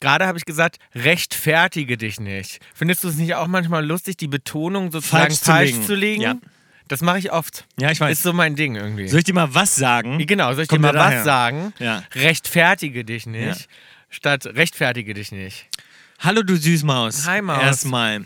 Gerade habe ich gesagt, rechtfertige dich nicht. Findest du es nicht auch manchmal lustig, die Betonung sozusagen Falsch falsch, zu legen. zu legen? Ja. Das mache ich oft. Ja, ich weiß. Ist so mein Ding irgendwie. Soll ich dir mal was sagen? genau, soll ich dir Kommt mal ja daher. was sagen? Ja. Rechtfertige dich nicht. Ja. Statt rechtfertige dich nicht. Hallo, du Süßmaus. Hi, Maus. Erstmal.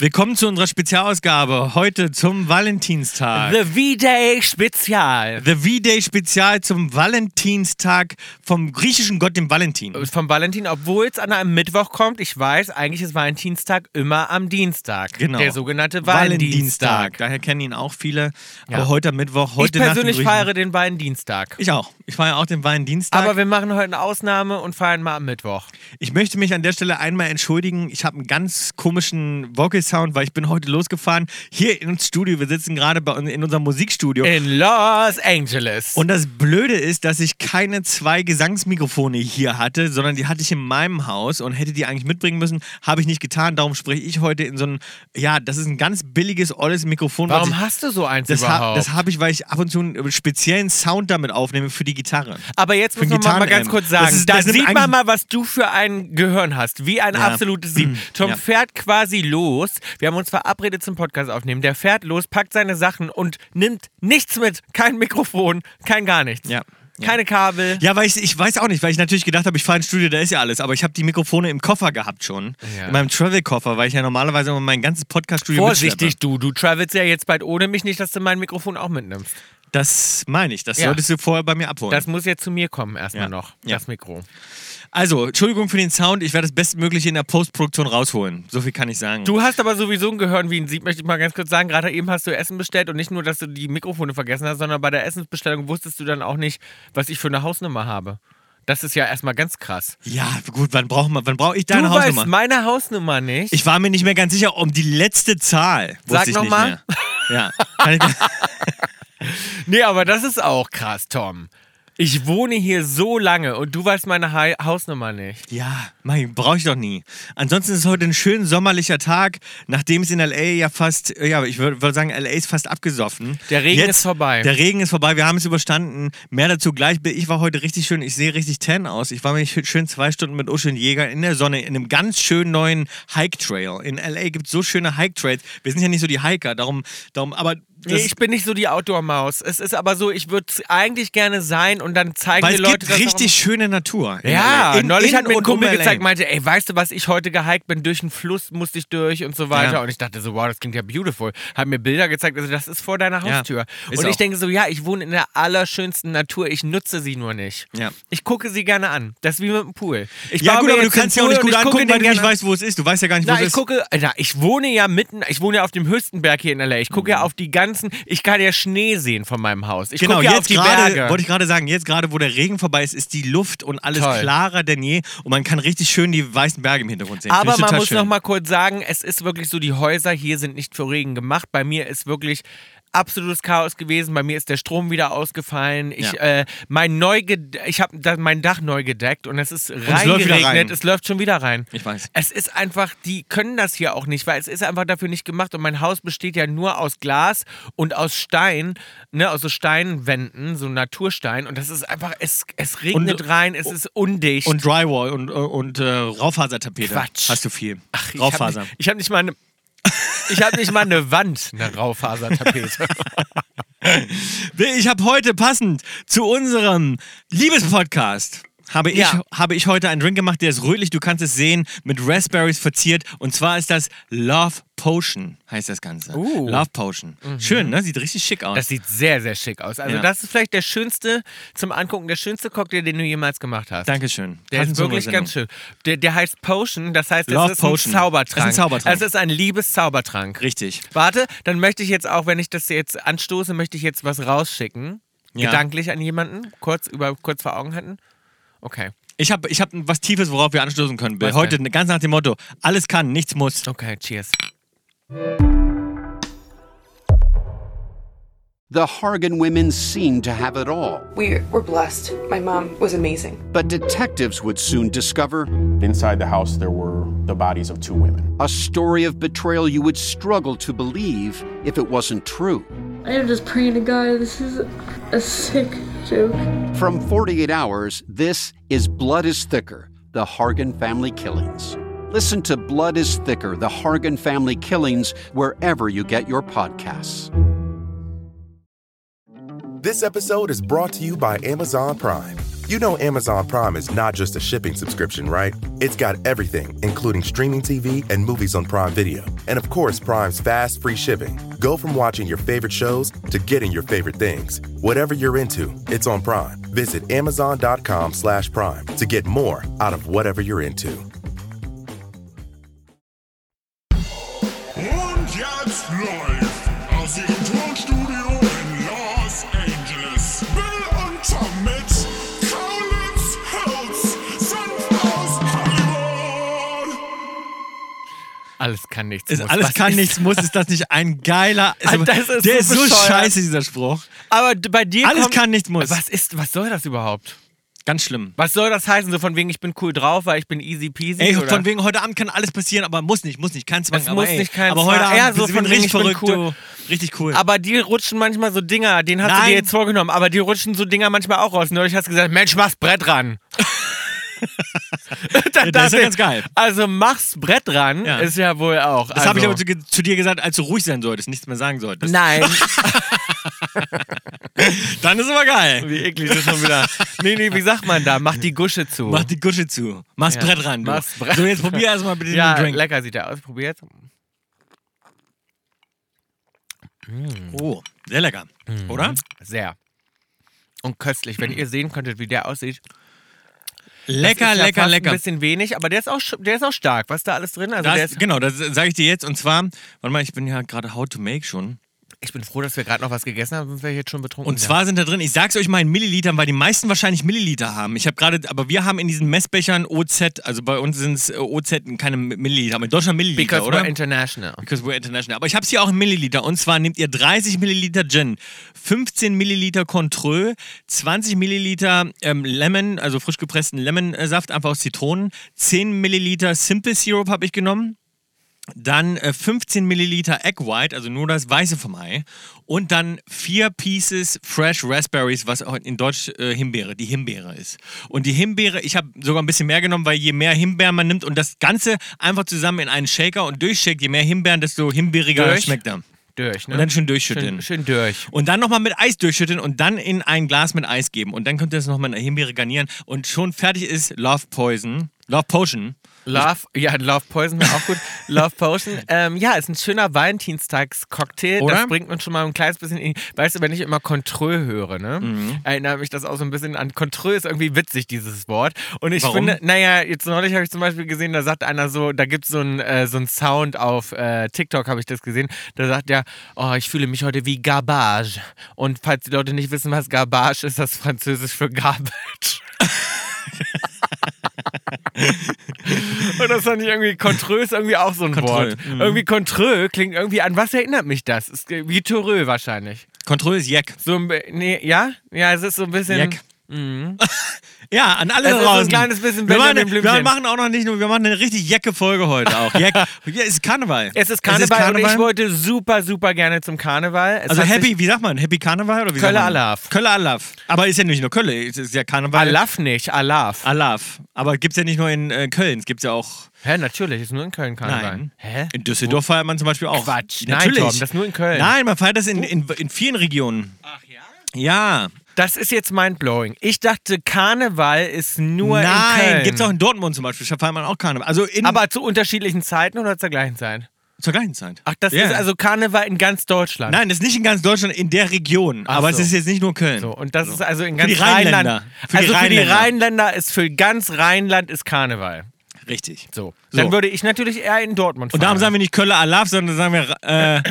Willkommen zu unserer Spezialausgabe heute zum Valentinstag. The V-Day Spezial. The V-Day Spezial zum Valentinstag vom griechischen Gott dem Valentin. Vom Valentin, obwohl es an einem Mittwoch kommt, ich weiß, eigentlich ist Valentinstag immer am Dienstag. Genau. Der sogenannte Valentinstag. Daher kennen ihn auch viele. Ja. Aber heute am Mittwoch, heute ich persönlich nach dem Griechen- feiere den Valentinstag. Ich auch. Ich feiere auch den Valentinstag. Aber wir machen heute eine Ausnahme und feiern mal am Mittwoch. Ich möchte mich an der Stelle einmal entschuldigen. Ich habe einen ganz komischen Vocal-Sound, weil ich bin heute losgefahren. Hier ins Studio. Wir sitzen gerade bei, in unserem Musikstudio. In Los Angeles. Und das Blöde ist, dass ich keine zwei Gesangsmikrofone hier hatte, sondern die hatte ich in meinem Haus und hätte die eigentlich mitbringen müssen, habe ich nicht getan. Darum spreche ich heute in so einem, ja, das ist ein ganz billiges, olles Mikrofon. was Warum ich, hast du so eins das ha- überhaupt? das habe ich, weil ich ab und zu einen speziellen Sound damit aufnehme für die Gitarre. aber jetzt für ein müssen wir mal, mal ganz Gitarren-Amp. kurz Das sagen, ist- da das nimmt sieht man eigentlich- mal, was du für ein Gehirn hast. Wie ein Ja. Mhm. absolutes Sieb. Tom Ja. fährt quasi los. Wir haben uns verabredet zum Podcast aufnehmen. Der fährt los, packt seine Sachen und nimmt nichts mit. Kein Mikrofon, kein gar nichts. Ja. Ja. Keine Kabel. Ja, weil ich, ich weiß auch nicht, weil ich natürlich gedacht habe, ich fahre ins Studio, da ist ja alles, aber ich habe die Mikrofone im Koffer gehabt schon. Ja. In meinem Travel-Koffer, weil ich ja normalerweise immer mein ganzes Podcast-Studio Vorsichtig, du. mitschleppe. Du travelst ja jetzt bald ohne mich nicht, dass du mein Mikrofon auch mitnimmst. Das meine ich. Das Ja. solltest du vorher bei mir abholen. Das muss jetzt zu mir kommen erstmal Ja. noch, Ja. das Mikro. Also, Entschuldigung für den Sound. Ich werde das Bestmögliche in der Postproduktion rausholen. So viel kann ich sagen. Du hast aber sowieso ein Gehirn wie ein Sieb, möchte ich mal ganz kurz sagen. Gerade eben hast du Essen bestellt und nicht nur, dass du die Mikrofone vergessen hast, sondern bei der Essensbestellung wusstest du dann auch nicht, was ich für eine Hausnummer habe. Das ist ja erstmal ganz krass. ja, gut, wann braucht man, wann brauche ich deine du weißt Hausnummer? meine Hausnummer nicht. Ich war mir nicht mehr ganz sicher, um die letzte Zahl. Wusste Sag ich noch nicht mal. Mehr. Ja. Kann ich, nee, aber das ist auch krass, Tom. Ich wohne hier so lange und du weißt meine ha Hausnummer nicht. ja, mein, brauche ich doch nie. Ansonsten ist es heute ein schön sommerlicher Tag, nachdem es in L.A. ja fast, äh, ja, ich würde würd sagen, L.A. ist fast abgesoffen. Der Regen ist vorbei. Der Regen ist vorbei, wir haben es überstanden. Mehr dazu gleich. Ich war heute richtig schön, ich sehe richtig tan aus. Ich war mir schön zwei Stunden mit Uschi und Jäger in der Sonne in einem ganz schönen neuen Hike-Trail. In L.A. gibt es so schöne Hike-Trails. Wir sind ja nicht so die Hiker, darum, darum aber... Nee, Das, ich bin nicht so die Outdoor-Maus. Es ist aber so, ich würde es eigentlich gerne sein und dann zeigen weil die es Leute gibt das auch richtig schöne Natur. in Ja, LA. In- neulich in hat mir ein und Kumpel um LA. gezeigt, meinte, ey, weißt du was, ich heute gehiked bin, durch einen Fluss musste ich durch und so weiter. Ja. Und ich dachte so, wow, das klingt ja beautiful. Hat mir Bilder gezeigt, also das ist vor deiner Ja, Haustür. ist und ich auch. denke so, ja, ich wohne in der allerschönsten Natur, ich nutze sie nur nicht. Ja. Ich gucke sie gerne an. Das ist wie mit dem Pool. Ich Ja baue gut, mir aber du jetzt den kannst ja auch Pool nicht und gut ich gucke angucken, den weil du gerne nicht an. weißt, wo es ist. Du weißt ja gar nicht, wo Na, es ich ist. gucke, na, ich wohne ja mitten, ich wohne ja auf dem höchsten Berg hier in LA. Ich gucke ja auf die ganzen, ich kann ja Schnee sehen von meinem Haus. Ich Mhm. Genau, gucke ja auf jetzt die gerade, Berge. wollte ich gerade sagen, jetzt gerade, wo der Regen vorbei ist, ist die Luft und alles Toll. klarer denn je und man kann richtig schön die weißen Berge im Hintergrund sehen. Finde Aber ich man total muss schön. noch mal kurz sagen, es ist wirklich so, die Häuser hier sind nicht für Regen gemacht. Bei mir ist wirklich absolutes Chaos gewesen. Bei mir ist der Strom wieder ausgefallen. Ich, Ja. äh, mein neu ged- ich habe da mein Dach neu gedeckt und es ist läuft wieder reingeregnet. rein. Es läuft schon wieder rein. Ich weiß. Es ist einfach, die können das hier auch nicht, weil es ist einfach dafür nicht gemacht. Und mein Haus besteht ja nur aus Glas und aus Stein, ne, aus so Steinwänden, so Naturstein. Und das ist einfach, es, es regnet rein, es ist undicht. Und Drywall und, äh, und äh, Raufasertapete. Quatsch. Hast du viel. Ach, Ich hab Raufaser. nicht- Ich habe nicht, mal eine. Ich habe nicht mal eine Wand, eine Raufasertapete. Ich habe heute passend zu unserem Liebespodcast. Habe ich, Ja. habe ich heute einen Drink gemacht, der ist rötlich, du kannst es sehen, mit Raspberries verziert. Und zwar ist das Love Potion, heißt das Ganze. Uh. Love Potion. Schön, ne? Sieht richtig schick aus. Das sieht sehr, sehr schick aus. Also Ja. das ist vielleicht der schönste zum Angucken, der schönste Cocktail, den du jemals gemacht hast. Dankeschön. Der Passend ist zu unserer wirklich ganz Sendung. schön. Der, der heißt Potion, das heißt, Love es ist Potion. ein Zaubertrank. Es ist ein Zaubertrank. Es ist ein Liebeszaubertrank. Richtig. Warte, dann möchte ich jetzt auch, wenn ich das jetzt anstoße, möchte ich jetzt was rausschicken. Ja. Gedanklich an jemanden, kurz über kurz vor Augen halten. Okay. Ich habe ich hab was Tiefes, worauf wir anstoßen können. Bill. Was Heute ganz nach dem Motto: alles kann, nichts muss. Okay, cheers. The Hargan women seemed to have it all, We were blessed. My mom was amazing. but detectives would soon discover Inside the house, there were the bodies of two women. a story of betrayal you would struggle to believe if it wasn't true. I am just praying to God this is a sick joke. From 48 Hours, this is Blood is Thicker the Hargan family killings. Listen to Blood is Thicker The Hargan Family Killings wherever you get your podcasts. This episode is brought to you by Amazon Prime. You know Amazon Prime is not just a shipping subscription, right? It's got everything, including streaming TV and movies on Prime Video. And of course, Prime's fast, free shipping. Go from watching your favorite shows to getting your favorite things. Whatever you're into, it's on Prime. Visit amazon.com slash prime to get more out of whatever you're into. Und jetzt läuft aus ihrem Tonstudio in Los Angeles Bill und Tom mit Kaulitz Hills sind aus Hollywood. Alles kann nichts. Ist muss. alles Was kann ist nichts muss, ist das nicht ein geiler. Ist aber- das ist der so ist so bescheuert. scheiße, dieser Spruch. Aber d- bei dir. Alles kommt, kann, nicht muss. Was ist, was soll das überhaupt? Ganz schlimm. Was soll das heißen? So von wegen, ich bin cool drauf, weil ich bin easy peasy. Ey, oder? von wegen heute Abend kann alles passieren, aber muss nicht, muss nicht, kein Zwang. Es aber muss ey, nicht, kein aber Zwang. heute Abend Ja, so bist du von wegen, richtig ich bin verrückt, cool. du. Richtig cool. Aber die rutschen manchmal so Dinger, den hast du Nein. dir jetzt vorgenommen, aber die rutschen so Dinger manchmal auch raus. Neulich hast du gesagt, Mensch, mach's Brett ran. Ja, das ist ja ganz geil. Also mach's Brett ran, Ja. ist ja wohl auch. das also, habe ich aber zu, ge- zu dir gesagt, als du ruhig sein solltest, nichts mehr sagen solltest. Nein, Dann ist aber geil. wie eklig das schon wieder. Nee, nee, wie sagt man da? Mach die Gusche zu. Mach die Gusche zu. Mach's Ja. Brett ran. Du. Mach's Brett so, jetzt ran. probier erstmal bitte ja, den Drink. lecker sieht der aus. Probiert. Oh, sehr lecker. Mhm. Oder? Sehr. Und köstlich. Wenn ihr sehen könntet, wie der aussieht. Lecker, ist ja lecker, fast lecker. Ein bisschen wenig, aber der ist auch, sch- der ist auch stark. Was ist da alles drin? Also der Das, ist, genau, das sage ich dir jetzt. Und zwar, warte mal, ich bin ja gerade How to Make schon. ich bin froh, dass wir gerade noch was gegessen haben, sonst wäre ich jetzt schon betrunken. Und zwar sind da drin, ich sag's euch mal in Millilitern, weil die meisten wahrscheinlich Milliliter haben. Ich habe gerade, aber wir haben in diesen Messbechern OZ, also bei uns sind es OZ keine Milliliter, aber in Deutschland Milliliter, Because oder? we're international. Because we're international. Aber ich habe es hier auch in Milliliter. Und zwar nehmt ihr 30 Milliliter Gin, 15 Milliliter Contreux, 20 Milliliter ähm, Lemon, also frisch gepressten Lemonsaft, einfach aus Zitronen, 10 Milliliter Simple Syrup habe ich genommen. Dann äh, 15 Milliliter Egg White, also nur das Weiße vom Ei. Und dann vier Pieces Fresh Raspberries, was auch in Deutsch äh, Himbeere, die Himbeere ist. Und die Himbeere, ich habe sogar ein bisschen mehr genommen, weil je mehr Himbeeren man nimmt und das Ganze einfach zusammen in einen Shaker und durchshakt, je mehr Himbeeren, desto himbeeriger Durch? schmeckt er. Durch, ne? Und dann schön durchschütteln. Schön, schön durch. Und dann nochmal mit Eis durchschütteln und dann in ein Glas mit Eis geben. Und dann könnt ihr es nochmal in eine Himbeere garnieren. Und schon fertig ist Love Poison. Love Potion. Love, ja, Love Poison wäre auch gut. Love Potion. Ähm, ja, ist ein schöner Valentinstagscocktail. Oder? Das bringt uns schon mal ein kleines bisschen in. Weißt du, wenn ich immer Contreux höre, ne? Mhm. Erinnert mich das auch so ein bisschen an. Contreux ist irgendwie witzig, dieses Wort. Und ich Warum? finde, naja, jetzt neulich habe ich zum Beispiel gesehen, da sagt einer so, da gibt so es ein, äh, so einen Sound auf äh, TikTok, habe ich das gesehen. Da sagt der, oh, ich fühle mich heute wie Garbage. Und falls die Leute nicht wissen, was Garbage ist, das ist Französisch für Garbage. Und das fand ich irgendwie, Contreux ist irgendwie auch so ein Contreux, mhm. Wort. Irgendwie Contreux klingt irgendwie an, was erinnert mich das? Ist ge- wie Toreux wahrscheinlich. Control ist Jack. So ein, bi- nee, ja? Ja, es ist so ein bisschen. Jack. Mhm. ja, an alle Es ist so ein draußen. kleines bisschen wir Benjamin machen, wir Blümchen. machen auch noch nicht nur, wir machen eine richtig Jacke-Folge heute auch. Jack, ja, es ist Karneval. Es ist Karneval, und ich Karneval. wollte super, super gerne zum Karneval. Es also hat sich- Happy, wie sagt man? Happy Karneval oder wie Kölle sagt man? Alaf. Kölle Alaf. Aber ist ja nicht nur Kölle, es ist ja Karneval. Alaf nicht, Ah. Alaf. Alaf. Aber gibt's ja nicht nur in äh, Köln, es gibt's ja auch. Hä, natürlich, ist nur in Köln Karneval. Nein. Hä? In Düsseldorf feiert man zum Beispiel auch. Quatsch. Nein, Natürlich. Torben, das nur in Köln. Nein, man feiert das in, in, in vielen Regionen. Ach ja? Ja. Das ist jetzt mindblowing. Ich dachte, Karneval ist nur in Köln. Nein, gibt's auch in Dortmund zum Beispiel. Da feiert man auch Karneval. Also in, Aber zu unterschiedlichen Zeiten oder zur gleichen Zeit? zur gleichen Zeit. Ach, das Ja. ist also Karneval in ganz Deutschland. Nein, das ist nicht in ganz Deutschland, in der Region. Ach aber so. es ist jetzt nicht nur Köln. So, und das ist also in Für ganz die Rheinländer. Rheinland. Für die also für die Rheinländer. Rheinländer ist für ganz Rheinland ist Karneval. Richtig. So. So. Dann würde ich natürlich eher in Dortmund fahren. Und darum sagen wir nicht Kölle Alaf, sondern sagen wir äh,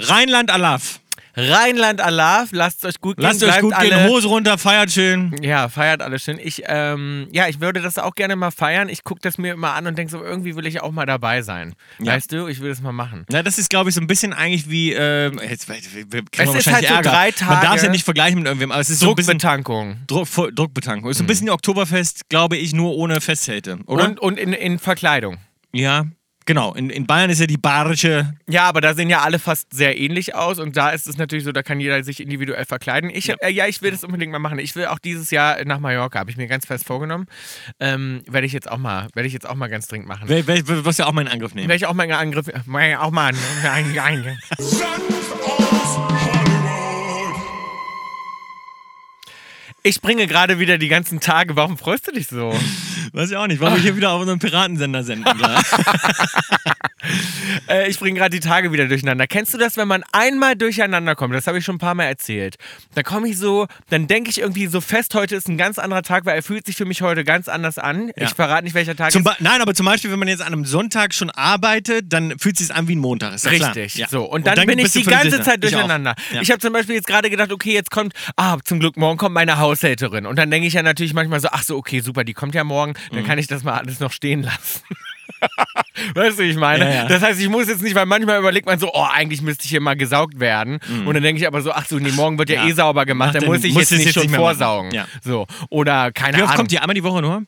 Rheinland Alaf. Rheinland Alaf, lasst euch gut gehen. Lasst euch bleibt gut alle gehen, Hose runter, feiert schön. Ja, feiert alles schön. Ich, ähm, ja, ich würde das auch gerne mal feiern. Ich gucke das mir immer an und denke so, irgendwie will ich auch mal dabei sein. Weißt du, ich will das mal machen. Na, das ist, glaube ich, so ein bisschen eigentlich wie. ähm, jetzt wir- wir- wir kriegen Es wir ist wahrscheinlich halt so Ärger. drei Man darf es Tage ja nicht vergleichen mit irgendwem, aber es ist so ein bisschen. Druckbetankung. Druck, Vo- Druckbetankung. Ist so ein bisschen Oktoberfest, glaube ich, nur ohne Festzelte, oder? Und, und in, in Verkleidung. ja. Genau, in, in Bayern ist ja die bayerische. Ja, aber da sehen ja alle fast sehr ähnlich aus und da ist es natürlich so, da kann jeder sich individuell verkleiden. Ich, ja. Äh, ja, ich will das unbedingt mal machen. Ich will auch dieses Jahr nach Mallorca, habe ich mir ganz fest vorgenommen. Ähm, werde ich jetzt auch mal, werde ich jetzt auch mal ganz dringend machen. Werde Wer- wer- wer- Was ja auch mal in Angriff nehmen. ich auch mal einen Angriff, mal- auch mal einen, einen, einen. Senf aus Hollywood. Ich bringe gerade wieder die ganzen Tage. Warum freust du dich so? Weiß ich auch nicht, warum wir hier wieder auf unseren Piratensender senden. Ja. Äh, ich bringe gerade die Tage wieder durcheinander. Kennst du das, wenn man einmal durcheinander kommt? Das habe ich schon ein paar Mal erzählt. Dann komme ich so, dann denke ich irgendwie so fest, heute ist ein ganz anderer Tag, weil er fühlt sich für mich heute ganz anders an. Ja. Ich verrate nicht, welcher Tag Zum es Ba- Nein, aber zum Beispiel, wenn man jetzt an einem Sonntag schon arbeitet, dann fühlt es sich an wie ein Montag. Ist ja klar. Richtig. Ja. So. Und dann, bin ich bist du die völlig ganze durcheinander. Zeit durcheinander. Ich, Ich, auch. ja. habe zum Beispiel jetzt gerade gedacht, okay, jetzt kommt, ah, zum Glück, morgen kommt meine Haushälterin. Und dann denke ich ja natürlich manchmal so, ach so, okay, super, die kommt ja morgen, Mhm. dann kann ich das mal alles noch stehen lassen. Weißt du, wie ich meine? Ja, ja. Das heißt, ich muss jetzt nicht, weil manchmal überlegt man so, oh, eigentlich müsste ich hier mal gesaugt werden. Und dann denke ich aber so, ach so, nee, morgen wird ja, Mhm. Ja. eh sauber gemacht, Ach, dann dann muss ich muss jetzt es nicht jetzt schon nicht mehr machen. vorsaugen. Ja. So. Oder keine Wie oft Ahnung. kommt die einmal die Woche nur?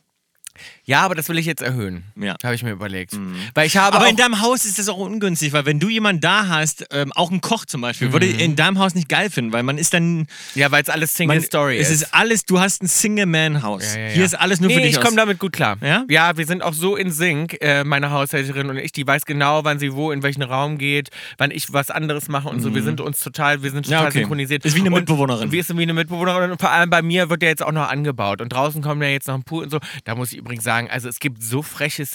Ja, aber das will ich jetzt erhöhen. Ja. Mhm. Habe ich mir überlegt. Weil ich habe Aber, auch, in deinem Haus ist das auch ungünstig, weil wenn du jemanden da hast, ähm, auch einen Koch zum Beispiel, würde Mhm. ich in deinem Haus nicht geil finden, weil man ist dann. ja, weil es alles Single Man, Story es ist. ist alles, du hast ein Single-Man-Haus. Ja, ja, ja. Hier ist alles nur für nee, dich. ich komme aus. damit gut klar. Ja? ja, wir sind auch so in Sync, äh, meine Haushälterin und ich, die weiß genau, wann sie wo, in welchen Raum geht, wann ich was anderes mache und so. Wir sind uns total, wir sind Mhm. Ja, total okay. synchronisiert. Ist wie eine Und Mitbewohnerin. Wir sind wie eine Mitbewohnerin und vor allem bei mir wird der jetzt auch noch angebaut und draußen kommen ja jetzt noch ein Pool und so. Da muss ich übrigens sagen, also es gibt so freche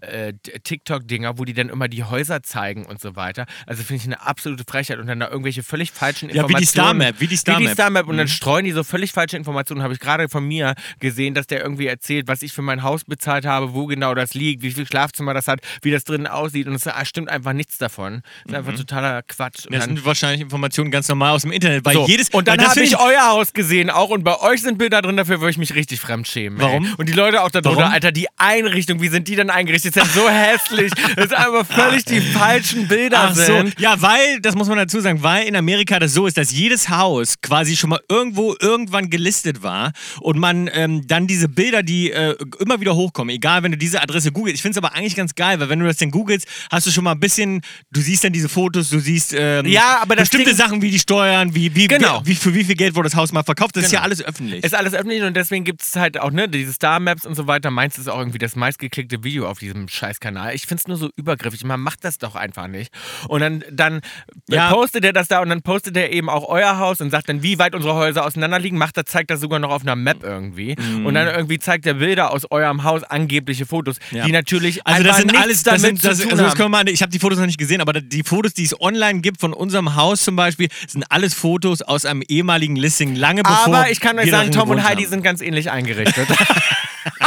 Celebrity-TikTok-Dinger, wo die dann immer die Häuser zeigen und so weiter. Also finde ich eine absolute Frechheit und dann da irgendwelche völlig falschen Ja, wie die Informationen. Star Map, wie die Star Map. Star Map und dann streuen die so völlig falsche Informationen. Habe ich gerade von mir gesehen, dass der irgendwie erzählt, was ich für mein Haus bezahlt habe, wo genau das liegt, wie viel Schlafzimmer das hat, wie das drinnen aussieht. Und es ah, stimmt einfach nichts davon. Das ist einfach totaler Quatsch. Und Das Mhm. sind wahrscheinlich Informationen ganz normal aus dem Internet, weil so. jedes. und dann weil das habe finde ich euer Haus gesehen auch und bei euch sind Bilder drin, dafür würde ich mich richtig fremdschämen. ey. Warum? Und die Leute auch da drunter, Warum? Alter, die Einrichtung, wie sind die denn eingerichtet? Das ist ja so hässlich. Das ist einfach völlig die falschen Bilder Ah. Ach so. sind. Ja, weil, das muss man dazu sagen, weil in Amerika das so ist, dass jedes Haus quasi schon mal irgendwo irgendwann gelistet war und man ähm, dann diese Bilder, die äh, immer wieder hochkommen, egal wenn du diese Adresse googelst. Ich finde es aber eigentlich ganz geil, weil wenn du das denn googelst, hast du schon mal ein bisschen, du siehst dann diese Fotos, du siehst ähm, Ja, aber das bestimmte Ding- Sachen wie die Steuern, wie, wie, Genau. wie, wie für wie viel Geld wurde das Haus mal verkauft. Das ist Genau. ja alles öffentlich. Ist alles öffentlich und deswegen gibt es halt auch, ne, diese Star-Maps und so weiter. Meins ist auch irgendwie das meistgeklickte Video auf diesem Scheißkanal. Ich find's nur so übergriffig. Man macht das doch einfach nicht. Und dann, dann Ja. postet er das da und dann postet er eben auch euer Haus und sagt dann, wie weit unsere Häuser auseinander liegen. Macht das, zeigt das sogar noch auf einer Map irgendwie. Mhm. Und dann irgendwie zeigt er Bilder aus eurem Haus, angebliche Fotos, Ja. die natürlich Also einfach das sind nichts alles, damit das sind, das, zu tun also das haben. können wir mal, ich habe die Fotos noch nicht gesehen, aber die Fotos, die es online gibt von unserem Haus zum Beispiel, sind alles Fotos aus einem ehemaligen Listing, lange bevor Aber ich kann euch wir sagen, darin Tom und gewohnt Heidi haben. sind ganz ähnlich eingerichtet.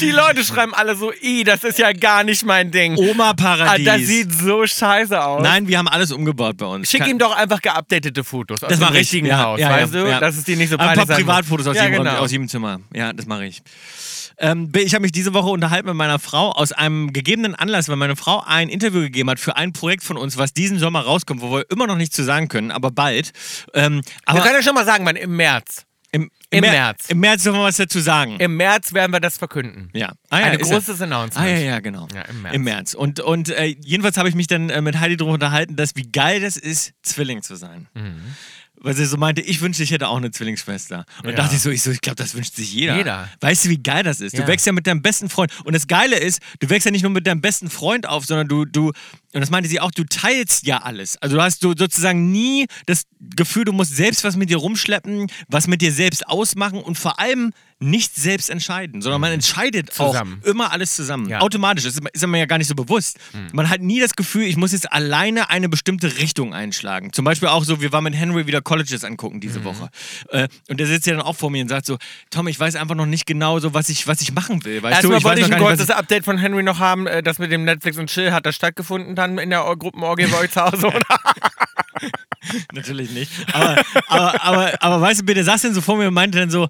Die Leute schreiben alle so, i, das ist ja gar nicht mein Ding. Oma ah, Paradies. das sieht so scheiße aus. Nein, wir haben alles umgebaut bei uns. Schick Kann- ihm doch einfach geupdatete Fotos aus das dem mache ich. richtigen ja, Haus, ja, weißt ja, du? Ja. Dass es dir nicht so Ein peinlich paar sein muss. Privatfotos aus, ja, jedem, genau. aus jedem Zimmer. Ja, das mache ich. Ähm, ich habe mich diese Woche unterhalten mit meiner Frau aus einem gegebenen Anlass, weil meine Frau ein Interview gegeben hat für ein Projekt von uns, was diesen Sommer rauskommt, wo wir immer noch nichts zu sagen können, aber bald. Ähm, Wir aber können ja schon mal sagen, wann im März. Im, Im Mer- März. Im März dürfen wir was dazu sagen. Im März werden wir das verkünden. ja. Ah, ja, Ein ist großes ja. Announcement. Ah, ja, ja, genau. Ja, im März. Und, und äh, jedenfalls habe ich mich dann äh, mit Heidi darüber unterhalten, dass wie geil das ist, Zwilling zu sein. Mhm. Weil sie so meinte, ich wünschte, ich hätte auch eine Zwillingsschwester. Und dann Ja. dachte ich so, ich, so, ich glaube, das wünscht sich jeder. Jeder. Weißt du, wie geil das ist? Ja. Du wächst ja mit deinem besten Freund. Und das Geile ist, du wächst ja nicht nur mit deinem besten Freund auf, sondern du, du, und das meinte sie auch, du teilst ja alles. Also du hast du sozusagen nie das Gefühl, du musst selbst was mit dir rumschleppen, was mit dir selbst ausmachen und vor allem nicht selbst entscheiden, sondern man entscheidet Mhm. Zusammen. auch immer alles zusammen. Mhm. Ja. Mhm. Automatisch, das ist ist mir ja gar nicht so bewusst. Man hat nie das Gefühl, ich muss jetzt alleine eine bestimmte Richtung einschlagen. Zum Beispiel auch so, wir waren mit Henry wieder Colleges angucken Mhm. diese Woche. Äh, und der sitzt ja dann auch vor mir und sagt so, Tom, ich weiß einfach noch nicht genau so, was ich, was ich machen will. Weißt du, Erstmal ich wollte ich weiß noch ein gar nicht, kurzes was Update von Henry noch haben, äh, das mit dem Netflix und Chill hat das stattgefunden dann in der Gruppenorgie bei euch zu Hause. oder? Natürlich nicht. Aber, aber, aber, aber weißt du, bitte saß denn so vor mir und meinte dann so,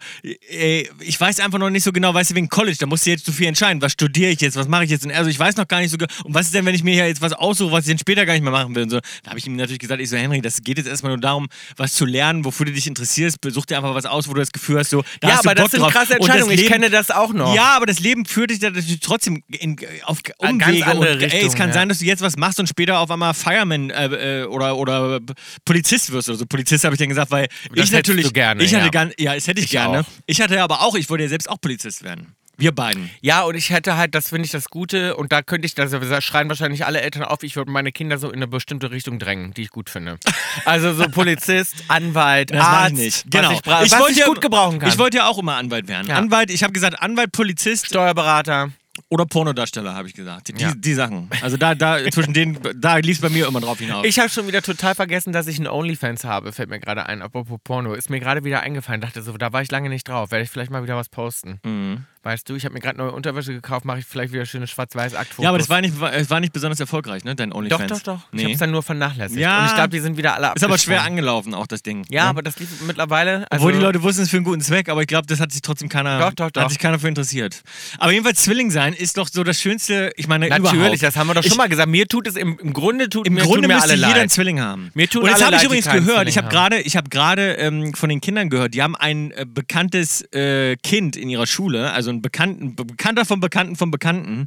ey, ich weiß einfach noch nicht so genau, weißt du, wegen College, da musst du jetzt zu viel entscheiden. Was studiere ich jetzt, was mache ich jetzt? Und er so, ich weiß noch gar nicht so genau. Und was ist denn, wenn ich mir ja jetzt was aussuche, was ich dann später gar nicht mehr machen will? Und so, da habe ich ihm natürlich gesagt, ich so, Henry, das geht jetzt erstmal nur darum, was zu lernen, wofür du dich interessierst. Such dir einfach was aus, wo du das Gefühl hast, so, da ja, hast du aber Bock das sind drauf. krasse Und das Entscheidungen. Ich Leben- kenne das auch noch. ja, aber das Leben führt dich dann natürlich trotzdem in, auf Eine Umwege. ganz andere und, ey, es Richtung, kann ja. sein, dass du jetzt was machst und später auf einmal Fireman äh, äh, oder, oder Polizist wirst oder so. Polizist habe ich dann gesagt, weil ich hättest natürlich. du gerne, ich hatte ja. gern, ja, das hätte ich, Ich gerne. auch. Ich hatte aber auch, ich wollte ja selbst auch Polizist werden. Wir beiden. Ja, und ich hätte halt, das finde ich das Gute, und da könnte ich, das da schreien wahrscheinlich alle Eltern auf, ich würde meine Kinder so in eine bestimmte Richtung drängen, die ich gut finde. Also so Polizist, Anwalt, Das Arzt, mache ich nicht. Genau. was ich, bra- was wollte ich ja- gut gebrauchen kann. Ich wollte ja auch immer Anwalt werden. Ja. Anwalt, ich habe gesagt, Anwalt, Polizist Steuerberater. oder Pornodarsteller, habe ich gesagt. Die, Ja. die Sachen. Also da, da zwischen denen, da lief es bei mir immer drauf hinaus. Ich habe schon wieder total vergessen, dass ich einen Onlyfans habe, fällt mir gerade ein. Apropos Porno, ist mir gerade wieder eingefallen. Dachte so, da war ich lange nicht drauf. Werde ich vielleicht mal wieder was posten. Mhm. Weißt du, ich habe mir gerade neue Unterwäsche gekauft, mache ich vielleicht wieder schöne schwarz-weiß Aktfotos. ja, aber das war nicht, war, es war nicht besonders erfolgreich, ne? Dein doch, doch, OnlyFans. doch. Ich halt Nee. habe es dann nur vernachlässigt. Ja. Und ich glaube, die sind wieder alle Ist aber schwer abgesprungen. angelaufen, auch das Ding. Ja, ne? aber das lief mittlerweile. Also Obwohl die Leute wussten es für einen guten Zweck, aber ich glaube, das hat sich trotzdem keiner, Doch, doch, doch. Hat sich keiner für interessiert. Aber jedenfalls Zwilling sein ist doch so das Schönste, ich meine, Natürlich, überhaupt. das haben wir doch schon ich, mal gesagt. Mir tut es im, im Grunde tut Im mir, Grunde tun mir müsste alle jeder einen leid. Zwilling haben. Mir tun Und das alle habe ich leid, die übrigens keinen gehört. Ich Zwilling habe haben. gerade, ich habe gerade ähm, von den Kindern gehört. Die haben ein äh, bekanntes äh, Kind in ihrer Schule, also ein Bekannten, Be- Bekannter von Bekannten von Bekannten.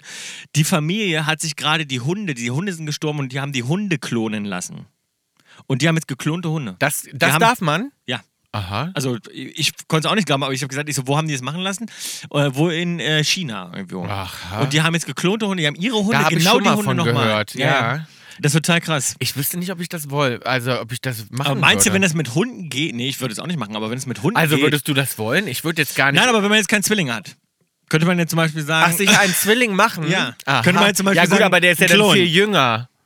Die Familie hat sich gerade die Hunde, die Hunde sind gestorben und die haben die Hunde klonen lassen. Und die haben jetzt geklonte Hunde. Das, Die das haben- darf man. Ja. Aha. Also ich konnte es auch nicht glauben, aber ich habe gesagt, ich so, wo haben die das machen lassen? Äh, wo in äh, China irgendwo. Aha. Und die haben jetzt geklonte Hunde, die haben ihre Hunde, Da hab ich genau schon die mal Hunde von nochmal. gehört, ja. Das ist total krass. Ich wüsste nicht, ob ich das wollte. Also, ob ich das machen Aber meinst würde. du, wenn das mit Hunden geht? Nee, ich würde es auch nicht machen, aber wenn es mit Hunden Also, geht. würdest du das wollen? Ich würde jetzt gar nicht. Nein, aber wenn man jetzt keinen Zwilling hat, könnte man jetzt zum Beispiel sagen. Ach, sich einen Zwilling machen? Ja. Aha. Könnte man jetzt zum Beispiel Ja, gut, sagen, aber der ist ja dann Klon. viel jünger.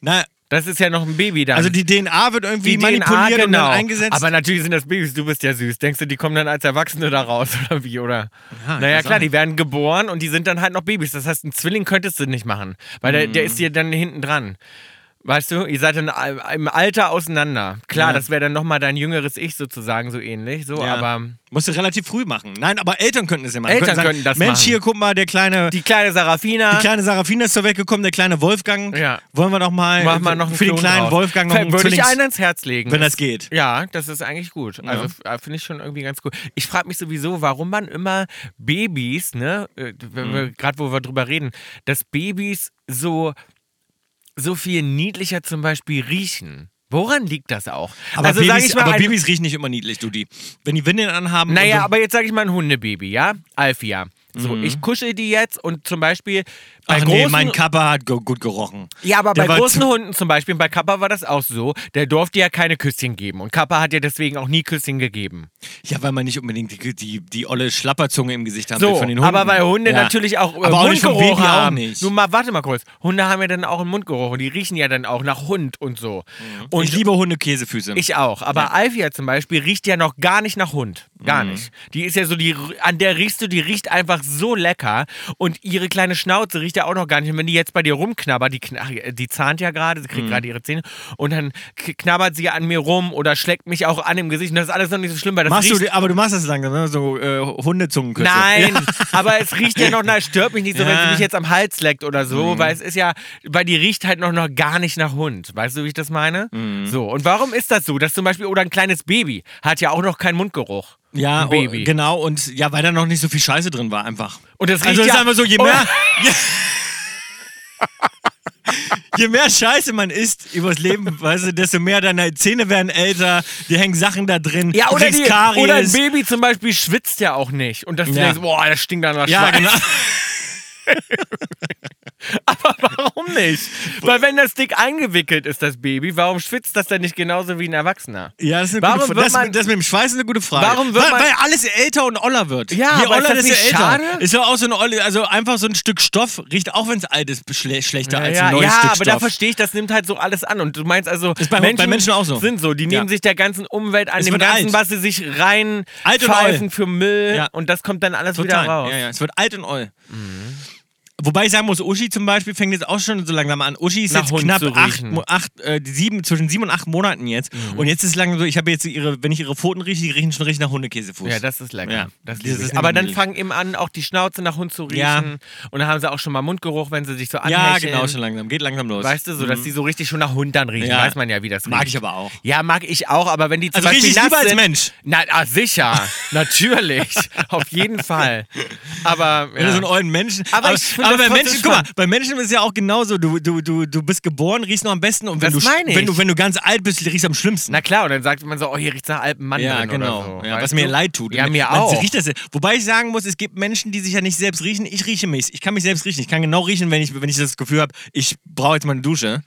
na, Das ist ja noch ein Baby dann. also die DNA wird irgendwie Die DNA, manipuliert und genau. dann eingesetzt. Aber natürlich sind das Babys, du bist ja süß. Denkst du, die kommen dann als Erwachsene da raus oder wie? Oder? Ja, ich naja, weiß klar, auch nicht. die werden geboren und die sind dann halt noch Babys. Das heißt, einen Zwilling könntest du nicht machen, weil der, Mm. der ist dir dann hinten dran. Weißt du, ihr seid dann al- im Alter auseinander. Klar, Ja. das wäre dann nochmal dein jüngeres Ich sozusagen, so ähnlich. So, Ja. aber Musst du relativ früh machen. Nein, aber Eltern könnten es ja machen. Eltern sagen, könnten das Mensch, machen. hier, guck mal, der kleine. die kleine Sarafina. Die kleine Sarafina ist zur Welt gekommen, der kleine Wolfgang. Ja. Wollen wir doch mal, Mach mal noch einen für den Klon kleinen draus. Wolfgang noch einen Würde ich Zwillings- einen ans Herz legen. wenn das geht. Ja, das ist eigentlich gut. Also f- äh, finde ich schon irgendwie ganz gut. Ich frage mich sowieso, warum man immer Babys, ne, äh, Mhm. wenn wir- gerade wo wir drüber reden, dass Babys so, so viel niedlicher zum Beispiel riechen. Woran liegt das auch? Aber, also Babys, sage ich mal, aber ein- Babys also riechen nicht immer niedlich, Dudi. Wenn die Windeln anhaben. naja, und so, aber jetzt sage ich mal ein Hundebaby, ja? Alfia. So, ich kuschel die jetzt und zum Beispiel bei Mhm. Ach großen nee, mein Kappa hat go- gut gerochen. Ja, aber Der bei war großen zu- Hunden zum Beispiel, bei Kappa war das auch so, der durfte ja keine Küsschen geben. Und Kappa hat ja deswegen auch nie Küsschen gegeben. Ja, weil man nicht unbedingt die, die, die olle Schlapperzunge im Gesicht haben will So, von den Hunden. aber weil Hunde Ja. natürlich auch, äh, aber auch nicht vom Mundgeruch Baby haben. auch nicht. Nun mal, warte mal kurz. Hunde haben ja dann auch einen Mundgeruch und die riechen ja dann auch nach Hund und so. Und ich liebe Hunde Käsefüße. ich auch. Aber Alfia zum Beispiel riecht ja noch gar nicht nach Hund. Gar Mhm. nicht. Die ist ja so, die, an der riechst du, die riecht einfach so lecker. Und ihre kleine Schnauze riecht ja auch noch gar nicht. Und wenn die jetzt bei dir rumknabbert, die, kn- die zahnt ja gerade, sie kriegt Mhm. gerade ihre Zähne. Und dann k- knabbert sie an mir rum oder schlägt mich auch an im Gesicht. Und das ist alles noch nicht so schlimm, weil das machst du, riecht die- aber du machst das langsam, ne? so äh, Hundezungenküsse. Nein, Ja. aber es riecht ja noch, na, stört mich nicht so, wenn Ja. Mhm. sie mich jetzt am Hals leckt oder so, weil es ist ja, weil die riecht halt noch, noch gar nicht nach Hund. Weißt du, wie ich das meine? Mhm. So, und warum ist das so? Dass zum Beispiel, oder ein kleines Baby hat ja auch noch keinen Mundgeruch. Ja, ein Baby. Oh, genau. Und ja, weil da noch nicht so viel Scheiße drin war, einfach. Und das riecht also, ja, Oh. ist einfach so, je mehr. Je mehr Scheiße man isst übers Leben, weißt du, desto mehr deine Zähne werden älter, dir hängen Sachen da drin. ja, du oder, kriegst die, Karies. oder ein Baby zum Beispiel schwitzt ja auch nicht. Und das Ja. denkst, boah, das stinkt dann nach Ja, Schweiß. genau. Warum nicht? Weil wenn das dick eingewickelt ist, das Baby, warum schwitzt das dann nicht genauso wie ein Erwachsener? Ja, das ist eine Warum gute wird Frage. Das, man- das mit dem Schweiß ist eine gute Frage. Warum wird weil, man- weil alles älter und oller wird. Ja, Je aber ist oller, das desto nicht älter. schade? Ist ja auch so eine olle, also einfach so ein Stück Stoff riecht, auch wenn es alt ist, schle schlechter als ja, ein neues ja, Stück aber Stoff. da verstehe ich, das nimmt halt so alles an. Und du meinst also, Ist bei- bei Menschen, Menschen auch so. sind so. Die nehmen Ja. sich der ganzen Umwelt an, Es dem wird Ganzen, alt. was sie sich rein Alt und pfeifen oll. für Müll. Ja. Und das kommt dann alles Total. wieder raus. Mhm. Ja, ja, es wird alt und oll. Wobei ich sagen muss, Uschi zum Beispiel fängt jetzt auch schon so langsam an. Uschi ist Nach jetzt Hund knapp zu acht, riechen. Mhm. Mo- acht äh, sieben, zwischen sieben und acht Monaten jetzt. Und jetzt ist es langsam so, ich habe jetzt ihre, wenn ich ihre Pfoten rieche, die riechen schon richtig nach Hundekäsefuß. Ja, das ist lecker. Ja. Das Das liebe ist ich. nämlich Aber dann niedlich. fangen eben an, auch die Schnauze nach Hund zu riechen. Ja. Und dann haben sie auch schon mal Mundgeruch, wenn sie sich so ja, anhecheln. genau, schon langsam. Geht langsam los. Weißt du, so, dass die so richtig schon nach Hund dann riechen. Ja. Weiß man ja, wie das riecht. Mag ich aber auch. Ja, mag ich auch, aber wenn die zum Also Beispiel rieche ich nass lieber als sind- Mensch. Na, ah, sicher. Natürlich. Auf jeden Fall. Aber. Wenn ja. du so einen ollen Menschen. Aber ich find aber das bei trotzdem Menschen, guck mal, spannend. bei Menschen ist es ja auch genauso. Du, du, du, du bist geboren, riechst noch am besten und wenn Das du sch- meine ich. wenn du wenn du ganz alt bist, riechst du am schlimmsten. Na klar, und dann sagt man so, oh, hier riecht's nach alten Mann ja, genau. oder so. ja, weißt was mir du? leid tut. Ja, Und mir man auch. Riecht das, ja. wobei ich sagen muss, es gibt Menschen, die sich ja nicht selbst riechen. Ich rieche mich. Ich kann mich selbst riechen. Ich kann genau riechen, wenn ich, wenn ich das Gefühl habe, ich brauche jetzt mal eine Dusche.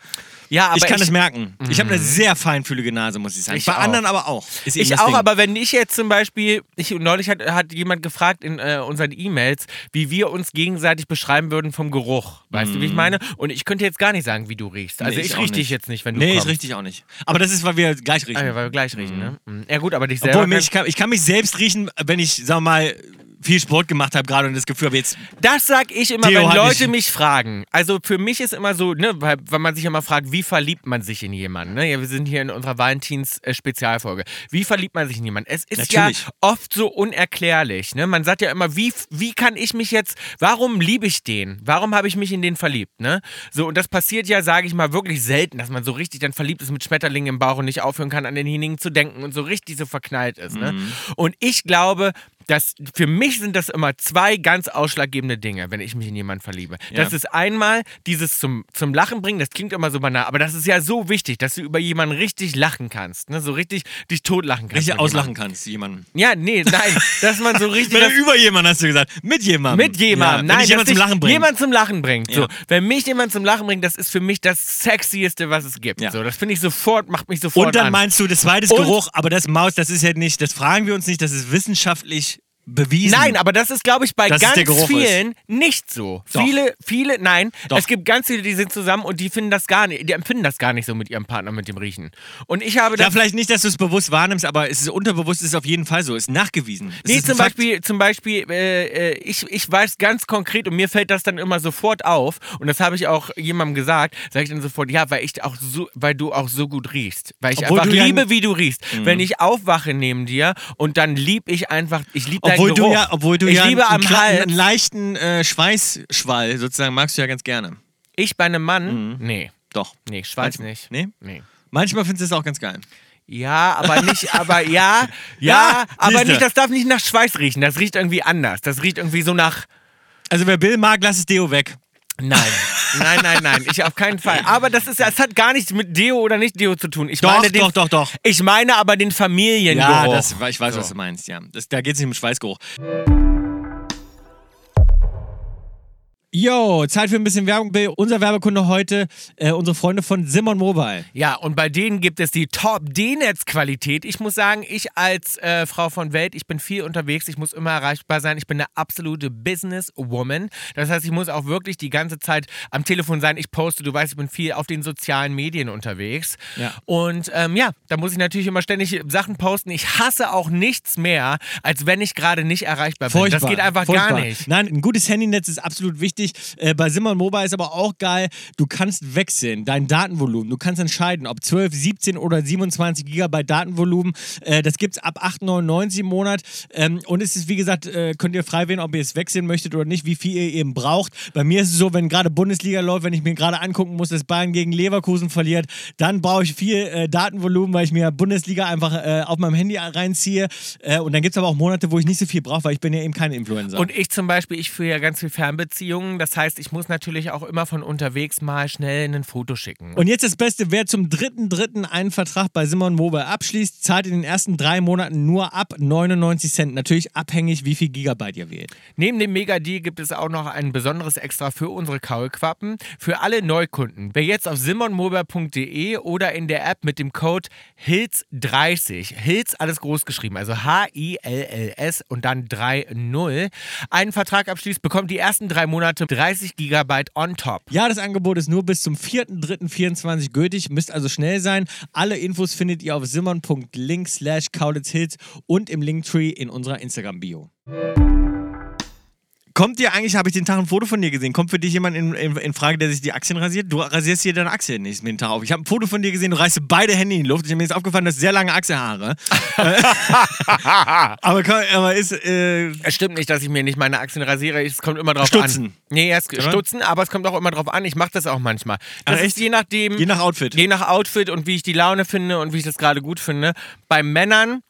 Ja, aber ich kann ich, Mhm. es merken. Ich habe eine sehr feinfühlige Nase, muss ich sagen. Ich Bei auch. anderen aber auch. Ist eben Ich das auch, Ding. aber wenn ich jetzt zum Beispiel, ich, neulich hat, hat jemand gefragt in äh, unseren E-Mails, wie wir uns gegenseitig beschreiben würden vom Geruch. Weißt du, wie ich meine? Und ich könnte jetzt gar nicht sagen, wie du riechst. Also Mm. Nee, ich, ich auch riech dich nicht. jetzt nicht, wenn du Nee, ich kommst. rieche dich auch nicht. Aber das ist, weil wir gleich riechen. Ah, ja, weil wir gleich riechen, ne? Mhm. Ja gut, aber dich selber. Obwohl, mir- kannst- ich kann, ich kann mich selbst riechen, wenn ich, sagen wir mal, viel Sport gemacht habe gerade und das Gefühl habe, jetzt Das sag ich immer, Theo wenn hat Leute nicht- mich fragen. Also für mich ist immer so, ne, weil, weil man sich immer fragt, wie verliebt man sich in jemanden? Ne? Ja, wir sind hier in unserer Valentins-Spezialfolge. Wie verliebt man sich in jemanden? Es ist Natürlich. ja oft so unerklärlich. Ne? Man sagt ja immer, wie, wie kann ich mich jetzt, warum liebe ich den? Warum habe ich mich in den verliebt? Ne? So, und das passiert ja, sage ich mal, wirklich selten, dass man so richtig dann verliebt ist mit Schmetterlingen im Bauch und nicht aufhören kann, an denjenigen zu denken und so richtig so verknallt ist. Ne? Mhm. Und ich glaube, dass für mich sind das immer zwei ganz ausschlaggebende Dinge, wenn ich mich in jemanden verliebe. Ja. Das ist einmal dieses zum, zum Lachen bringen, das klingt immer so banal, aber das ist ja so wichtig, dass du über jemanden richtig lachen kannst, ne? so richtig dich totlachen kannst. richtig mit jemandem. auslachen kannst, jemanden. Ja, nee, nein, dass man so richtig Wenn das du über jemanden hast du gesagt, mit jemandem. mit jemandem, Ja, wenn nein, ich jemand dass zum dich Lachen bringe. Jemand zum Lachen bringt. So, Ja. wenn mich jemand zum Lachen bringt, das ist für mich das sexieste, was es gibt. Ja. So, das finde ich sofort, macht mich sofort Und dann an. meinst du, das zweite Und- Geruch, aber das Maus, das ist ja nicht, das fragen wir uns nicht, das ist wissenschaftlich bewiesen. Nein, aber das ist, glaube ich, bei Dass es ganz der Geruch vielen nicht so. Doch. Viele, viele, nein. Doch. Es gibt ganz viele, die sind zusammen und die finden das gar nicht, die empfinden das gar nicht so mit ihrem Partner, mit dem Riechen. Und ich habe Ja, das. vielleicht nicht, dass du es bewusst wahrnimmst, aber es ist unterbewusst, es ist auf jeden Fall so, es ist nachgewiesen. Es Nee, ist ein zum Fakt. Beispiel, zum Beispiel äh, äh, ich, ich weiß ganz konkret und mir fällt das dann immer sofort auf und das habe ich auch jemandem gesagt, sage ich dann sofort, ja, weil ich auch so, weil du auch so gut riechst, weil ich Obwohl einfach du ja- Mhm. liebe, wie du riechst. Wenn ich aufwache neben dir und dann lieb ich einfach, ich liebe deinen Obwohl Geruch. du ja, obwohl du ich ja liebe einen, am kle- Hals. einen leichten äh, Schweißschwall sozusagen magst du ja ganz gerne. Ich bei einem Mann, nee. Doch. Nee, Schweiß Manchmal- nicht. Mhm. Nee? Nee. Manchmal findest du es auch ganz geil. Ja, aber nicht, aber ja, ja, Ja, aber siehste. nicht, das darf nicht nach Schweiß riechen. Das riecht irgendwie anders. Das riecht irgendwie so nach. Also wer Bill mag, lass es Deo weg. Nein. Nein, nein, nein. Ich auf keinen Fall. Aber das ist ja- es hat gar nichts mit Deo oder nicht Deo zu tun. Ich Doch, meine den, doch, doch, doch. Ich meine aber den Familiengeruch. Ja, das, ich weiß, So. was du meinst, ja. Das, da geht es nicht um Schweißgeruch. Yo, Zeit für ein bisschen Werbung, Bill. Unser Werbekunde heute, äh, unsere Freunde von Simon Mobile. Ja, und bei denen gibt es die Top-D-Netz-Qualität. Ich muss sagen, ich als äh, Frau von Welt, ich bin viel unterwegs, ich muss immer erreichbar sein. Ich bin eine absolute Businesswoman. Das heißt, ich muss auch wirklich die ganze Zeit am Telefon sein. Ich poste, du weißt, ich bin viel auf den sozialen Medien unterwegs. Ja. Und ähm, ja, da muss ich natürlich immer ständig Sachen posten. Ich hasse auch nichts mehr, als wenn ich gerade nicht erreichbar bin. Furchtbar. Das geht einfach Furchtbar. gar nicht. Nein, ein gutes Handynetz ist absolut wichtig. Äh, bei Simon Mobile ist aber auch geil, du kannst wechseln, dein Datenvolumen. Du kannst entscheiden, ob 12, 17 oder 27 Gigabyte Datenvolumen. Äh, das gibt es ab 8,99 im Monat. Ähm, und es ist, wie gesagt, äh, könnt ihr frei wählen, ob ihr es wechseln möchtet oder nicht, wie viel ihr eben braucht. Bei mir ist es so, wenn gerade Bundesliga läuft, wenn ich mir gerade angucken muss, dass Bayern gegen Leverkusen verliert, dann brauche ich viel äh, Datenvolumen, weil ich mir Bundesliga einfach äh, auf meinem Handy reinziehe. Äh, und dann gibt es aber auch Monate, wo ich nicht so viel brauche, weil ich bin ja eben kein Influencer. Und ich zum Beispiel, ich führe ja ganz viel Fernbeziehungen. Das heißt, ich muss natürlich auch immer von unterwegs mal schnell ein Foto schicken. Und jetzt das Beste, wer zum 3.3. einen Vertrag bei Simon Mobile abschließt, zahlt in den ersten drei Monaten nur ab 99 Cent. Natürlich abhängig, wie viel Gigabyte ihr wählt. Neben dem Mega-Deal gibt es auch noch ein besonderes Extra für unsere Kaulquappen. Für alle Neukunden. Wer jetzt auf simonmober.de oder in der App mit dem Code HILS30, HILS alles groß geschrieben, also H-I-L-L-S und dann 3-0, einen Vertrag abschließt, bekommt die ersten drei Monate 30 GB on top. Ja, das Angebot ist nur bis zum 4.3.24 gültig. Müsst also schnell sein. Alle Infos findet ihr auf simon.link slash kaulitzhills und im Linktree in unserer Instagram-Bio. Kommt dir eigentlich, habe ich den Tag ein Foto von dir gesehen, kommt für dich jemand in, in, in Frage, der sich die Achseln rasiert? Du rasierst dir deine Achseln nicht mit dem Tag auf. Ich habe ein Foto von dir gesehen, du reißt beide Hände in die Luft. Ich habe mir jetzt aufgefallen, dass sehr lange Achselhaare. Äh, aber, komm, aber ist, äh, Es stimmt nicht, dass ich mir nicht meine Achseln rasiere. Es kommt immer drauf Stutzen. an. Nee, erst stutzen, aber es kommt auch immer drauf an. Ich mache das auch manchmal. Das Ach, ist echt? je nachdem. Je nach Outfit. Je nach Outfit und wie ich die Laune finde und wie ich das gerade gut finde. Bei Männern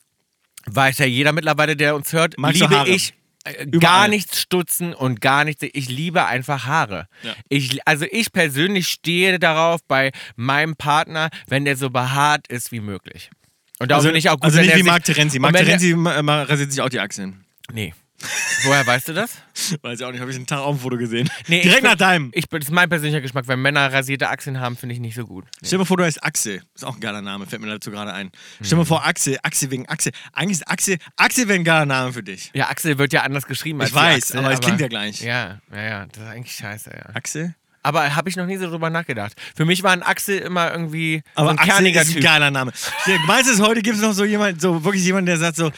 weiß ja jeder mittlerweile, der uns hört, Magst du liebe Haare? ich äh, gar Überall. nichts stutzen und gar nichts. Ich liebe einfach Haare. Ich, also ich persönlich stehe darauf bei meinem Partner, wenn der so behaart ist wie möglich. Und darum also, bin ich auch gut, also wenn nicht der wie sich- Marc Terenzi. und Marc wenn der- Terenzi ma- ma- rasiert sich auch die Achseln. Nee. Woher weißt du das? Weiß ich auch nicht, habe ich den Tag auf dem Foto gesehen. Nee, ich Direkt bin- nach deinem. Ich, bin- das ist mein persönlicher Geschmack. Wenn Männer rasierte Achseln haben, finde ich nicht so gut. Stell dir mal vor, du heißt Axel. Ist auch ein geiler Name, fällt mir dazu gerade ein. Stell dir Mhm. mal vor, Axel, Axel wegen Axel. Eigentlich ist Axel, Axel wäre ein geiler Name für dich. Ja, Axel wird ja anders geschrieben als Ich die weiß, Achsel, aber es klingt ja gleich. Ja, ja, ja. Das ist eigentlich scheiße, ja. Axel? Aber habe ich noch nie so drüber nachgedacht. Für mich war ein Axel immer irgendwie Aber so ein Axel kerniger ist ein Typ. geiler Name. Ja, Meinst du, es heute gibt es noch so jemand, so wirklich jemand, der sagt so,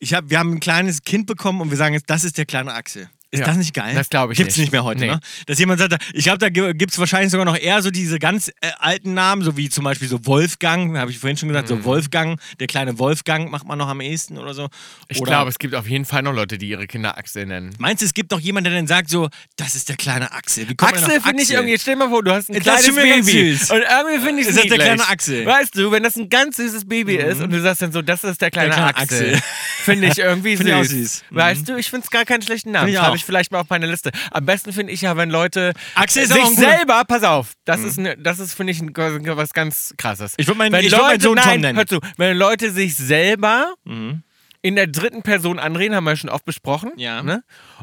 ich hab, wir haben ein kleines Kind bekommen und wir sagen jetzt, das ist der kleine Axel. Ist Ja, das nicht geil? das glaub ich Gibt's nicht. nicht mehr heute, Nee. ne? Dass jemand sagt, ich glaube, da gibt es wahrscheinlich sogar noch eher so diese ganz äh, alten Namen, so wie zum Beispiel so Wolfgang, habe ich vorhin schon gesagt, Mhm. so Wolfgang, der kleine Wolfgang macht man noch am ehesten oder so. Ich oder glaube, es gibt auf jeden Fall noch Leute, die ihre Kinder Axel nennen. Meinst du, es gibt noch jemanden, der dann sagt so, das ist der kleine Axel? Wie kommt man Axel auf finde ich irgendwie, stell dir mal vor, du hast ein Das kleines ist schon wieder ganz Baby. süß. Und irgendwie finde ich Ist das der kleine Axel? Mhm. Weißt du, wenn das ein ganz süßes Baby ist und du sagst dann so, das ist der kleine, kleine Axel. Axel. Finde ich irgendwie Finde ich auch süß. süß. Mhm. Weißt du, ich finde es gar keinen schlechten Namen. Finde ich Das Habe auch. ich vielleicht mal auf meiner Liste. Am besten finde ich ja, wenn Leute Axel ist sich aber auch ein guter- Mhm. selber, pass auf, das ist, ne, das ist finde ich, ein, was ganz krasses. Ich würd meinen- Wenn ich würd meinen Leute- Sohn Tom nein, nennen. Mhm. Hör zu, wenn Leute sich selber in der dritten Person anreden, haben wir ja schon oft besprochen. Ja. Ne?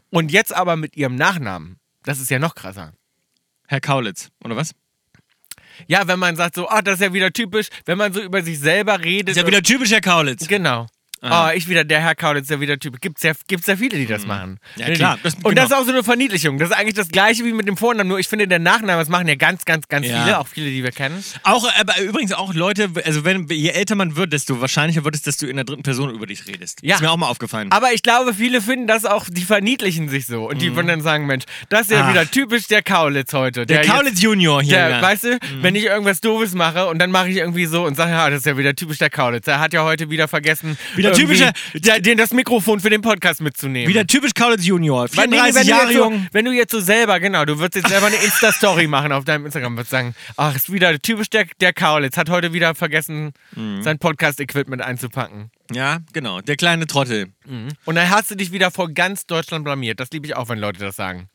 Und jetzt aber mit ihrem Nachnamen. Das ist ja noch krasser. Herr Kaulitz, oder was? Ja, wenn man sagt so, ah, das ist ja wieder typisch, wenn man so über sich selber redet. Ist ja wieder typisch Herr Kaulitz. genau. Ah, ich wieder, der Herr Kaulitz, der wieder Typ. Gibt's ja, gibt's ja viele, die das machen. Mhm. Ja, Ne, die- klar, das- und das ist genau. auch so eine Verniedlichung. Das ist eigentlich das Gleiche wie mit dem Vornamen, nur ich finde, der Nachname, das machen ja ganz, ganz, ganz Ja. viele, auch viele, die wir kennen. Auch, aber übrigens auch Leute, also wenn je älter man wird, desto wahrscheinlicher wird es, dass du in der dritten Person über dich redest. Ja. Ist mir auch mal aufgefallen. Aber ich glaube, viele finden das auch, die verniedlichen sich so. Und die würden dann sagen, Mensch, das ist ja Mhm. Ach. wieder typisch der Kaulitz heute. der jetzt- Kaulitz Junior hier. Mhm. Der, ja. Weißt du, wenn ich irgendwas Doofes mache und dann mache ich irgendwie so und sage, ja, das ist ja wieder typisch der Kaulitz. Er hat ja heute wieder vergessen, Wieder irgendwie typischer- der, den, das Mikrofon für den Podcast mitzunehmen. Wieder typisch Kaulitz Junior. Weil, nee, wenn, 34 du Jahre jetzt so, jung. wenn du jetzt so selber, genau, du würdest jetzt selber eine Insta-Story machen auf deinem Instagram, würdest sagen, ach, ist wieder typisch der, der Kaulitz, hat heute wieder vergessen, sein Podcast-Equipment einzupacken. Ja, genau. Der kleine Trottel. Und dann hast du dich wieder vor ganz Deutschland blamiert. Das liebe ich auch, wenn Leute das sagen.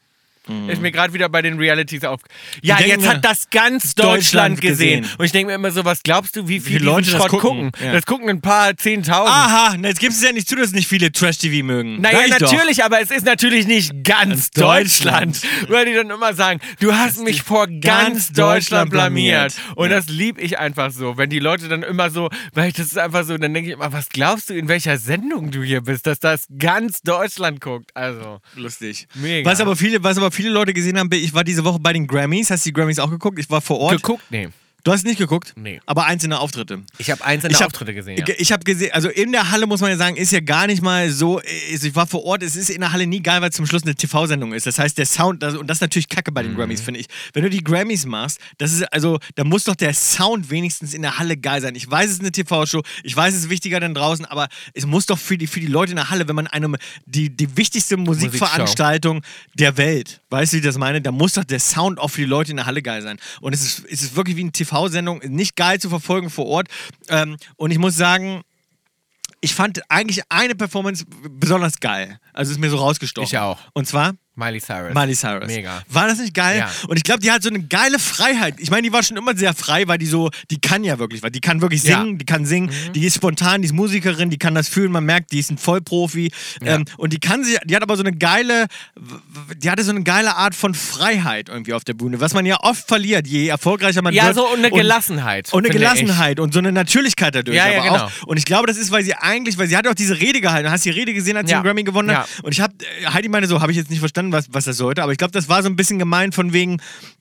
Ist mir gerade wieder bei den Realities auf. Ja, denken jetzt wir- hat das ganz Deutschland Deutschland gesehen. gesehen. Und ich denke mir immer so, was glaubst du, wie viele viele Leute das Schrott gucken? gucken? Ja. Das gucken ein paar Zehntausend. Aha, na, jetzt gibt es ja nicht zu, dass nicht viele Trash-TV mögen. Sag Naja, ich doch. natürlich, aber es ist natürlich nicht ganz Äh, Deutschland, Deutschland. weil die dann immer sagen, du hast mich vor ganz ganz Deutschland Deutschland blamiert. blamiert. Und Ja. das lieb ich einfach so, wenn die Leute dann immer so, weil das ist einfach so, dann denke ich immer, was glaubst du, in welcher Sendung du hier bist, dass das ganz Deutschland guckt? Also, Lustig. Mega. Was aber, viele, was aber viele Leute gesehen haben, ich war diese Woche bei den Grammys. Hast du die Grammys auch geguckt? Ich war vor Ort. geguckt, nee. Du hast nicht geguckt? Nee. Aber einzelne Auftritte. Ich habe einzelne hab- Auftritte gesehen. Ja. Ich, ich habe gesehen, also in der Halle muss man ja sagen, ist ja gar nicht mal so. Also ich war vor Ort, es ist in der Halle nie geil, weil zum Schluss eine TV-Sendung ist. Das heißt, der Sound, das, und das ist natürlich kacke bei den Mhm. Grammys, finde ich. Wenn du die Grammys machst, das ist, also, da muss doch der Sound wenigstens in der Halle geil sein. Ich weiß, es ist eine TV-Show, ich weiß, es ist wichtiger dann draußen, aber es muss doch für die, für die Leute in der Halle, wenn man einem die, die wichtigste Musikveranstaltung der Welt, weißt du, wie ich das meine? Da muss doch der Sound auch für die Leute in der Halle geil sein. Und es ist, es ist wirklich wie eine TV-Sendung, nicht geil zu verfolgen vor Ort. Ähm, und ich muss sagen, ich fand eigentlich eine Performance besonders geil. Also ist mir so rausgestochen. Ich auch. Und zwar Miley Cyrus. Miley Cyrus. Mega. War das nicht geil? Ja. Und ich glaube, die hat so eine geile Freiheit. Ich meine, die war schon immer sehr frei, weil die so, die kann ja wirklich, weil die kann wirklich Ja. Mhm. singen, die kann singen, die ist spontan, die ist Musikerin, die kann das fühlen, man merkt, die ist ein Vollprofi. Ähm, und die kann sich, die hat aber so eine geile, w- w- die hatte so eine geile Art von Freiheit irgendwie auf der Bühne, was man ja oft verliert, je erfolgreicher man Ja, wird. so eine Und- Gelassenheit, Und eine finde ich. Gelassenheit und so eine Natürlichkeit dadurch. Ja, aber ja, genau. auch. Und ich glaube, das ist, weil sie eigentlich, weil sie hat auch diese Rede gehalten. Hast du die Rede gesehen, als Ja. sie den Grammy gewonnen hat? Ja. Und ich habe, Heidi meine so, habe ich jetzt nicht verstanden, was, was das sollte, aber ich glaube, das war so ein bisschen gemeint von wegen,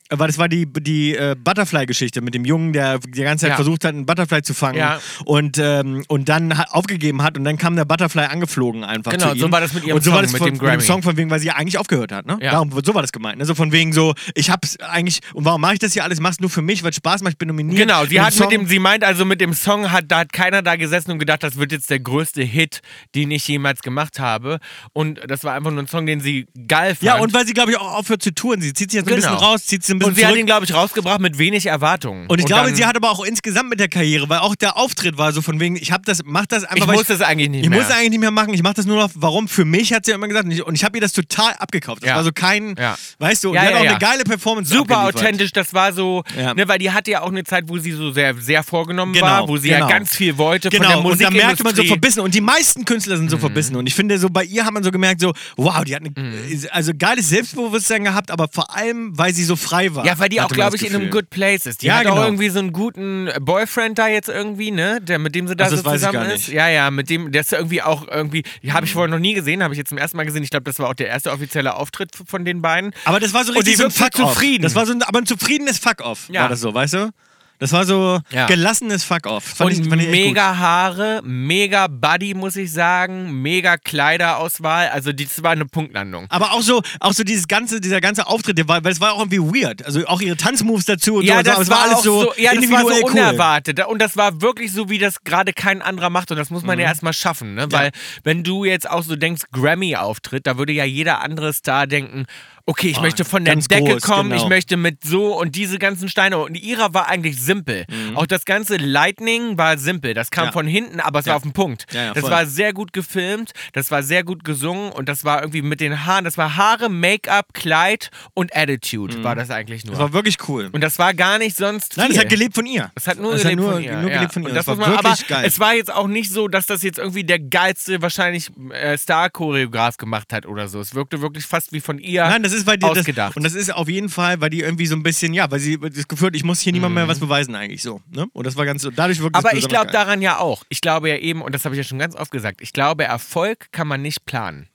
Aber das war die, die äh, Butterfly-Geschichte mit dem Jungen, der die ganze Zeit Ja. versucht hat, einen Butterfly zu fangen Ja. und, ähm, und dann ha- aufgegeben hat und dann kam der Butterfly angeflogen einfach Genau, zu ihm. so war das mit ihrem und so war Song, das mit von, dem Grammy. Song von wegen, weil sie ja eigentlich aufgehört hat, ne? Ja. Darum, so war das gemeint, ne? So von wegen so, ich hab's eigentlich, und warum mache ich das hier alles? Mach's nur für mich, weil Spaß macht, ich bin nominiert. Genau, sie Im hat Song- mit dem, sie meint also mit dem Song hat, da hat keiner da gesessen und gedacht, das wird jetzt der größte Hit, den ich jemals gemacht habe. Und das war einfach nur ein Song, den sie geil fand. Ja, und weil sie, glaube ich, auch aufhört zu touren. Sie zieht sich jetzt ein bisschen raus, zieht sich ein Halt. bisschen Genau. Und sie hat zurück. ihn, glaube ich, rausgebracht mit wenig Erwartungen. und ich glaube, dann- sie hat aber auch insgesamt mit der Karriere, weil auch der Auftritt war so von wegen, ich hab das, mach das einfach, Ich weil muss das eigentlich nicht ich mehr. muss eigentlich nicht mehr machen, ich mach das nur noch, warum, für mich, hat sie immer gesagt. Und ich, und ich habe ihr das total abgekauft. Das Ja. war so kein, Ja. weißt du, und Ja, die ja, hat auch ja. eine geile Performance super abgeliefert. authentisch, das war so, Ja. ne, weil die hatte ja auch eine Zeit, wo sie so sehr, sehr vorgenommen Genau, war, wo sie genau. ja ganz viel wollte Genau, von der und da Musikindustrie. Mhm. merkte man so verbissen. Und die meisten Künstler sind so verbissen. Und ich finde, so bei ihr hat man so gemerkt, so, wow, die hat eine, Mhm. also geiles Selbstbewusstsein gehabt, aber vor allem, weil sie so frei war. Ja, weil die auch, hatte man glaube das ich, in einem Gefühl. Good Place ist. Die Ja, hat genau. auch irgendwie so einen guten äh, Boyfriend da jetzt irgendwie, ne? Der, mit dem sie da Also, so das weiß ich zusammen ist. gar nicht. Hm. Ja, ja, mit dem, der ist irgendwie auch irgendwie, habe ich vorher noch nie gesehen, habe ich jetzt zum ersten Mal gesehen. Ich glaube, das war auch der erste offizielle Auftritt von den beiden. Aber das war so Und richtig die so ein wirkt so Fuck-Off. zufrieden. Das war so ein, aber ein zufriedenes Fuck-Off, Ja. war das so, weißt du? Das war so Ja. gelassenes Fuck-Off. Fand und ich- fand ich echt mega Haare, mega Buddy, muss ich sagen, mega Kleiderauswahl. Also, das war eine Punktlandung. Aber auch so, auch so dieses ganze, dieser ganze Auftritt, der war, weil es war auch irgendwie weird. Also auch ihre Tanzmoves dazu und so. Ja, Also, das, aber es war, alles auch so, so, ja, das war individuell so cool. unerwartet. Und das war wirklich so, wie das gerade kein anderer macht. Und das muss Mhm. man ja erstmal schaffen. Ne? Weil, wenn du jetzt auch so denkst, Grammy-Auftritt, da würde ja jeder andere Star denken, okay, ich möchte von der Oh, ganz Decke groß, kommen, genau. ich möchte mit so und diese ganzen Steine. Und ihrer war eigentlich simpel. Auch das ganze Lightning war simpel. Das kam Mhm. Ja. von hinten, aber es war auf den Punkt. Ja, ja, das voll. war sehr gut gefilmt, das war sehr gut gesungen und das war irgendwie mit den Haaren, das war Haare, Make-up, Kleid und Attitude Mhm. war das eigentlich nur. Das war wirklich cool. Und das war gar nicht sonst. Nein, viel. das hat gelebt von ihr. Es hat nur, das gelebt, hat nur, von ihr, nur ja. gelebt von ihr. Und das, war muss man, wirklich aber geil. es war jetzt auch nicht so, dass das jetzt irgendwie der geilste wahrscheinlich äh, Star-Choreograf gemacht hat oder so. Es wirkte wirklich fast wie von ihr Nein, das ist, weil die ausgedacht. Das, und das ist auf jeden Fall, weil die irgendwie so ein bisschen, ja, weil sie das Gefühl hat, ich muss hier niemandem mehr was beweisen eigentlich so. Ne? Und das war ganz so. Dadurch wirkt Mhm. aber das ich glaube besonders geil. daran ja auch. Ich glaube ja eben, und das habe ich ja schon ganz oft gesagt, ich glaube, Erfolg kann man nicht planen.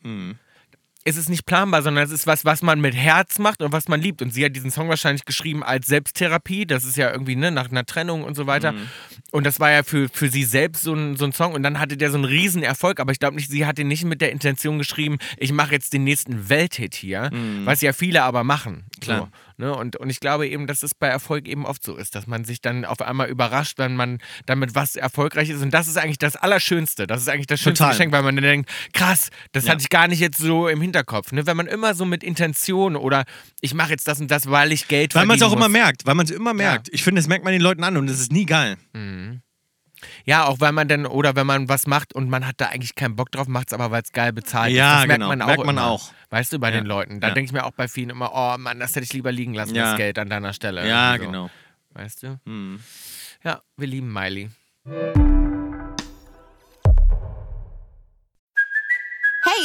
Es ist nicht planbar, sondern es ist was, was man mit Herz macht und was man liebt. Und sie hat diesen Song wahrscheinlich geschrieben als Selbsttherapie. Das ist ja irgendwie ne, nach einer Trennung und so weiter. Und das war ja für, für sie selbst so ein, so ein Song. Und dann hatte der so einen riesen Erfolg. Aber ich glaube nicht, sie hat den nicht mit der Intention geschrieben, ich mache jetzt den nächsten Welthit hier. Was ja viele aber machen. Klar. So, ne? und, und ich glaube eben, dass es bei Erfolg eben oft so ist, dass man sich dann auf einmal überrascht, wenn man damit was erfolgreich ist. Und das ist eigentlich das Allerschönste. Das ist eigentlich das schönste Total. Geschenk, weil man dann denkt, krass, das hatte ich gar nicht jetzt so im Hinterkopf. Ne? Wenn man immer so mit Intention oder ich mache jetzt das und das, weil ich Geld Weil man es verdienen auch immer muss. merkt, weil man es immer merkt. Ich finde, das merkt man den Leuten an und das ist nie geil. Ja, auch weil man dann, oder wenn man was macht und man hat da eigentlich keinen Bock drauf, macht es aber, weil es geil bezahlt ist. Ja, Das merkt genau. man auch. Merkt man immer. auch. Weißt du, bei Ja. den Leuten. Da Ja. denke ich mir auch bei vielen immer, oh Mann, das hätte ich lieber liegen lassen, Ja. das Geld an deiner Stelle. Ja, Irgendwie so. genau. Hm. Weißt du? Ja, wir lieben Miley. Hey,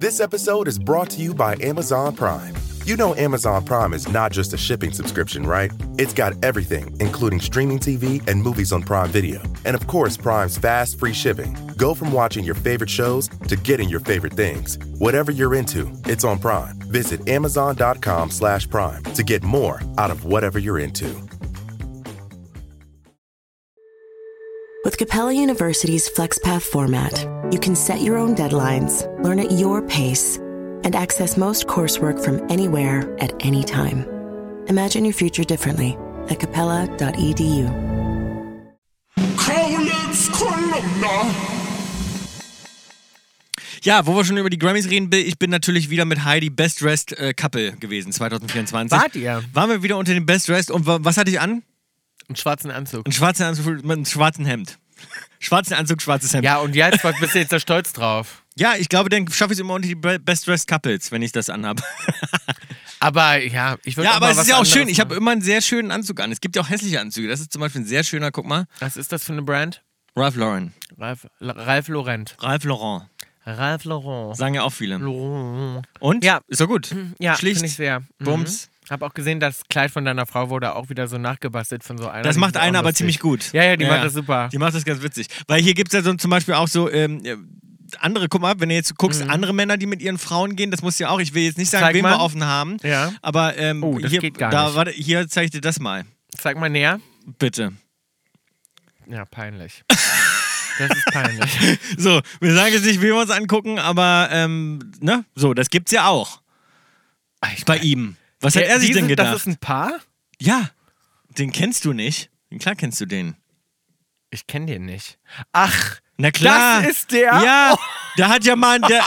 This episode is brought to you by Amazon Prime. You know Amazon Prime is not just a shipping subscription, right? It's got everything, including streaming TV and movies on Prime Video. And of course, Prime's fast, free shipping. Go from watching your favorite shows to getting your favorite things. Whatever you're into, it's on Prime. Visit amazon.com slash prime to get more out of whatever you're into. With Capella University's FlexPath format, you can set your own deadlines, learn at your pace, and access most coursework from anywhere at any time. Imagine your future differently at capella.edu. Kaulitz Kolumna. Ja, wo wir schon über die Grammys reden, Bill, ich bin natürlich wieder mit Heidi Best Dressed äh, Couple gewesen 2024. Wart ihr? Waren wir wieder unter den Best Dressed und wa- was hatte ich an? Einen schwarzen Anzug. Einen schwarzen Anzug mit einem schwarzen Hemd. Schwarzen Anzug, schwarzes Hemd. Ja, und jetzt was bist du jetzt da stolz drauf. Ja, ich glaube, dann schaffe ich es immer unter die Be- Best Dressed Couples, wenn ich das anhabe. Aber ja, ich würde Ja, aber mal es was ist ja auch schön. anderes Ich habe machen. immer einen sehr schönen Anzug an. Es gibt ja auch hässliche Anzüge. Das ist zum Beispiel ein sehr schöner, guck mal. Was ist das für eine Brand? Ralph Lauren. Ralf, Ralf Laurent. Ralph Lauren. Ralf Laurent. Sagen ja auch viele. Laurent. Und? Ja. Ist doch gut. Ja, Schlicht. finde ich sehr. Mhm. Bums. Hab auch gesehen, das Kleid von deiner Frau wurde auch wieder so nachgebastelt von so einer. Das Die macht sind auch eine aber lustig. ziemlich gut. Ja, ja, die macht das super. Die macht das ganz witzig. Weil hier gibt es ja so zum Beispiel auch so ähm, ja, andere, guck mal, wenn du jetzt guckst, andere Männer, die mit ihren Frauen gehen, das muss ja auch, ich will jetzt nicht sagen, Mhm. Zeig wen mal. wir offen haben, Ja. aber ähm, Oh, das hier, geht gar da, nicht. Warte, hier zeige ich dir das mal, Zeig mal näher. bitte. Ja, peinlich. Das ist peinlich. So, wir sagen jetzt nicht, wie wir uns angucken, aber ähm, ne, so, das gibt's ja auch bei ihm. Was hat Ah, Der- er sich die denn sind- gedacht? Das ist ein Paar? ja, den kennst du nicht. Klar kennst du den. Ich kenne den nicht. Ach, Na klar. Das ist der? Oh. Ja. Der hat ja mal, der,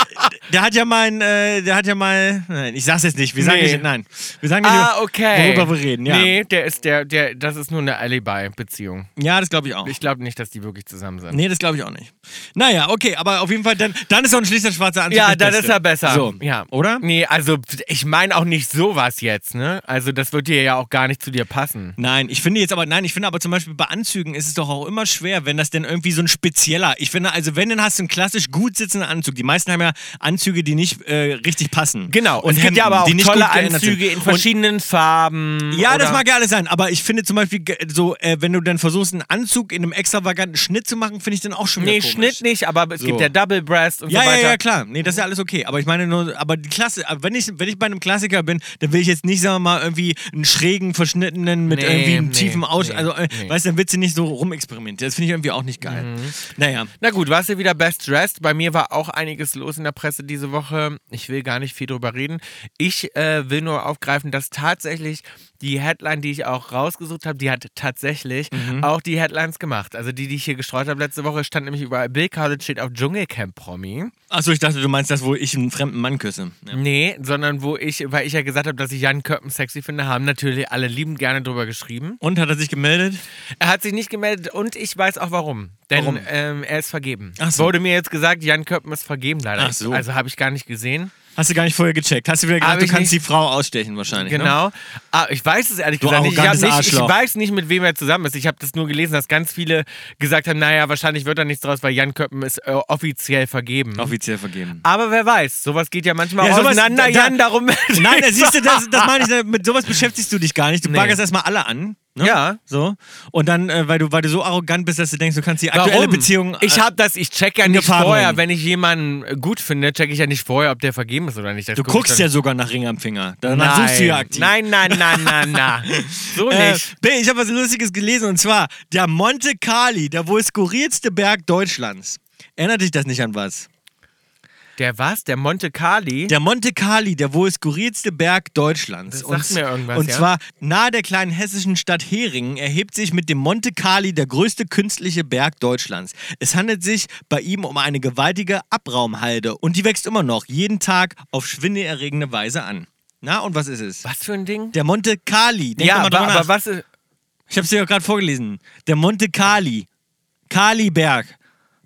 der hat ja mal, ein, äh, der hat ja mal, nein, ich sag's jetzt nicht. Wir sagen Nee. nicht, nein. Wir sagen nicht, ah, okay. worüber wir reden. Ja, Nee, der ist der, der, das ist nur eine Alibi-Beziehung. ja das glaube ich auch. Ich glaube nicht, dass die wirklich zusammen sind. nee, das glaube ich auch nicht. Naja, okay, aber auf jeden Fall, dann, dann ist doch ein schlichter schwarzer Anzug. Ja, das dann Beste. ist er besser. So, ja. oder? Nee, also ich meine auch nicht sowas jetzt, ne? Also das wird dir ja auch gar nicht zu dir passen. Nein, ich finde jetzt aber, nein, ich finde aber zum Beispiel bei Anzügen ist es doch auch immer schwer, wenn das denn irgendwie so ein spezieller, ich finde, also wenn, dann hast du einen klassisch gut sitzenden Anzug. Die meisten haben ja Anzüge, die nicht äh, richtig passen. Genau. Und es gibt ja Hemden, aber auch die nicht tolle gut geändert sind. Anzüge in Und- verschiedenen Farben. Ja, oder das mag ja alles sein, aber ich finde zum Beispiel ge- so, äh, wenn du dann versuchst, einen Anzug in einem extravaganten Schnitt zu machen, finde ich dann auch schon wieder Nee, komisch. Schnitt nicht, aber es So. gibt ja Double Breast und Ja, so ja, weiter. ja, klar. Nee, das ist ja alles okay. Aber ich meine nur, aber die Klasse, aber wenn ich, wenn ich bei einem Klassiker bin, dann will ich jetzt nicht, sagen wir mal, irgendwie einen schrägen, verschnittenen mit Nee, irgendwie einem nee, tiefen Aus. nee, also, äh, nee. Mhm. weißt du, dann willst du nicht so rumexperimentieren. Das finde ich irgendwie auch nicht geil. Naja. Na gut, warst du wieder best dressed? Bei mir war auch einiges los in der Presse diese Woche. Ich will gar nicht viel drüber reden. Ich äh, will nur aufgreifen, dass tatsächlich die Headline, die ich auch rausgesucht habe, die hat tatsächlich auch die Headlines gemacht. Also die, die ich hier gestreut habe letzte Woche, stand nämlich überall. Bill Kaulitz steht auf Dschungelcamp-Promi. Achso, ich dachte, du meinst das, wo ich einen fremden Mann küsse. Ja. Nee, sondern wo ich, weil ich ja gesagt habe, dass ich Jan Köppen sexy finde, haben natürlich alle lieben gerne drüber geschrieben. Und hat er sich gemeldet? Er hat sich nicht gemeldet und ich weiß auch warum. Denn Warum? Ähm, er ist vergeben. Ach so. Wurde mir jetzt gesagt, Jan Köppen ist vergeben leider. Ach so. Also habe ich gar nicht gesehen. Hast du gar nicht vorher gecheckt. Hast du wieder gedacht, Hab du ich kannst nicht. die Frau ausstechen wahrscheinlich. Ne? Genau. Ah, ich weiß es ehrlich Du gesagt nicht. Ich, hab arrogantes nicht ich Arschloch. weiß nicht, mit wem er zusammen ist. Ich habe das nur gelesen, dass ganz viele gesagt haben, naja, wahrscheinlich wird da nichts draus, weil Jan Köppen ist äh, offiziell vergeben. Offiziell vergeben. aber wer weiß, sowas geht ja manchmal Ja, sowas- auseinander, da- Jan, darum... Nein, das, siehst du, das, das meine ich, ne, mit sowas beschäftigst du dich gar nicht. Du Nee. baggerst erstmal alle an. Ne? Ja. So. Und dann, äh, weil, du, weil du so arrogant bist, dass du denkst, du kannst die aktuelle Warum? Beziehung. äh, Ich hab das, ich check ja in nicht Gefahr vorher, bringen. wenn ich jemanden äh, gut finde, check ich ja nicht vorher, ob der vergeben ist oder nicht. Das du guck ich guckst dann- ja sogar nach Ring am Finger. Danach nein. suchst du ja aktiv. Nein, nein, nein, nein, nein. So Äh, nicht. Bill, ich habe was Lustiges gelesen und zwar der Monte Carli, der wohl skurrilste Berg Deutschlands. Erinnert dich das nicht an was? Der was? Der Monte Carli? Der Monte Carli, der wohl skurrilste Berg Deutschlands. Hm? Das sagt mir irgendwas, Und ja. zwar nahe der kleinen hessischen Stadt Heringen erhebt sich mit dem Monte Carli der größte künstliche Berg Deutschlands. Es handelt sich bei ihm um eine gewaltige Abraumhalde und die wächst immer noch jeden Tag auf schwindelerregende Weise an. Na, und was ist es? was für ein Ding? Der Monte Carli. Denk doch ja, mal aber, drüber aber nach. was ist. Ich hab's dir ja gerade vorgelesen. Der Monte Carli. Carliberg.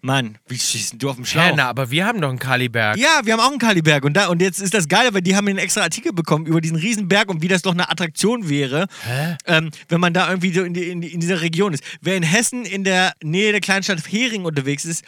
Mann, wie schießt denn du auf dem Schlauch? Hä, na, aber wir haben doch einen Kaliberg. Ja, wir haben auch einen Kaliberg und da und jetzt ist das geil, weil die haben einen extra Artikel bekommen über diesen Riesenberg und wie das doch eine Attraktion wäre, ähm, wenn man da irgendwie so in, die, in, die, in dieser Region ist. Wer in Hessen in der Nähe der Kleinstadt Hering unterwegs ist,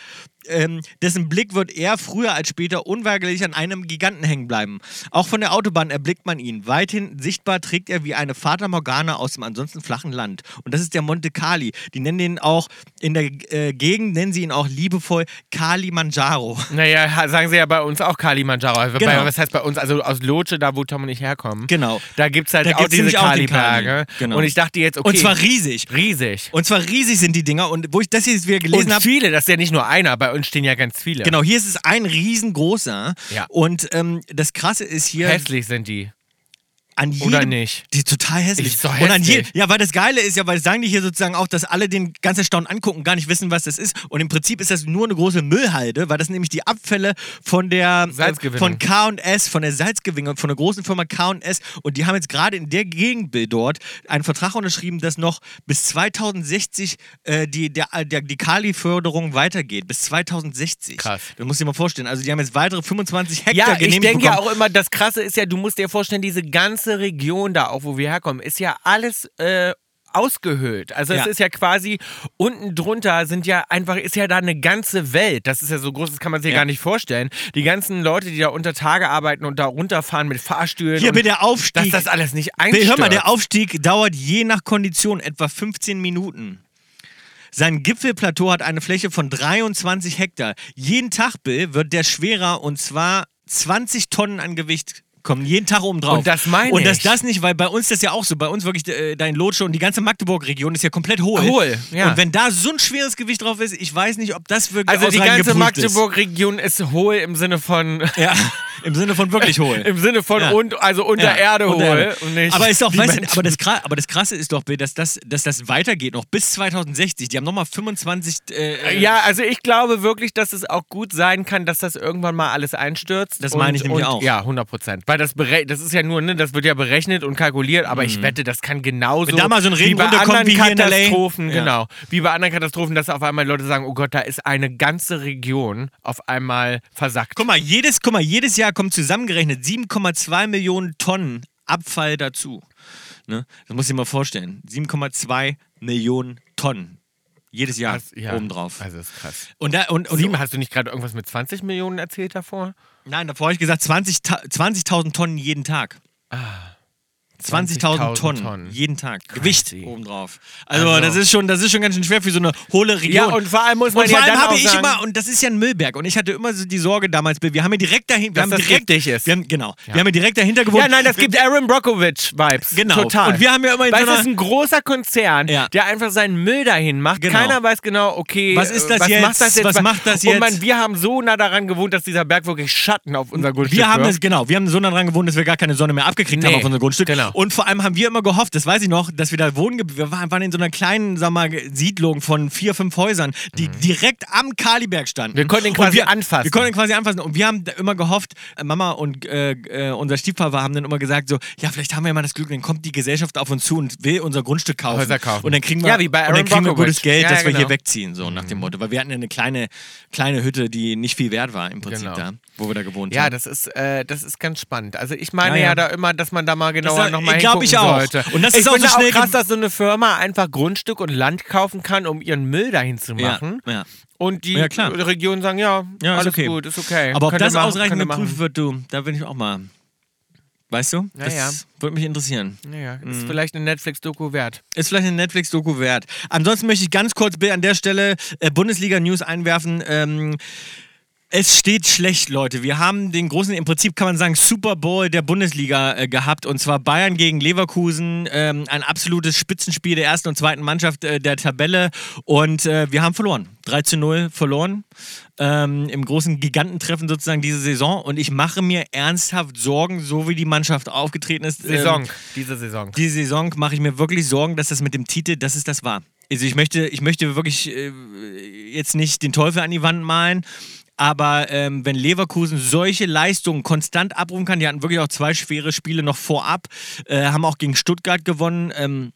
ähm, dessen Blick wird eher früher als später unweigerlich an einem Giganten hängen bleiben. Auch von der Autobahn erblickt man ihn. Weithin sichtbar trägt er wie eine Fata Morgana aus dem ansonsten flachen Land. Und das ist der Monte Carli. Die nennen den auch in der äh, Gegend nennen sie ihn auch liebevoll Kalimanjaro. Naja, ha- sagen sie ja bei uns auch Kalimanjaro. Also Genau. Bei, was heißt bei uns? Also aus Lotsche, da wo Tom und ich herkommen. Genau. Da gibt's halt Da auch gibt's diese nämlich auch um den Kaliberge. Kali. Genau. Und ich dachte jetzt, okay. Und zwar riesig. riesig. Und zwar riesig sind die Dinger. Und wo ich das hier jetzt wieder gelesen Und habe. viele, das ist ja nicht nur einer, bei uns stehen ja ganz viele. Genau, hier ist es ein riesengroßer. Ja. Und ähm, das Krasse ist hier. Hässlich sind die. An jedem, Oder nicht? Die ist total hässlich. Ist doch Und an je, hässlich. ja, weil das Geile ist ja, weil sagen die hier sozusagen auch, dass alle den ganz erstaunt angucken, gar nicht wissen, was das ist. Und im Prinzip ist das nur eine große Müllhalde, weil das nämlich die Abfälle von der Salzgewinnung. von K&S, von der Salzgewinnung, von der großen Firma K&S. Und die haben jetzt gerade in der Gegend dort einen Vertrag unterschrieben, dass noch bis 2060 äh, die, der, der, die Kali-Förderung weitergeht. Bis 2060. Krass. Das muss ich dir mal vorstellen. Also die haben jetzt weitere 25 Hektar Ja, ich genehmigt denke ja bekommen. auch immer, das Krasse ist ja, du musst dir vorstellen, diese ganzen ganze Region da, auch wo wir herkommen, ist ja alles äh, ausgehöhlt. Also Ja. es ist ja quasi unten drunter sind ja einfach ist ja da eine ganze Welt. Das ist ja so groß, das kann man sich Ja. gar nicht vorstellen. Die ganzen Leute, die da unter Tage arbeiten und da runterfahren mit Fahrstühlen. Hier und bin der Aufstieg. Dass das alles nicht Nee, Hör mal, einstürzt. der Aufstieg dauert je nach Kondition etwa 15 Minuten. Sein Gipfelplateau hat eine Fläche von 23 Hektar. Jeden Tag, Bill, wird der schwerer und zwar 20 Tonnen an Gewicht kommen jeden Tag oben drauf. Und das meine Und dass ich. das nicht, weil bei uns das ja auch so, bei uns wirklich äh, dein Lotsche und die ganze Magdeburg-Region ist ja komplett hohl. Hohl, ja. Und wenn da so ein schweres Gewicht drauf ist, ich weiß nicht, ob das wirklich also die ausreichend ganze geprüft ist. Magdeburg-Region ist hohl im Sinne von Ja, im Sinne von wirklich hohl. im Sinne von Ja. und also unter Ja, Erde unter hohl. Erde. und nicht aber, ist doch, die weißt du, Menschen. aber, das, Kra- aber das Krasse ist doch, Bill, dass das, dass das weitergeht noch bis 2060. Die haben nochmal 25. Äh, Ja, also ich glaube wirklich, dass es auch gut sein kann, dass das irgendwann mal alles einstürzt. Das meine ich und, nämlich auch. Ja, 100 Prozent. Weil das, bere- das ist ja nur, ne, das wird ja berechnet und kalkuliert, aber ich wette, das kann genauso Mhm. Wenn da mal so ein Regen wie bei runterkommt anderen wie hier in LA. Katastrophen, Ja. genau, wie bei anderen Katastrophen, dass auf einmal Leute sagen, oh Gott, da ist eine ganze Region auf einmal versackt. Guck mal, jedes, guck mal, jedes Jahr kommen zusammengerechnet 7,2 Millionen Tonnen Abfall dazu. Ne? Das muss ich mal vorstellen. 7,2 Millionen Tonnen. Jedes Jahr Das- ja, obendrauf. Also Also ist krass. Und, da, und, und Sieben, hast du nicht gerade irgendwas mit 20 Millionen erzählt davor? Nein, davor habe ich gesagt 20 Ta- 20.000 Tonnen jeden Tag. 20.000 20.000 Tonnen, Ah, Tonnen. jeden Tag. Gewicht Crazy. obendrauf. Also, Also. das ist schon, das ist schon ganz schön schwer für so eine hohle Region. Ja, und vor allem muss man und vor ja allem dann habe auch ich sagen- immer, und das ist ja ein Müllberg, und ich hatte immer so die Sorge damals, wir haben ja direkt dahin, wir Dass haben das direkt, giftig ist. Wir haben, genau, wir haben ja direkt dahinter gewohnt. Ja, nein, das gibt Aaron Brockovich-Vibes. Genau. Total. Und wir haben ja immer in Weil so es einer- ist ein großer Konzern, Ja. der einfach seinen Müll dahin macht. Genau. Keiner weiß genau, okay, Was ist das äh, was jetzt? Macht das jetzt? Was macht das jetzt? Und man, wir haben so nah daran gewohnt, dass dieser Berg wirklich Schatten auf unser Grundstück Wir haben wirft. das, genau, wir haben so nah dran gewohnt, dass wir gar keine Sonne mehr abgekriegt haben Nee, auf unserem Grundstück. genau. Und vor allem haben wir immer gehofft, das weiß ich noch, dass wir da wohnen, ge- wir waren waren in so einer kleinen sag mal, Siedlung von vier, fünf Häusern, die direkt am Kaliberg standen. Mhm. Wir konnten ihn Und quasi anfassen. Wir konnten ihn quasi anfassen. Und wir haben da immer gehofft, äh, Mama und äh, äh, unser Stiefpapa haben dann immer gesagt, so, ja, vielleicht haben wir ja mal das Glück, dann kommt die Gesellschaft auf uns zu und will unser Grundstück kaufen. Häuser kaufen. Und dann kriegen wir, Ja, wie bei und dann Aaron kriegen wir Brockovich. gutes Geld, Ja, dass wir genau. hier wegziehen, so nach dem Motto. Weil wir hatten ja eine kleine, kleine Hütte, die nicht viel wert war im Prinzip Genau. da, wo wir da gewohnt Ja, haben. das ist, äh, das ist ganz spannend. Also ich meine Ja, ja, ja. da immer, dass man da mal genauer Das, äh, nochmal glaub hingucken ich auch. sollte. Und das ich ist auch finde so schnell auch krass, ge- dass so eine Firma einfach Grundstück und Land kaufen kann, um ihren Müll dahin zu Ja, machen. ja. Und die Ja, klar. Regionen sagen, ja, Ja, alles ist okay. gut, ist okay. Aber ob Könnt ihr das Ähm, machen, ausreichend könnt ihr machen. geprüft wird, du, da bin ich auch mal. Weißt du? Ja, das ja. würde mich interessieren. Naja, ist vielleicht eine Netflix-Doku wert. Ist vielleicht eine Netflix-Doku wert. Ansonsten möchte ich ganz kurz Bill an der Stelle äh, Bundesliga-News einwerfen. Ähm, es steht schlecht, Leute. Wir haben den großen, im Prinzip kann man sagen, Super Bowl der Bundesliga äh, gehabt. Und zwar Bayern gegen Leverkusen. Ähm, ein absolutes Spitzenspiel der ersten und zweiten Mannschaft äh, der Tabelle. Und äh, wir haben verloren. 3 zu 0 verloren. Ähm, Im großen Gigantentreffen sozusagen diese Saison. Und ich mache mir ernsthaft Sorgen, so wie die Mannschaft aufgetreten ist. Saison, Ähm, diese Saison. die Saison mache ich mir wirklich Sorgen, dass das mit dem Titel, dass es das war. Also ich möchte, ich möchte wirklich äh, jetzt nicht den Teufel an die Wand malen, aber ähm, wenn Leverkusen solche Leistungen konstant abrufen kann, die hatten wirklich auch zwei schwere Spiele noch vorab, äh, haben auch gegen Stuttgart gewonnen. Ähm,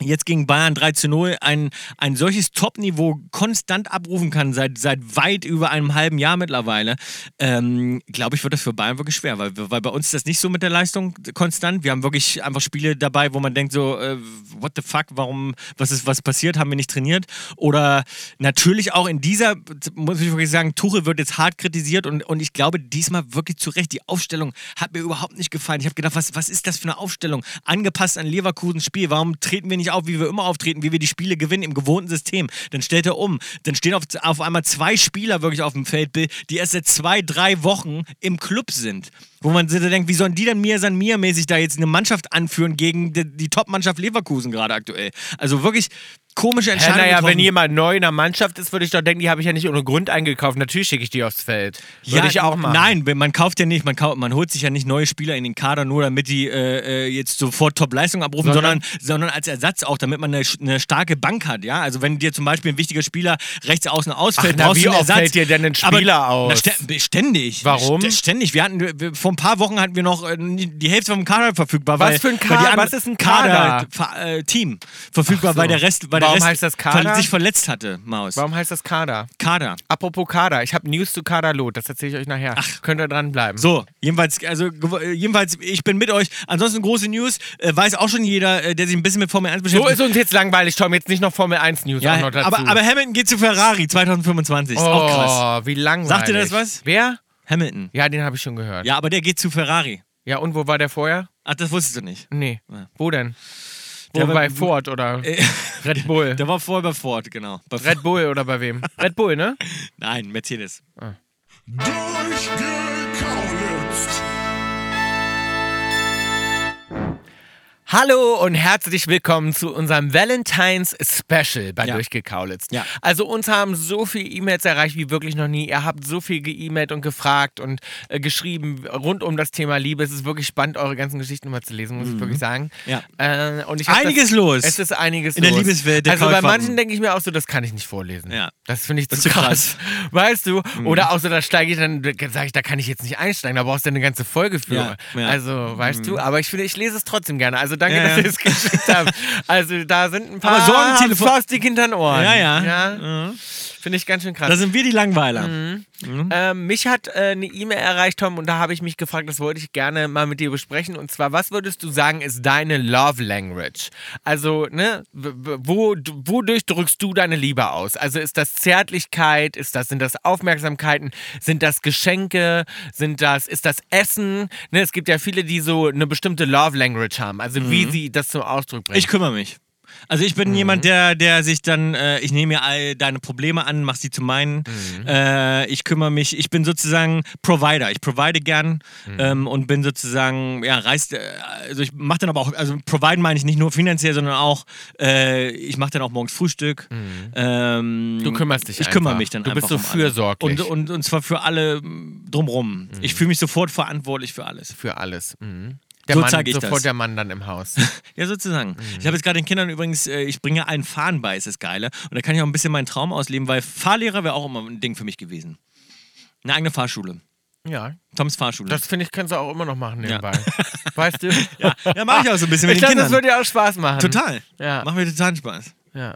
Jetzt gegen Bayern 3 zu 0 ein, ein solches Top-Niveau konstant abrufen kann, seit, seit weit über einem halben Jahr mittlerweile, ähm, glaube ich, wird das für Bayern wirklich schwer, weil, weil bei uns ist das nicht so mit der Leistung konstant. Wir haben wirklich einfach Spiele dabei, wo man denkt so, äh, what the fuck, warum, was ist, was passiert, haben wir nicht trainiert? Oder natürlich auch in dieser, muss ich wirklich sagen, Tuchel wird jetzt hart kritisiert und, und ich glaube diesmal wirklich zu Recht, die Aufstellung hat mir überhaupt nicht gefallen. Ich habe gedacht, was, was ist das für eine Aufstellung? Angepasst an Leverkusens Spiel. Warum treten wir nicht auf, wie wir immer auftreten, wie wir die Spiele gewinnen im gewohnten System? Dann stellt er um. Dann stehen auf, auf einmal zwei Spieler wirklich auf dem Feld, Bill, die erst seit zwei, drei Wochen im Club sind. Wo man sich da denkt, wie sollen die denn mir San Mir mäßig da jetzt eine Mannschaft anführen gegen die, die Top-Mannschaft Leverkusen gerade aktuell? Also wirklich komische Ja, Entscheidung. naja, wenn getroffen. jemand neu in der Mannschaft ist, würde ich doch denken, die habe ich ja nicht ohne Grund eingekauft. Natürlich schicke ich die aufs Feld. Würde ich auch machen. Nein, man kauft ja nicht, man, kauft, man holt sich ja nicht neue Spieler in den Kader, nur damit die äh, äh, jetzt sofort Top-Leistung abrufen, sondern, Sondern? sondern, als Ersatz auch, damit man eine, sch- eine starke Bank hat. Ja? Also wenn dir zum Beispiel ein wichtiger Spieler rechts außen ausfällt, Ach, na, brauchst wie du einen oft Ersatz. fällt dir denn ein Aber- Spieler aus? Na, stä- ständig. Warum? St ständig. Wir hatten äh, vor ein paar Wochen hatten wir noch äh, die Hälfte vom Kader verfügbar. Was weil, für ein weil die Kader? anderen- Was ist ein Kader? Ver- äh, Team verfügbar, Ach so. weil der Rest, weil der Warum Rest heißt das Kader? ver- sich verletzt hatte, Maus. Warum heißt das Kader? Kader. Apropos Kader, ich habe News zu Kader Lot, das erzähle ich euch nachher. Ach. Könnt ihr dranbleiben. So, jedenfalls, also gew- äh, jedenfalls, ich bin mit euch. Ansonsten große News, äh, weiß auch schon jeder, äh, der sich ein bisschen mit Formel 1 So beschäftigt. ist uns jetzt langweilig, Tom. Jetzt nicht noch Formel 1 News auch ja, noch dazu. aber, aber Hamilton geht zu Ferrari 2025. Ist oh, auch krass. wie langweilig. Sagt ihr das was? Wer? Hamilton. Ja, den habe ich schon gehört. Ja, aber der geht zu Ferrari. Ja, und wo war der vorher? Ach, das wusstest du nicht. Nee. Ja. Wo denn? Wo, Der war- bei Ford oder Red Bull? Der war vorher bei Ford, genau. Bei Red Bull oder bei wem? Red Bull, ne? Nein, Mercedes. Durchgekauletzt. Hallo und herzlich willkommen zu unserem Valentines Special bei Ja. Durchgekaulitzt. Ja. Also uns haben so viele E-Mails erreicht wie wirklich noch nie. Ihr habt so viel geemailt und gefragt und äh, geschrieben rund um das Thema Liebe. Es ist wirklich spannend, eure ganzen Geschichten mal zu lesen, muss ich wirklich sagen. Mhm. Ja. Äh, und ich hab Einiges das, los. Es ist einiges In der los. Liebeswelt der Also bei Kaulquappen. manchen denke ich mir auch so, das kann ich nicht vorlesen. Ja. Das finde ich zu Das ist krass. krass. Mhm. Weißt du? Oder auch so, da steige ich dann, sage ich, da kann ich jetzt nicht einsteigen, da brauchst du eine ganze Folge für. Ja, ja. Also, weißt du? Aber ich finde, ich lese es trotzdem gerne. Also danke, Mhm. Ja, dass ja. ihr es geschickt habt. Also da sind ein paar Aber Sorgentelefon- Plastik hinter den Ohren. Ja, ja. Finde ich ganz schön krass. Da sind wir die Langweiler. Hm. Ähm, mich hat äh, eine E-Mail erreicht, Tom, und da habe ich mich gefragt, das wollte ich gerne mal mit dir besprechen. Und zwar, was würdest du sagen, ist deine Love Language? Also, ne, w- w- wo, d- wodurch drückst du deine Liebe aus? Also ist das Zärtlichkeit? Ist das, sind das Aufmerksamkeiten? Sind das Geschenke? Sind das, ist das Essen? Ne, es gibt ja viele, die so eine bestimmte Love Language haben. Also wie sie das zum Ausdruck bringen. Mhm. Ich kümmere mich. Also ich bin Mhm. jemand, der, der sich dann, äh, ich nehme mir all deine Probleme an, mach sie zu meinen. Mhm. Äh, ich kümmere mich, ich bin sozusagen Provider. Ich provide gern Mhm. ähm, und bin sozusagen, ja, reißt, äh, also ich mache dann aber auch, also provide meine ich nicht nur finanziell, sondern auch, äh, ich mache dann auch morgens Frühstück. Ähm, Mhm. Du kümmerst dich Ich kümmere einfach. mich dann Du bist einfach so um alle. fürsorglich. Mhm. Und, und, und zwar für alle mm, drumrum. Ich fühle mich sofort verantwortlich für alles. für alles. Mhm. Der So Mann, zeig ich sofort das. der Mann dann im Haus. Ja, sozusagen. Ich habe jetzt gerade den Kindern übrigens, äh, ich bringe allen Fahren bei, ist das Geile. Und da kann ich auch ein bisschen meinen Traum ausleben, weil Fahrlehrer wäre auch immer ein Ding für mich gewesen. Eine eigene Fahrschule. ja, Toms Fahrschule. Das finde ich, kannst du auch immer noch machen nebenbei. Weißt du? ja, ja mache ich auch so ein bisschen mit ich glaube, den das Kindern. würde dir auch Spaß machen. Total. Ja. Macht mir totalen Spaß. Ja.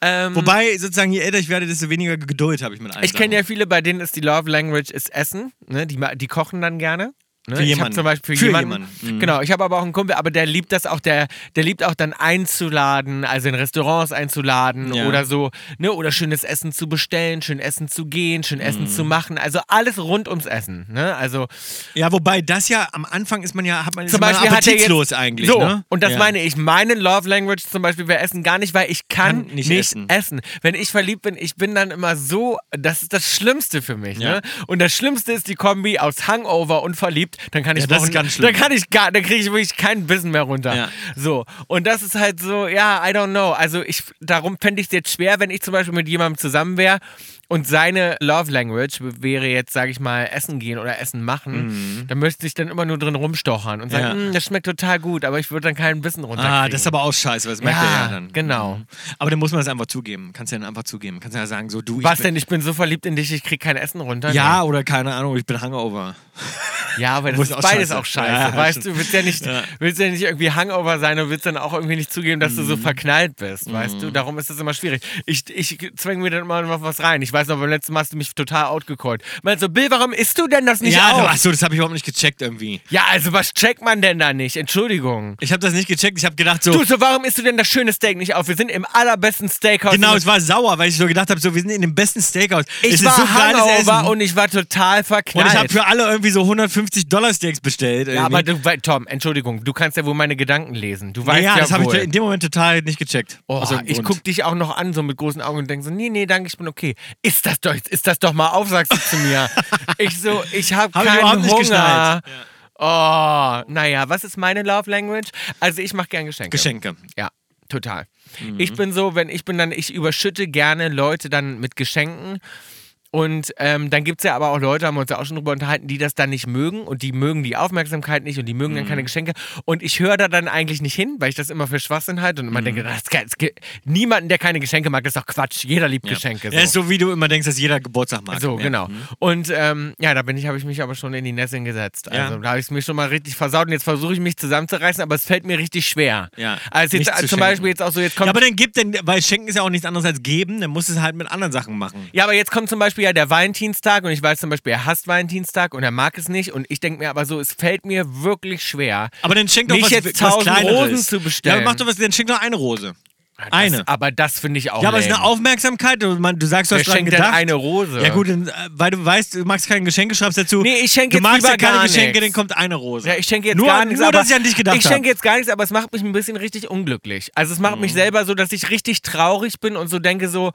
Ähm, Wobei, sozusagen, je älter ich werde, desto weniger Geduld habe ich mit allen. ich kenne ja viele, bei denen ist die Love Language ist Essen. Ne? Die, ma- die kochen dann gerne. Ne? Für ich habe jemanden. zum Beispiel Für jemanden. jemanden. Mhm. Genau, ich habe aber auch einen Kumpel, aber der liebt das auch, der, der liebt auch dann einzuladen, also in Restaurants einzuladen Ja. oder so, ne? Oder schönes Essen zu bestellen, schön Essen zu gehen, schön Mhm. Essen zu machen. Also alles rund ums Essen. Ne? Also Sachen. Ja, wobei das ja am Anfang ist man ja, hat man zum ist man Beispiel hat er jetzt appetitlos eigentlich. So, ne? und das ja. meine ich. Meine Love Language zum Beispiel wäre Essen gar nicht, weil ich kann, Kann nicht, nicht essen. essen. Wenn ich verliebt bin, ich bin dann immer so, das ist das Schlimmste für mich. Ja. Ne? Und das Schlimmste ist die Kombi aus Hangover und verliebt. Dann kann ich Ja, das ist Wochen- ganz schlimm. Dann kann ich gar, dann kriege ich wirklich keinen Bissen mehr runter. Ja. So und das ist halt so, ja, I don't know. Also ich, darum fände ich es jetzt schwer, wenn ich zum Beispiel mit jemandem zusammen wäre. Und seine Love Language wäre jetzt, sage ich mal, Essen gehen oder Essen machen. Mhm. Da müsste ich dann immer nur drin rumstochern und sagen, Ja. "Mm, das schmeckt total gut, aber ich würde dann keinen Bissen runterkriegen. Ah, das ist aber auch scheiße, das merkt er ja, ja dann. Mhm. genau. Aber dann muss man das einfach zugeben. Kannst ja dann einfach zugeben. Kannst ja sagen, so du. ich Was bin- denn? Ich bin so verliebt in dich, ich krieg kein Essen runter. Ja, oder keine Ahnung, ich bin Hangover. Ja, aber das Obwohl, ist ist auch beides scheiße. auch scheiße. Ja, ja, weißt stimmt. du, willst ja, nicht, Ja. willst ja nicht irgendwie Hangover sein und willst dann auch irgendwie nicht zugeben, dass du so Mhm. verknallt bist, weißt du? Darum ist das immer schwierig. Ich, ich zwänge mir dann immer noch was rein. Ich weiß noch, beim letzten Mal hast du mich total outgecallt. Meinst du, Bill, warum isst du denn das nicht ja, auf? ach so, das habe ich überhaupt nicht gecheckt irgendwie. Ja, also was checkt man denn da nicht? Entschuldigung. Ich habe das nicht gecheckt, ich habe gedacht so. Du, so warum isst du denn das schöne Steak nicht auf? Wir sind im allerbesten Steakhouse. genau, Und es war sauer, weil ich so gedacht habe, so wir sind in dem besten Steakhouse. ich es war ist so geiles Essen. Hangover und ich war total und verknallt. ich habe für alle irgendwie so 150 Dollar Steaks bestellt. ja, aber irgendwie. du, wei- Tom, Entschuldigung, du kannst ja wohl meine Gedanken lesen. Du weißt naja, ja, das habe ich wohl. in dem Moment total nicht gecheckt. Also, Oh, Aus irgendeinem ich Grund. guck dich auch noch an, so mit großen Augen und denk so, nee, nee, danke, ich bin okay. Ist das doch, ist das doch mal auf, sagst du zu mir. ich so, ich habe Hab ich keinen überhaupt nicht Hunger. geschnallt. Oh, naja, was ist meine Love Language? Also ich mache gern Geschenke. Geschenke. Ja, Mhm. total. Ich bin so, wenn ich bin dann, ich überschütte gerne Leute dann mit Geschenken. Und ähm, dann gibt es ja aber auch Leute, haben wir uns ja auch schon drüber unterhalten, die das dann nicht mögen und die mögen die Aufmerksamkeit nicht und die mögen dann Mhm. keine Geschenke. Und ich höre da dann eigentlich nicht hin, weil ich das immer für Schwachsinn halte und immer Mhm. denke, das ist kein- es gibt niemanden, der keine Geschenke mag, das ist doch Quatsch. Jeder liebt Geschenke. Ja, ist so wie du immer denkst, dass jeder Geburtstag mag. So, Ja. Mhm. genau. Und ähm, ja, da bin ich, habe ich mich aber schon in die Nesseln gesetzt. Ja. Also da habe ich es mir schon mal richtig versaut und jetzt versuche ich mich zusammenzureißen, aber es fällt mir richtig schwer. Ja, Also jetzt nichts äh, zum zu schenken. Beispiel jetzt auch so, jetzt kommt. Ja, aber dann gibt denn, weil schenken ist ja auch nichts anderes als geben, dann musst du es halt mit anderen Sachen machen. jetzt kommt zum Beispiel ja der Valentinstag und ich weiß zum Beispiel, er hasst Valentinstag und er mag es nicht und ich denke mir aber so, es fällt mir wirklich schwer. Aber dann schenk doch Nicht was, jetzt was 1000 Kleineres. Rosen zu bestellen. Ja, aber mach doch was, dann schenk doch eine Rose. Das, Eine. Aber das finde ich auch. Ja, aber es ist eine lame. Aufmerksamkeit. Du, man, du sagst, du Wer hast dran schenkt denn gedacht. eine Rose? Ja gut, dann, äh, weil du weißt, du magst kein Geschenk, schreibst dazu. Nee, ich schenke Du jetzt magst ja lieber keine gar Geschenke, nichts. dann kommt eine Rose. Ja, ich schenke jetzt nur, gar nichts. Nur, aber dass ich an dich gedacht Ich habe. schenke jetzt gar nichts, aber es macht mich ein bisschen richtig unglücklich. Also es macht Mhm. mich selber so, dass ich richtig traurig bin und so denke so,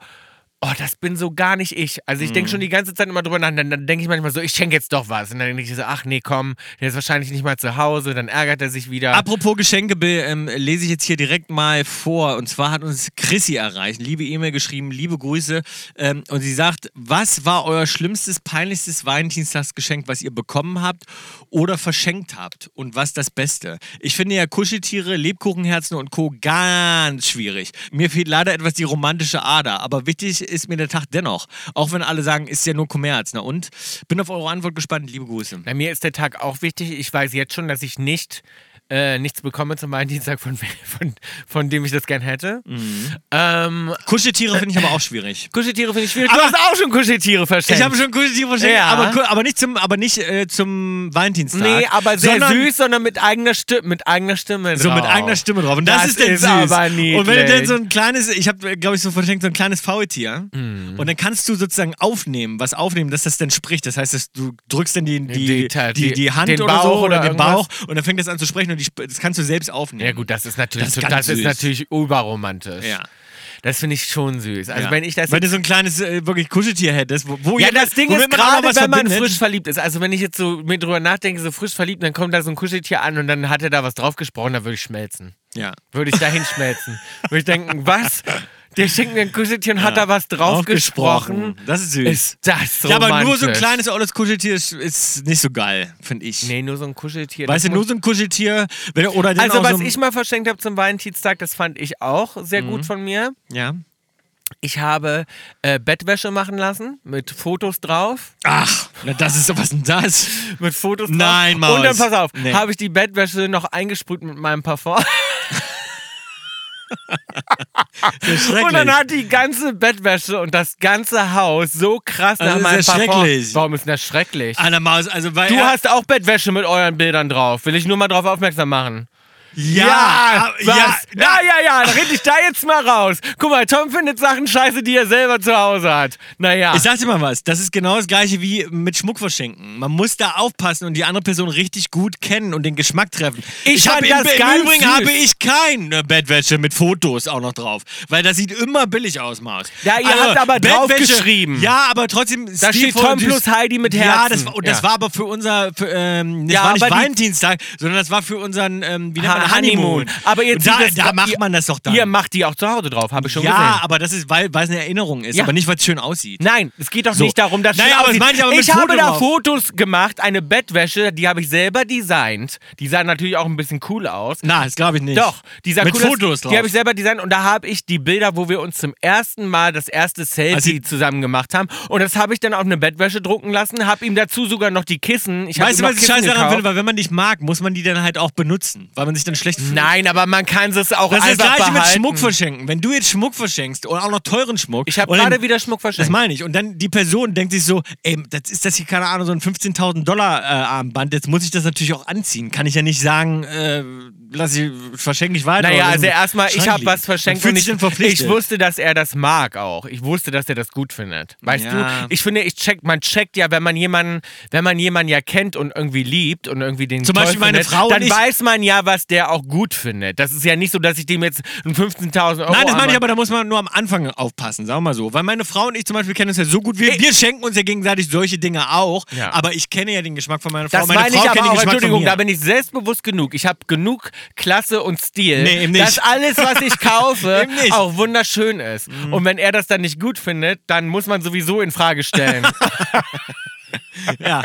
oh, das bin so gar nicht ich. Also ich Mhm. denke schon die ganze Zeit immer drüber nach. Und dann, dann denke ich manchmal so, ich schenke jetzt doch was. Und dann denke ich so, ach nee, komm, der ist wahrscheinlich nicht mal zu Hause. Dann ärgert er sich wieder. Apropos Geschenke, Bill, ähm, lese ich jetzt hier direkt mal vor. Und zwar hat uns Chrissy erreicht, liebe E-Mail geschrieben, liebe Grüße. Ähm, und sie sagt, was war euer schlimmstes, peinlichstes Valentinstagsgeschenk, was ihr bekommen habt oder verschenkt habt? Und was das Beste? Ich finde ja Kuscheltiere, Lebkuchenherzen und Co. ganz schwierig. Mir fehlt leider etwas die romantische Ader, aber wichtig ist mir der Tag dennoch. Auch wenn alle sagen, ist ja nur Kommerz. Na und? Bin auf eure Antwort gespannt, liebe Grüße. Bei mir ist der Tag auch wichtig. Ich weiß jetzt schon, dass ich nicht äh, nichts bekomme zum Valentinstag, von, von, von dem ich das gern hätte. Mhm. Ähm, Kuscheltiere finde ich aber auch schwierig. Kuscheltiere finde ich schwierig. Aber- du hast auch schon Kuscheltiere verschenkt. Ich habe schon Kuscheltiere verschenkt, Ja. aber, ku- aber nicht zum, aber nicht, äh, zum Valentinstag. Nee, aber sehr sondern süß, sondern mit eigener Stimme, mit eigener Stimme drauf. So mit eigener Stimme drauf. Und das, ist denn süß. aber niedlich. und wenn du denn so ein kleines, ich habe, glaube ich, so verschenkt, so ein kleines Faultier. Mhm. Und dann kannst du sozusagen aufnehmen, was aufnehmen, dass das dann spricht. Das heißt, dass du drückst dann die, die, Die- die, die- die, den Hand oder Bauch so oder, oder den Bauch und dann fängt das an zu sprechen und die, sp- das kannst du selbst aufnehmen. ja gut, das ist natürlich, Das das ist ist, ganz das ist süß. natürlich überromantisch. Ja. Das finde ich schon süß. Also Ja. wenn ich das wenn du so ein kleines äh, wirklich Kuscheltier hättest, wo, wo ja, jemand- das Ding womit ist man auch noch gerade, wenn was man verbindet. frisch verliebt ist. Also wenn ich jetzt so mir drüber nachdenke, so frisch verliebt, dann kommt da so ein Kuscheltier an und dann hat er da was draufgesprochen, da würde ich schmelzen. ja. Würde ich dahin schmelzen. Würde ich denken, was? Der schenkt mir ein Kuscheltier und hat da was draufgesprochen. Draufgesprochen. Das ist süß. Ist das Ja, aber nur so ein romantisch. kleines olles Kuscheltier ist, ist nicht so geil, finde ich. Nee, nur so ein Kuscheltier. weißt das du, nur muss- so ein Kuscheltier wenn, oder dann Also, auch was so ein, ich mal verschenkt habe zum Valentinstag, das fand ich auch sehr Mhm. gut von mir. Ja. Ich habe äh, Bettwäsche machen lassen mit Fotos drauf. Ach, na das ist was denn das? Mit Fotos Nein, drauf. Maus. Und dann pass auf, Nee. habe ich die Bettwäsche noch eingesprüht mit meinem Parfum. Und dann hat die ganze Bettwäsche und das ganze Haus so krass Also nach ist meinem das Parfum. schrecklich. Warum ist denn das schrecklich? Anna Maus, also weil Du er, hast auch Bettwäsche mit euren Bildern drauf. Will ich nur mal drauf aufmerksam machen. ja, ah, was? ja, ah, ja, ja, ja, da rede ich da jetzt mal raus. Guck mal, Tom findet Sachen scheiße, die er selber zu Hause hat. Naja. Ich sag dir mal was, das ist genau das gleiche wie mit Schmuck verschenken. Man muss da aufpassen und die andere Person richtig gut kennen und den Geschmack treffen. Ich habe fand im, das im ganz Übrigen süß. habe ich keine Bettwäsche mit Fotos auch noch drauf, weil das sieht immer billig aus, Maus. Ja, ihr habt aber draufgeschrieben. Ja, aber trotzdem Da steht Tom plus Heidi mit Ja, Herzen. das, war- und das Ja. war aber für unser für, ähm, das Ja, war nicht aber die- Valentinstag, sondern das war für unseren ähm, wie nennt Ha- man Honeymoon. Aber jetzt Und da, sieht das- da macht ihr- man das doch dann. Ihr macht die auch zu Hause drauf, habe ich schon ja, gesehen. aber das ist weil weil es eine Erinnerung ist, Ja. aber nicht weil es schön aussieht. Nein, es geht doch So. nicht darum, dass Naja, schön aber das aussieht. meine ich aber mit ich habe Foto da drauf. Fotos gemacht, eine Bettwäsche, die habe ich selber designt. Die sah natürlich auch ein bisschen cool aus. Na, das glaube ich nicht. Doch, die sah Mit cool aus. Fotos drauf. Die habe ich selber designt und da habe ich die Bilder, wo wir uns zum ersten Mal das erste Selfie Also die- zusammen gemacht haben. Und das habe ich dann auf eine Bettwäsche drucken lassen, habe ihm dazu sogar noch die Kissen. Ich habe Weißt du, ihm noch was ich Kissen scheiße daran gekauft. finde? Weil wenn man dich mag, muss man die dann halt auch benutzen, weil man sich dann schlecht fühlt. Nein, aber man kann es auch Das ist das einfach gleiche mit behalten. Schmuck verschenken. Wenn du jetzt Schmuck verschenkst oder auch noch teuren Schmuck. Ich habe und dann- gerade wieder Schmuck Das verschenkt. meine ich. Und dann die Person denkt sich so, ey, das ist das hier, keine Ahnung, so ein 15.000 Dollar äh, Armband, jetzt muss ich das natürlich auch anziehen. Kann ich ja nicht sagen, äh, lass ich, verschenke ich weiter. Naja, oder also so. erstmal, ich Schrank habe liegen. was verschenkt Man und fühlt sich ich, dann verpflichtet. ich wusste, dass er das mag auch. Ich wusste, dass er das gut findet. Weißt Ja. du, ich finde, ich check, man checkt ja, wenn man jemanden, wenn man jemanden ja kennt und irgendwie liebt und irgendwie den Zum toll Beispiel meine findet, Frau und dann ich- weiß man ja, was der auch gut findet. Das ist ja nicht so, dass ich dem jetzt einen 15.000 Euro Nein, das meine ich, Armband- aber da muss man nur am Anfang aufpassen, sagen wir mal so. Weil meine Frau und ich zum Beispiel kennen uns ja so gut, wir, Ey. wir schenken uns ja gegenseitig solche Dinge auch. Ja. Aber ich kenne ja den Geschmack von meiner Frau. Das meine meine Frau ich kennt aber den auch, Geschmack von Entschuldigung, mir. da bin ich selbstbewusst genug. Ich habe genug Klasse und Stil, Nee, eben nicht. dass alles, was ich kaufe, Eben nicht. Mhm. auch wunderschön ist. Und wenn er das dann nicht gut findet, dann muss man sowieso in Frage stellen. Ja.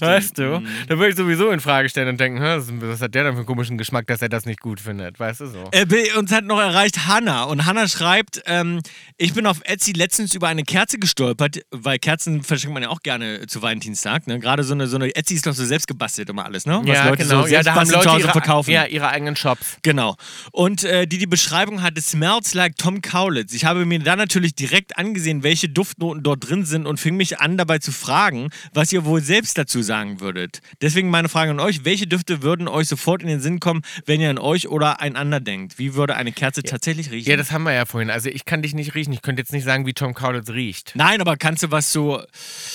weißt du? Mhm. Dann würde ich sowieso in Frage stellen und denken, "Hä, was hat der denn für einen komischen Geschmack, dass er das nicht gut findet? Weißt du so? Äh, Bill, uns hat noch erreicht Hanna und Hanna schreibt, ähm, ich bin auf Etsy letztens über eine Kerze gestolpert, weil Kerzen verschenkt man ja auch gerne zu Valentinstag, ne? Gerade so eine, so eine Etsy ist doch so selbst gebastelt immer alles, ne? Was Leute so selbst ja, da haben basteln Leute zu Hause ihre, verkaufen. Ja, ihre eigenen Shops. Genau. Und äh, die die Beschreibung hat, es smells like Tom Kaulitz. Ich habe mir da natürlich direkt angesehen, welche Duftnoten dort drin sind und fing mich an, dabei zu fragen, was ihr wohl selbst dazu sagen würdet. Deswegen meine Frage an euch, welche Düfte würden euch sofort in den Sinn kommen, wenn ihr an euch oder einander denkt? Wie würde eine Kerze tatsächlich riechen? Ja, das haben wir ja vorhin. Also ich kann dich nicht riechen. Ich könnte jetzt nicht sagen, wie Tom Kaulitz riecht. Nein, aber kannst du was so...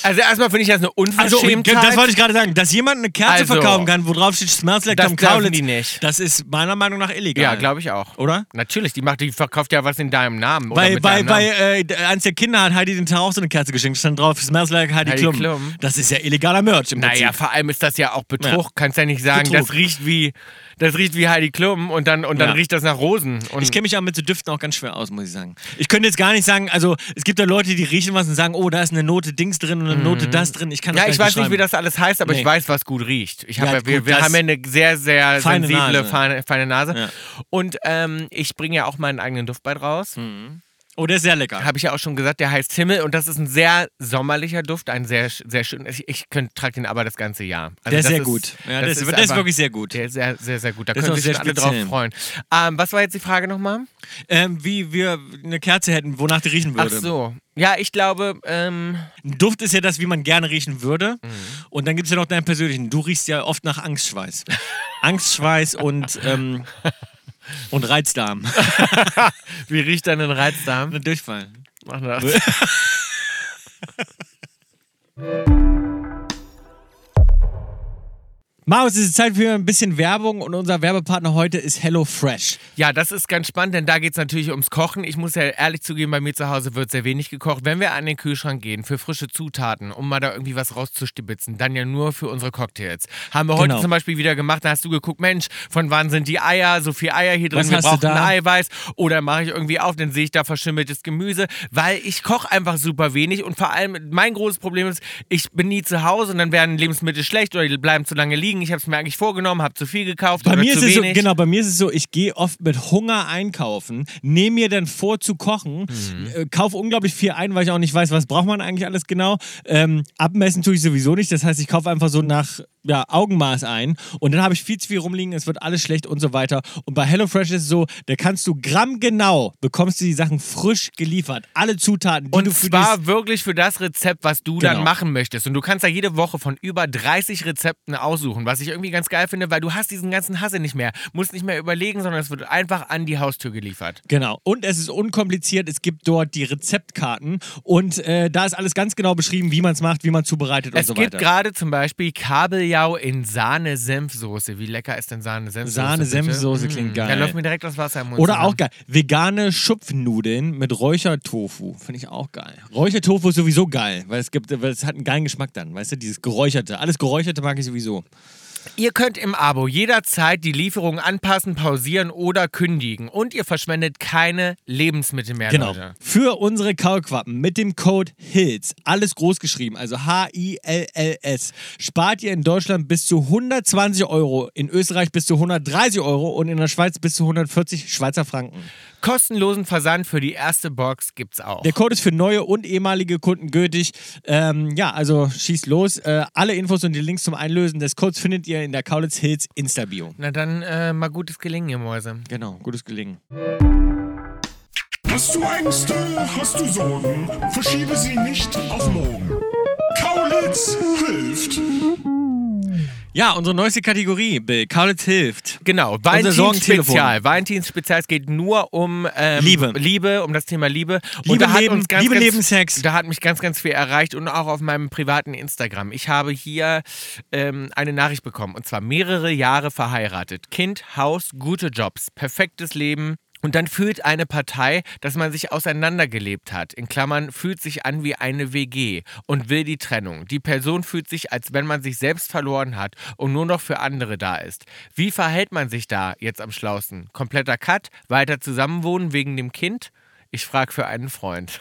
Also erstmal finde ich das eine Also, Unverschämtheit. das wollte ich gerade sagen, dass jemand eine Kerze Also, verkaufen kann, worauf steht Smells like das Tom dürfen Kaulitz, die nicht. das ist meiner Meinung nach illegal. ja, glaube ich auch. Oder? Natürlich, die macht, die verkauft ja was in deinem Namen. oder Bei, mit bei, deinem bei Namen. äh, eins der Kinder hat Heidi den Tag auch so eine Kerze geschenkt. Stand drauf, smells like Heidi, Heidi Klum. Klum. Das ist ja illegaler Merch im Naja, Prinzip. vor allem ist das ja auch Betrug. Ja. Kannst ja nicht sagen, Betrug. das riecht wie das riecht wie Heidi Klum und dann und dann Ja. riecht das nach Rosen. Und Ich kenne mich auch mit so Düften auch ganz schwer aus, muss ich sagen. Ich könnte jetzt gar nicht sagen, also es gibt ja Leute, die riechen was und sagen, oh, da ist eine Note Dings drin und eine Note das drin. Ich kann das Mhm. ja, gar ich weiß nicht, wie beschreiben. das alles heißt, aber ich Nee. weiß, was gut riecht. Ich hab, Ja, ja, wir gut, wir das- haben ja eine sehr, sehr Feine sensible, Nase. Feine, feine Nase. Ja. Und ähm, ich bringe ja auch meinen eigenen Duft bald raus. Oh, der ist sehr lecker. Habe ich ja auch schon gesagt, der heißt Himmel und das ist ein sehr sommerlicher Duft, ein sehr, sehr schön. Ich, ich könnt, trage den aber das ganze Jahr. Also der ist das sehr gut. Ja, der ist, der ist einfach- wirklich sehr gut. Der ist sehr, sehr, sehr gut. Da Das ist können auch sich sehr schon alle speziell. drauf freuen. Ähm, was war jetzt die Frage nochmal? Ähm, wie wir eine Kerze hätten, wonach die riechen Ach würde. so. Ja, ich glaube, ähm, Ein Duft ist ja das, wie man gerne riechen würde. Mhm. Und dann gibt es ja noch deinen persönlichen. Du riechst ja oft nach Angstschweiß. Angstschweiß und, ähm, und Reizdarm. wie riecht dann ein Reizdarm? Ein Durchfall. Mach das. Marius, es ist Zeit für ein bisschen Werbung und unser Werbepartner heute ist HelloFresh. Ja, das ist ganz spannend, denn da geht es natürlich ums Kochen. Ich muss ja ehrlich zugeben, bei mir zu Hause wird sehr wenig gekocht. Wenn wir an den Kühlschrank gehen für frische Zutaten, um mal da irgendwie was rauszustibitzen, dann ja nur für unsere Cocktails. Haben wir heute Genau. zum Beispiel wieder gemacht, da hast du geguckt, Mensch, von wann sind die Eier, so viel Eier hier drin, Was wir hast du brauchen da? Eiweiß. Oder mache ich irgendwie auf, dann sehe ich da verschimmeltes Gemüse, weil ich koche einfach super wenig und vor allem mein großes Problem ist, ich bin nie zu Hause und dann werden Lebensmittel schlecht oder die bleiben zu lange liegen. Ich habe es mir eigentlich vorgenommen, habe zu viel gekauft Bei oder mir, ist zu es so, wenig. genau, bei mir ist es so, ich gehe oft mit Hunger einkaufen, nehme mir dann vor zu kochen, Mhm. äh, kaufe unglaublich viel ein, weil ich auch nicht weiß, was braucht man eigentlich alles genau. Ähm, abmessen tue ich sowieso nicht, das heißt, ich kaufe einfach so nach ja, Augenmaß ein und dann habe ich viel zu viel rumliegen, es wird alles schlecht und so weiter. Und bei HelloFresh ist es so, da kannst du grammgenau, bekommst du die Sachen frisch geliefert, alle Zutaten, die Und du für dieses- zwar wirklich für das Rezept, was du Genau. dann machen möchtest. Und du kannst da jede Woche von über 30 Rezepten aussuchen, was ich irgendwie ganz geil finde, weil du hast diesen ganzen Hassel nicht mehr. Musst nicht mehr überlegen, sondern es wird einfach an die Haustür geliefert. Genau. Und es ist unkompliziert. Es gibt dort die Rezeptkarten und äh, da ist alles ganz genau beschrieben, wie man es macht, wie man zubereitet Es und so gibt weiter. gerade zum Beispiel Kabeljau in Sahne-Senfsoße. Wie lecker ist denn Sahne-Senfsoße? Sahne-Senfsoße bitte? klingt Mm, geil. Da läuft mir direkt das Wasser im Mund. Oder zusammen. auch geil, vegane Schupfnudeln mit Räuchertofu. Finde ich auch geil. Räuchertofu ist sowieso geil, weil es gibt, weil es hat einen geilen Geschmack dann, weißt du, dieses Geräucherte. Alles Geräucherte mag ich sowieso. Ihr könnt im Abo jederzeit die Lieferung anpassen, pausieren oder kündigen. Und ihr verschwendet keine Lebensmittel mehr, Genau. Leute. Für unsere Kaulquappen mit dem Code HILLS, alles groß geschrieben, also H-I-L-L-S, spart ihr in Deutschland bis zu 120 Euro, in Österreich bis zu 130 Euro und in der Schweiz bis zu 140 Schweizer Franken. Kostenlosen Versand für die erste Box gibt's auch. Der Code ist für neue und ehemalige Kunden gültig. Ähm, ja, also schießt los. Äh, alle Infos und die Links zum Einlösen des Codes findet ihr in der Kaulitz Hills Insta-Bio. Na dann äh, mal gutes Gelingen, ihr Mäuse. Genau, gutes Gelingen. Hast du Ängste? Hast du Sorgen? Verschiebe sie nicht auf morgen. Kaulitz hilft. Ja, unsere neueste Kategorie, Bill. Kaulitz hilft. Genau, Sorgentelefon. Valentins-Spezial. Valentins-Spezial, es geht nur um ähm, Liebe. Liebe, um das Thema Liebe. Liebe, Leben, Liebe, Leben, Sex. Da hat mich ganz, ganz viel erreicht und auch auf meinem privaten Instagram. Ich habe hier ähm, eine Nachricht bekommen und zwar mehrere Jahre verheiratet. Kind, Haus, gute Jobs, perfektes Leben. Und dann fühlt eine Partei, dass man sich auseinandergelebt hat. In Klammern fühlt sich an wie eine WG und will die Trennung. Die Person fühlt sich, als wenn man sich selbst verloren hat und nur noch für andere da ist. Wie verhält man sich da jetzt am schlausten? Kompletter Cut, weiter zusammenwohnen wegen dem Kind? Ich frage für einen Freund.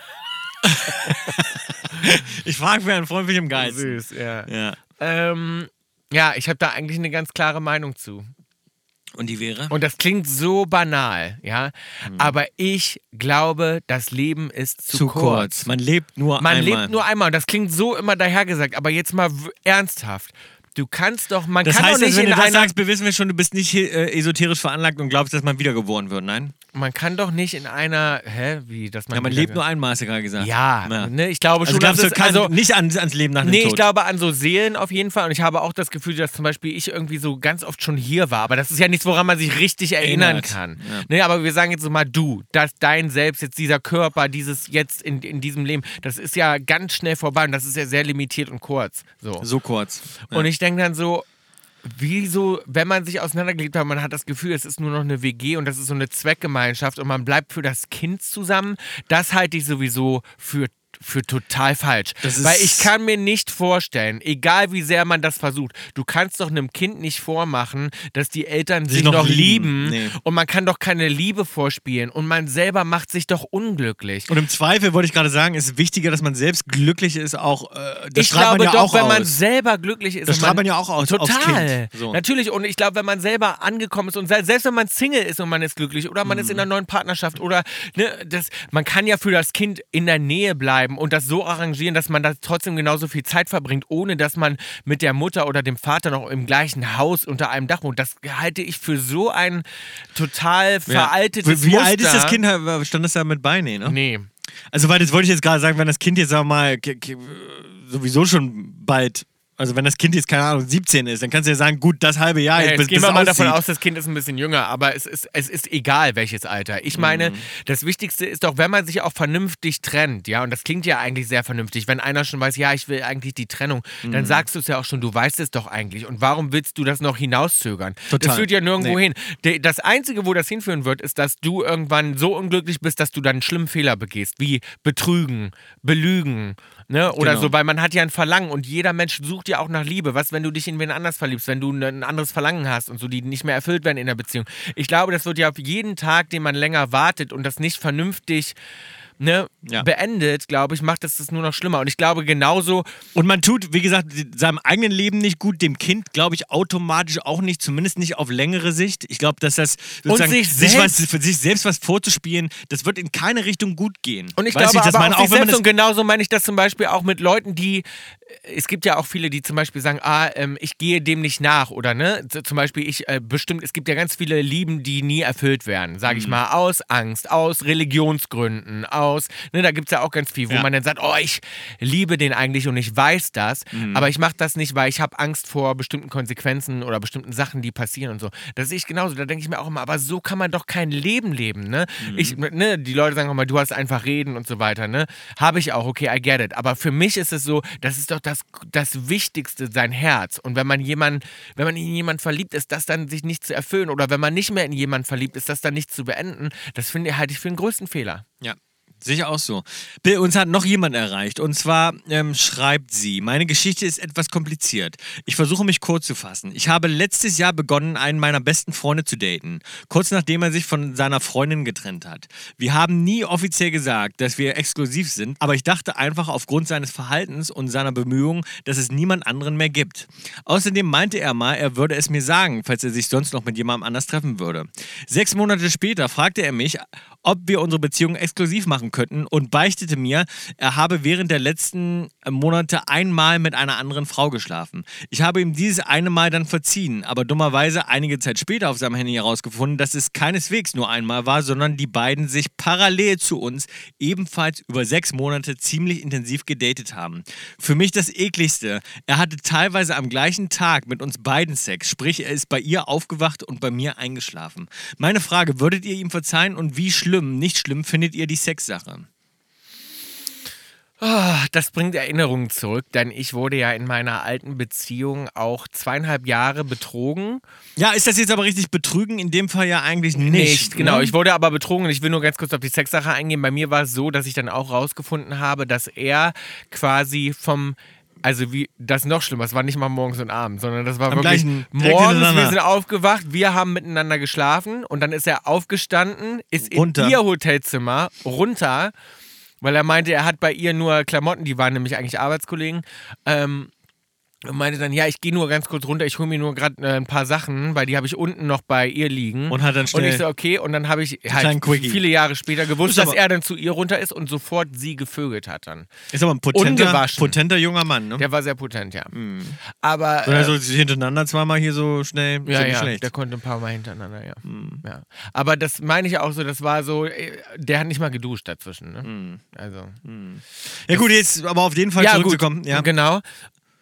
Ich frage für einen Freund, bin ich im Geist. ja. Ja. Ähm, ja, ich habe da eigentlich eine ganz klare Meinung zu. Und die wäre? Und das klingt so banal, ja. Mhm. Aber ich glaube, das Leben ist zu, kurz. Man lebt nur Man einmal. lebt nur einmal. Und das klingt so immer dahergesagt. Aber jetzt mal w- ernsthaft. Du kannst doch, man das kann heißt, doch nicht jetzt, wenn in du das einer, sagst, wissen wir schon, du bist nicht äh, esoterisch veranlagt und glaubst, dass man wiedergeboren wird. Nein? man kann doch nicht in einer, hä, wie, dass man. Ja, man lebt nur einmal, hast du gerade gesagt. Ja, ne, ich glaube Also schon, glaubst dass du es- kann, also- nicht an, ans Leben nach dem Nee, Tod? ich glaube an so Seelen auf jeden Fall. Und ich habe auch das Gefühl, dass zum Beispiel ich irgendwie so ganz oft schon hier war. Aber das ist ja nichts, woran man sich richtig erinnern Erinnert. kann. Nee, aber wir sagen jetzt so mal du, dass dein Selbst, jetzt dieser Körper, dieses jetzt in, in diesem Leben, das ist ja ganz schnell vorbei und das ist ja sehr limitiert und kurz. So. So kurz. Und ich denke dann so, wieso, wenn man sich auseinandergelebt hat, man hat das Gefühl, es ist nur noch eine WG und das ist so eine Zweckgemeinschaft und man bleibt für das Kind zusammen, das halte ich sowieso für für total falsch. Das ist- Weil ich kann mir nicht vorstellen, egal wie sehr man das versucht, du kannst doch einem Kind nicht vormachen, dass die Eltern sich, noch noch lieben, lieben. Nee. und man kann doch keine Liebe vorspielen und man selber macht sich doch unglücklich. Und im Zweifel wollte ich gerade sagen, ist wichtiger, dass man selbst glücklich ist, auch äh, das ich strahlt glaube man ja doch, auch wenn aus. man selber glücklich ist. Das und strahlt man ja auch aus- aufs Total. Kind. So. Natürlich. Und ich glaube, wenn man selber angekommen ist und se- selbst wenn man Single ist und man ist glücklich oder man ist Mhm. in einer neuen Partnerschaft oder ne, das, man kann ja für das Kind in der Nähe bleiben und das so arrangieren, dass man da trotzdem genauso viel Zeit verbringt, ohne dass man mit der Mutter oder dem Vater noch im gleichen Haus unter einem Dach wohnt. Das halte ich für so ein total Ja. veraltetes Wie, wie Muster. alt ist das Kind? Stand das da mit bei? Nee, ne? Nee. Also, weil das wollte ich jetzt gerade sagen, wenn das Kind jetzt, sag mal, k- k- sowieso schon bald, also wenn das Kind jetzt, keine Ahnung, 17 ist, dann kannst du ja sagen, gut, das halbe Jahr, Ja, jetzt, Äh, jetzt bis, gehen bis wir mal aussieht. davon aus, das Kind ist ein bisschen jünger, aber es ist, es ist egal, welches Alter. Mhm. Ich meine, das Wichtigste ist doch, wenn man sich auch vernünftig trennt, ja, und das klingt ja eigentlich sehr vernünftig, wenn einer schon weiß, ja, ich will eigentlich die Trennung, Mhm. dann sagst du es ja auch schon, du weißt es doch eigentlich. Und warum willst du das noch hinauszögern? Total. Das führt ja nirgendwo Nee. hin. De- Das Einzige, wo das hinführen wird, ist, dass du irgendwann so unglücklich bist, dass du dann einen schlimmen Fehler begehst, wie betrügen, belügen, ne, oder Genau. so, weil man hat ja ein Verlangen und jeder Mensch sucht ja auch nach Liebe. Was, wenn du dich in wen anders verliebst, wenn du ein anderes Verlangen hast und so, die nicht mehr erfüllt werden in der Beziehung. Ich glaube, das wird ja auf jeden Tag, den man länger wartet und das nicht vernünftig ne, Ja. beendet, glaube ich, macht es das nur noch schlimmer. Und ich glaube genauso, Und man tut, wie gesagt, seinem eigenen Leben nicht gut, dem Kind, glaube ich, automatisch auch nicht, zumindest nicht auf längere Sicht. Ich glaube, dass das sozusagen sich was, selbst- für sich selbst was vorzuspielen, das wird in keine Richtung gut gehen. Und ich Weißt du, glaube, dass aber man auch sich wenn man selbst das- und genauso meine ich das zum Beispiel auch mit Leuten, die es gibt ja auch viele, die zum Beispiel sagen, ah, ähm, ich gehe dem nicht nach oder ne, Z- zum Beispiel ich äh, bestimmt, es gibt ja ganz viele Lieben, die nie erfüllt werden, sage Mhm. ich mal, aus Angst, aus Religionsgründen, aus, ne, da gibt es ja auch ganz viel, wo Ja. man dann sagt, oh, ich liebe den eigentlich und ich weiß das, Mhm. aber ich mache das nicht, weil ich habe Angst vor bestimmten Konsequenzen oder bestimmten Sachen, die passieren und so. Das sehe ich genauso, da denke ich mir auch immer, aber so kann man doch kein Leben leben, ne? Ich, ne, die Leute sagen auch mal, du hast einfach reden und so weiter, ne? Habe ich auch, okay, I get it, aber für mich ist es so, das ist doch das, das Wichtigste, sein Herz und wenn man jemanden, wenn man in jemanden verliebt ist, das dann sich nicht zu erfüllen oder wenn man nicht mehr in jemanden verliebt ist, das dann nicht zu beenden, das finde halte ich für den größten Fehler. Ja. Sicher auch so. Bill, uns hat noch jemand erreicht. Und zwar ähm, schreibt sie, meine Geschichte ist etwas kompliziert. Ich versuche mich kurz zu fassen. Ich habe letztes Jahr begonnen, einen meiner besten Freunde zu daten. Kurz nachdem er sich von seiner Freundin getrennt hat. Wir haben nie offiziell gesagt, dass wir exklusiv sind, aber ich dachte einfach aufgrund seines Verhaltens und seiner Bemühungen, dass es niemand anderen mehr gibt. Außerdem meinte er mal, er würde es mir sagen, falls er sich sonst noch mit jemandem anders treffen würde. Sechs Monate später fragte er mich, ob wir unsere Beziehung exklusiv machen könnten und beichtete mir, er habe während der letzten Monate einmal mit einer anderen Frau geschlafen. Ich habe ihm dieses eine Mal dann verziehen, aber dummerweise einige Zeit später auf seinem Handy herausgefunden, dass es keineswegs nur einmal war, sondern die beiden sich parallel zu uns ebenfalls über sechs Monate ziemlich intensiv gedatet haben. Für mich das ekligste, er hatte teilweise am gleichen Tag mit uns beiden Sex, sprich er ist bei ihr aufgewacht und bei mir eingeschlafen. Meine Frage, würdet ihr ihm verzeihen und wie schlimm, nicht schlimm findet ihr die Sexsache? Ah, Das bringt Erinnerungen zurück, denn ich wurde ja in meiner alten Beziehung auch zweieinhalb Jahre betrogen. Ja, ist das jetzt aber richtig betrügen? In dem Fall ja eigentlich nicht. genau. ne? Ich wurde aber betrogen und ich will nur ganz kurz auf die Sexsache eingehen. Bei mir war es so, dass ich dann auch rausgefunden habe, dass er quasi vom also wie das noch schlimmer, es war nicht mal morgens und abends, sondern das war Am wirklich gleichen- direkt morgens, wir hintereinander. sind aufgewacht, wir haben miteinander geschlafen und dann ist er aufgestanden, ist in Runter. ihr Hotelzimmer runter, weil er meinte, er hat bei ihr nur Klamotten, die waren nämlich eigentlich Arbeitskollegen. Ähm, und meinte dann, ja, ich gehe nur ganz kurz runter, ich hole mir nur gerade äh, ein paar Sachen, weil die habe ich unten noch bei ihr liegen. Und hat dann Und ich schnell- so, okay, und dann habe ich kleinen halt Quickie. viele Jahre später gewusst, Ist aber- dass er dann zu ihr runter ist und sofort sie gevögelt hat dann. Ist aber ein potenter, Ungewaschen. potenter junger Mann, ne? Der war sehr potent, ja. Aber. Wenn Hm. er äh, so hintereinander zweimal hier so schnell, ist ja, nicht ja, schlecht. Hm. der konnte ein paar Mal hintereinander, ja. ja. Aber das meine ich auch so, das war so, äh, der hat nicht mal geduscht dazwischen, ne? Hm. Also. Ja gut, jetzt aber auf jeden Fall zurückzukommen. Gut. Ja. Genau.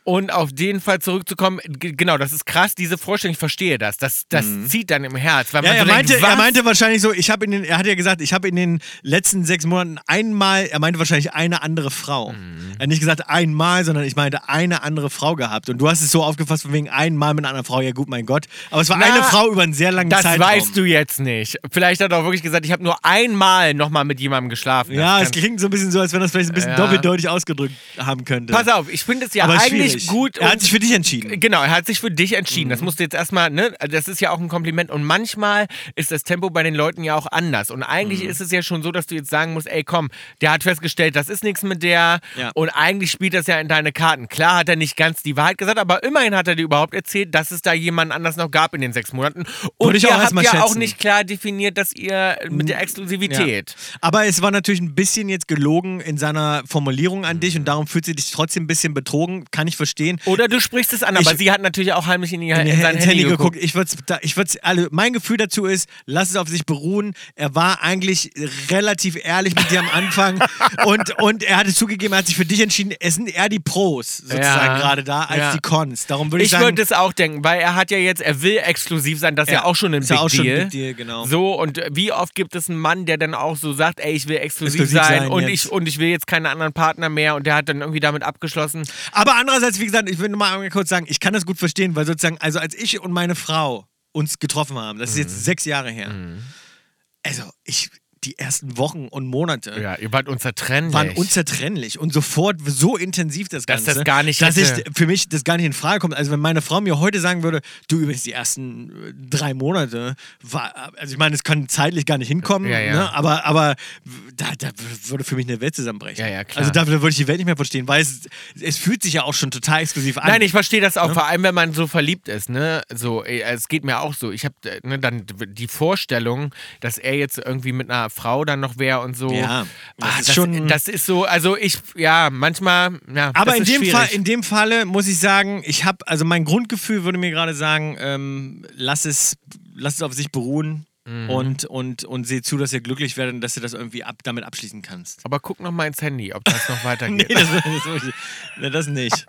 Und auf den Fall zurückzukommen, g- genau, das ist krass, diese Vorstellung, ich verstehe das. Das, das zieht dann im Herz. Weil Hm. Ja, man er so meinte, denkt, was? er meinte wahrscheinlich so, ich habe in den, er hat ja gesagt, ich habe in den letzten sechs Monaten einmal, er meinte wahrscheinlich eine andere Frau. Mhm. Er hat nicht gesagt einmal, sondern ich meinte eine andere Frau gehabt. Und du hast es so aufgefasst von wegen einmal mit einer anderen Frau, ja gut, mein Gott. Aber es war Na, eine Frau über einen sehr langen Das Zeitraum. weißt du jetzt nicht. Vielleicht hat er auch wirklich gesagt, ich habe nur einmal nochmal mit jemandem geschlafen. Das Ja, kann- es klingt so ein bisschen so, als wenn das vielleicht ein bisschen Ja. doppeldeutig ausgedrückt haben könnte. Pass auf, ich finde es ja aber eigentlich schwierig. gut. Er hat und- sich für dich entschieden. Genau, er hat sich für dich entschieden. Mhm. Das musst du jetzt erstmal, ne? Das ist ja auch ein Kompliment. Und manchmal ist das Tempo bei den Leuten ja auch anders. Und eigentlich Mhm. ist es ja schon so, dass du jetzt sagen musst, ey, komm, der hat festgestellt, das ist nichts mit der. Ja. Und eigentlich spielt das ja in deine Karten. Klar hat er nicht ganz die Wahrheit gesagt, aber immerhin hat er dir überhaupt erzählt, dass es da jemanden anders noch gab in den sechs Monaten. Und Würde ich ihr auch habt ja erstmal auch schätzen. Mhm. nicht klar definiert, dass ihr mit der Exklusivität. Ja. Aber es war natürlich ein bisschen jetzt gelogen in seiner Formulierung Mhm. an dich und darum fühlt sie dich trotzdem ein bisschen betrogen. Kann ich verstehen. Oder du sprichst es an, aber Ich- sie hat natürlich auch heimlich in, ihr, Äh, in, in, ihr sein ins Handy geguckt. Ich würde ich würd's, alle, mein Gefühl dazu ist, lass es auf sich beruhen. Er war eigentlich relativ ehrlich mit dir am Anfang und, und er hatte zugegeben, er hat sich für dich entschieden. Es sind eher die Pros sozusagen Ja. gerade da als Ja. die Cons. Darum würde ich, Ich sagen, würde es auch denken, weil er hat ja jetzt, er will exklusiv sein, das ist ja, Ja, auch schon ein ist Big ja auch schon Deal. ein Big Deal, genau. So, und äh, wie oft gibt es einen Mann, der dann auch so sagt, ey, ich will exklusiv, Exklusiv sein, sein und, jetzt. ich, und ich will jetzt keine anderen Partner mehr und der hat dann irgendwie damit abgeschlossen. Aber andererseits, wie gesagt, ich will nur mal kurz sagen, ich kann das gut verstehen, weil sozusagen, also als ich und meine Frau uns getroffen haben, das ist jetzt sechs Jahre her. Also, ich, die ersten Wochen und Monate Ja, ihr wart unzertrennlich. waren unzertrennlich und sofort so intensiv das Dass Ganze. das gar nicht Dass hätte. ich für mich das gar nicht in Frage kommt. Also wenn meine Frau mir heute sagen würde, du übrigens die ersten äh, drei Monate, war, also ich meine, es kann zeitlich gar nicht hinkommen, Ja, ja. Ne? aber, aber da, da würde für mich eine Welt zusammenbrechen. Ja, ja, klar. Also da würde ich die Welt nicht mehr verstehen, weil es, es fühlt sich ja auch schon total exklusiv an. Nein, ich verstehe das auch, vor allem wenn man so verliebt ist, ne? So, ey, es geht mir auch so. Ich habe ne, dann die Vorstellung, dass er jetzt irgendwie mit einer Frau dann noch wäre und so. Ja, das, das ah, ist das, schon- das ist so, also ich, ja, manchmal, ja. Aber das in ist dem, schwierig. Fall, in dem Falle muss ich sagen, ich habe, also mein Grundgefühl würde mir gerade sagen, ähm, lass, es, lass es auf sich beruhen Mhm. und, und, und seht zu, dass ihr glücklich werdet und dass ihr das irgendwie ab, damit abschließen kannst. Aber guck noch mal ins Handy, ob das noch weitergeht. Nee, das, das, muss ich- nee, das nicht.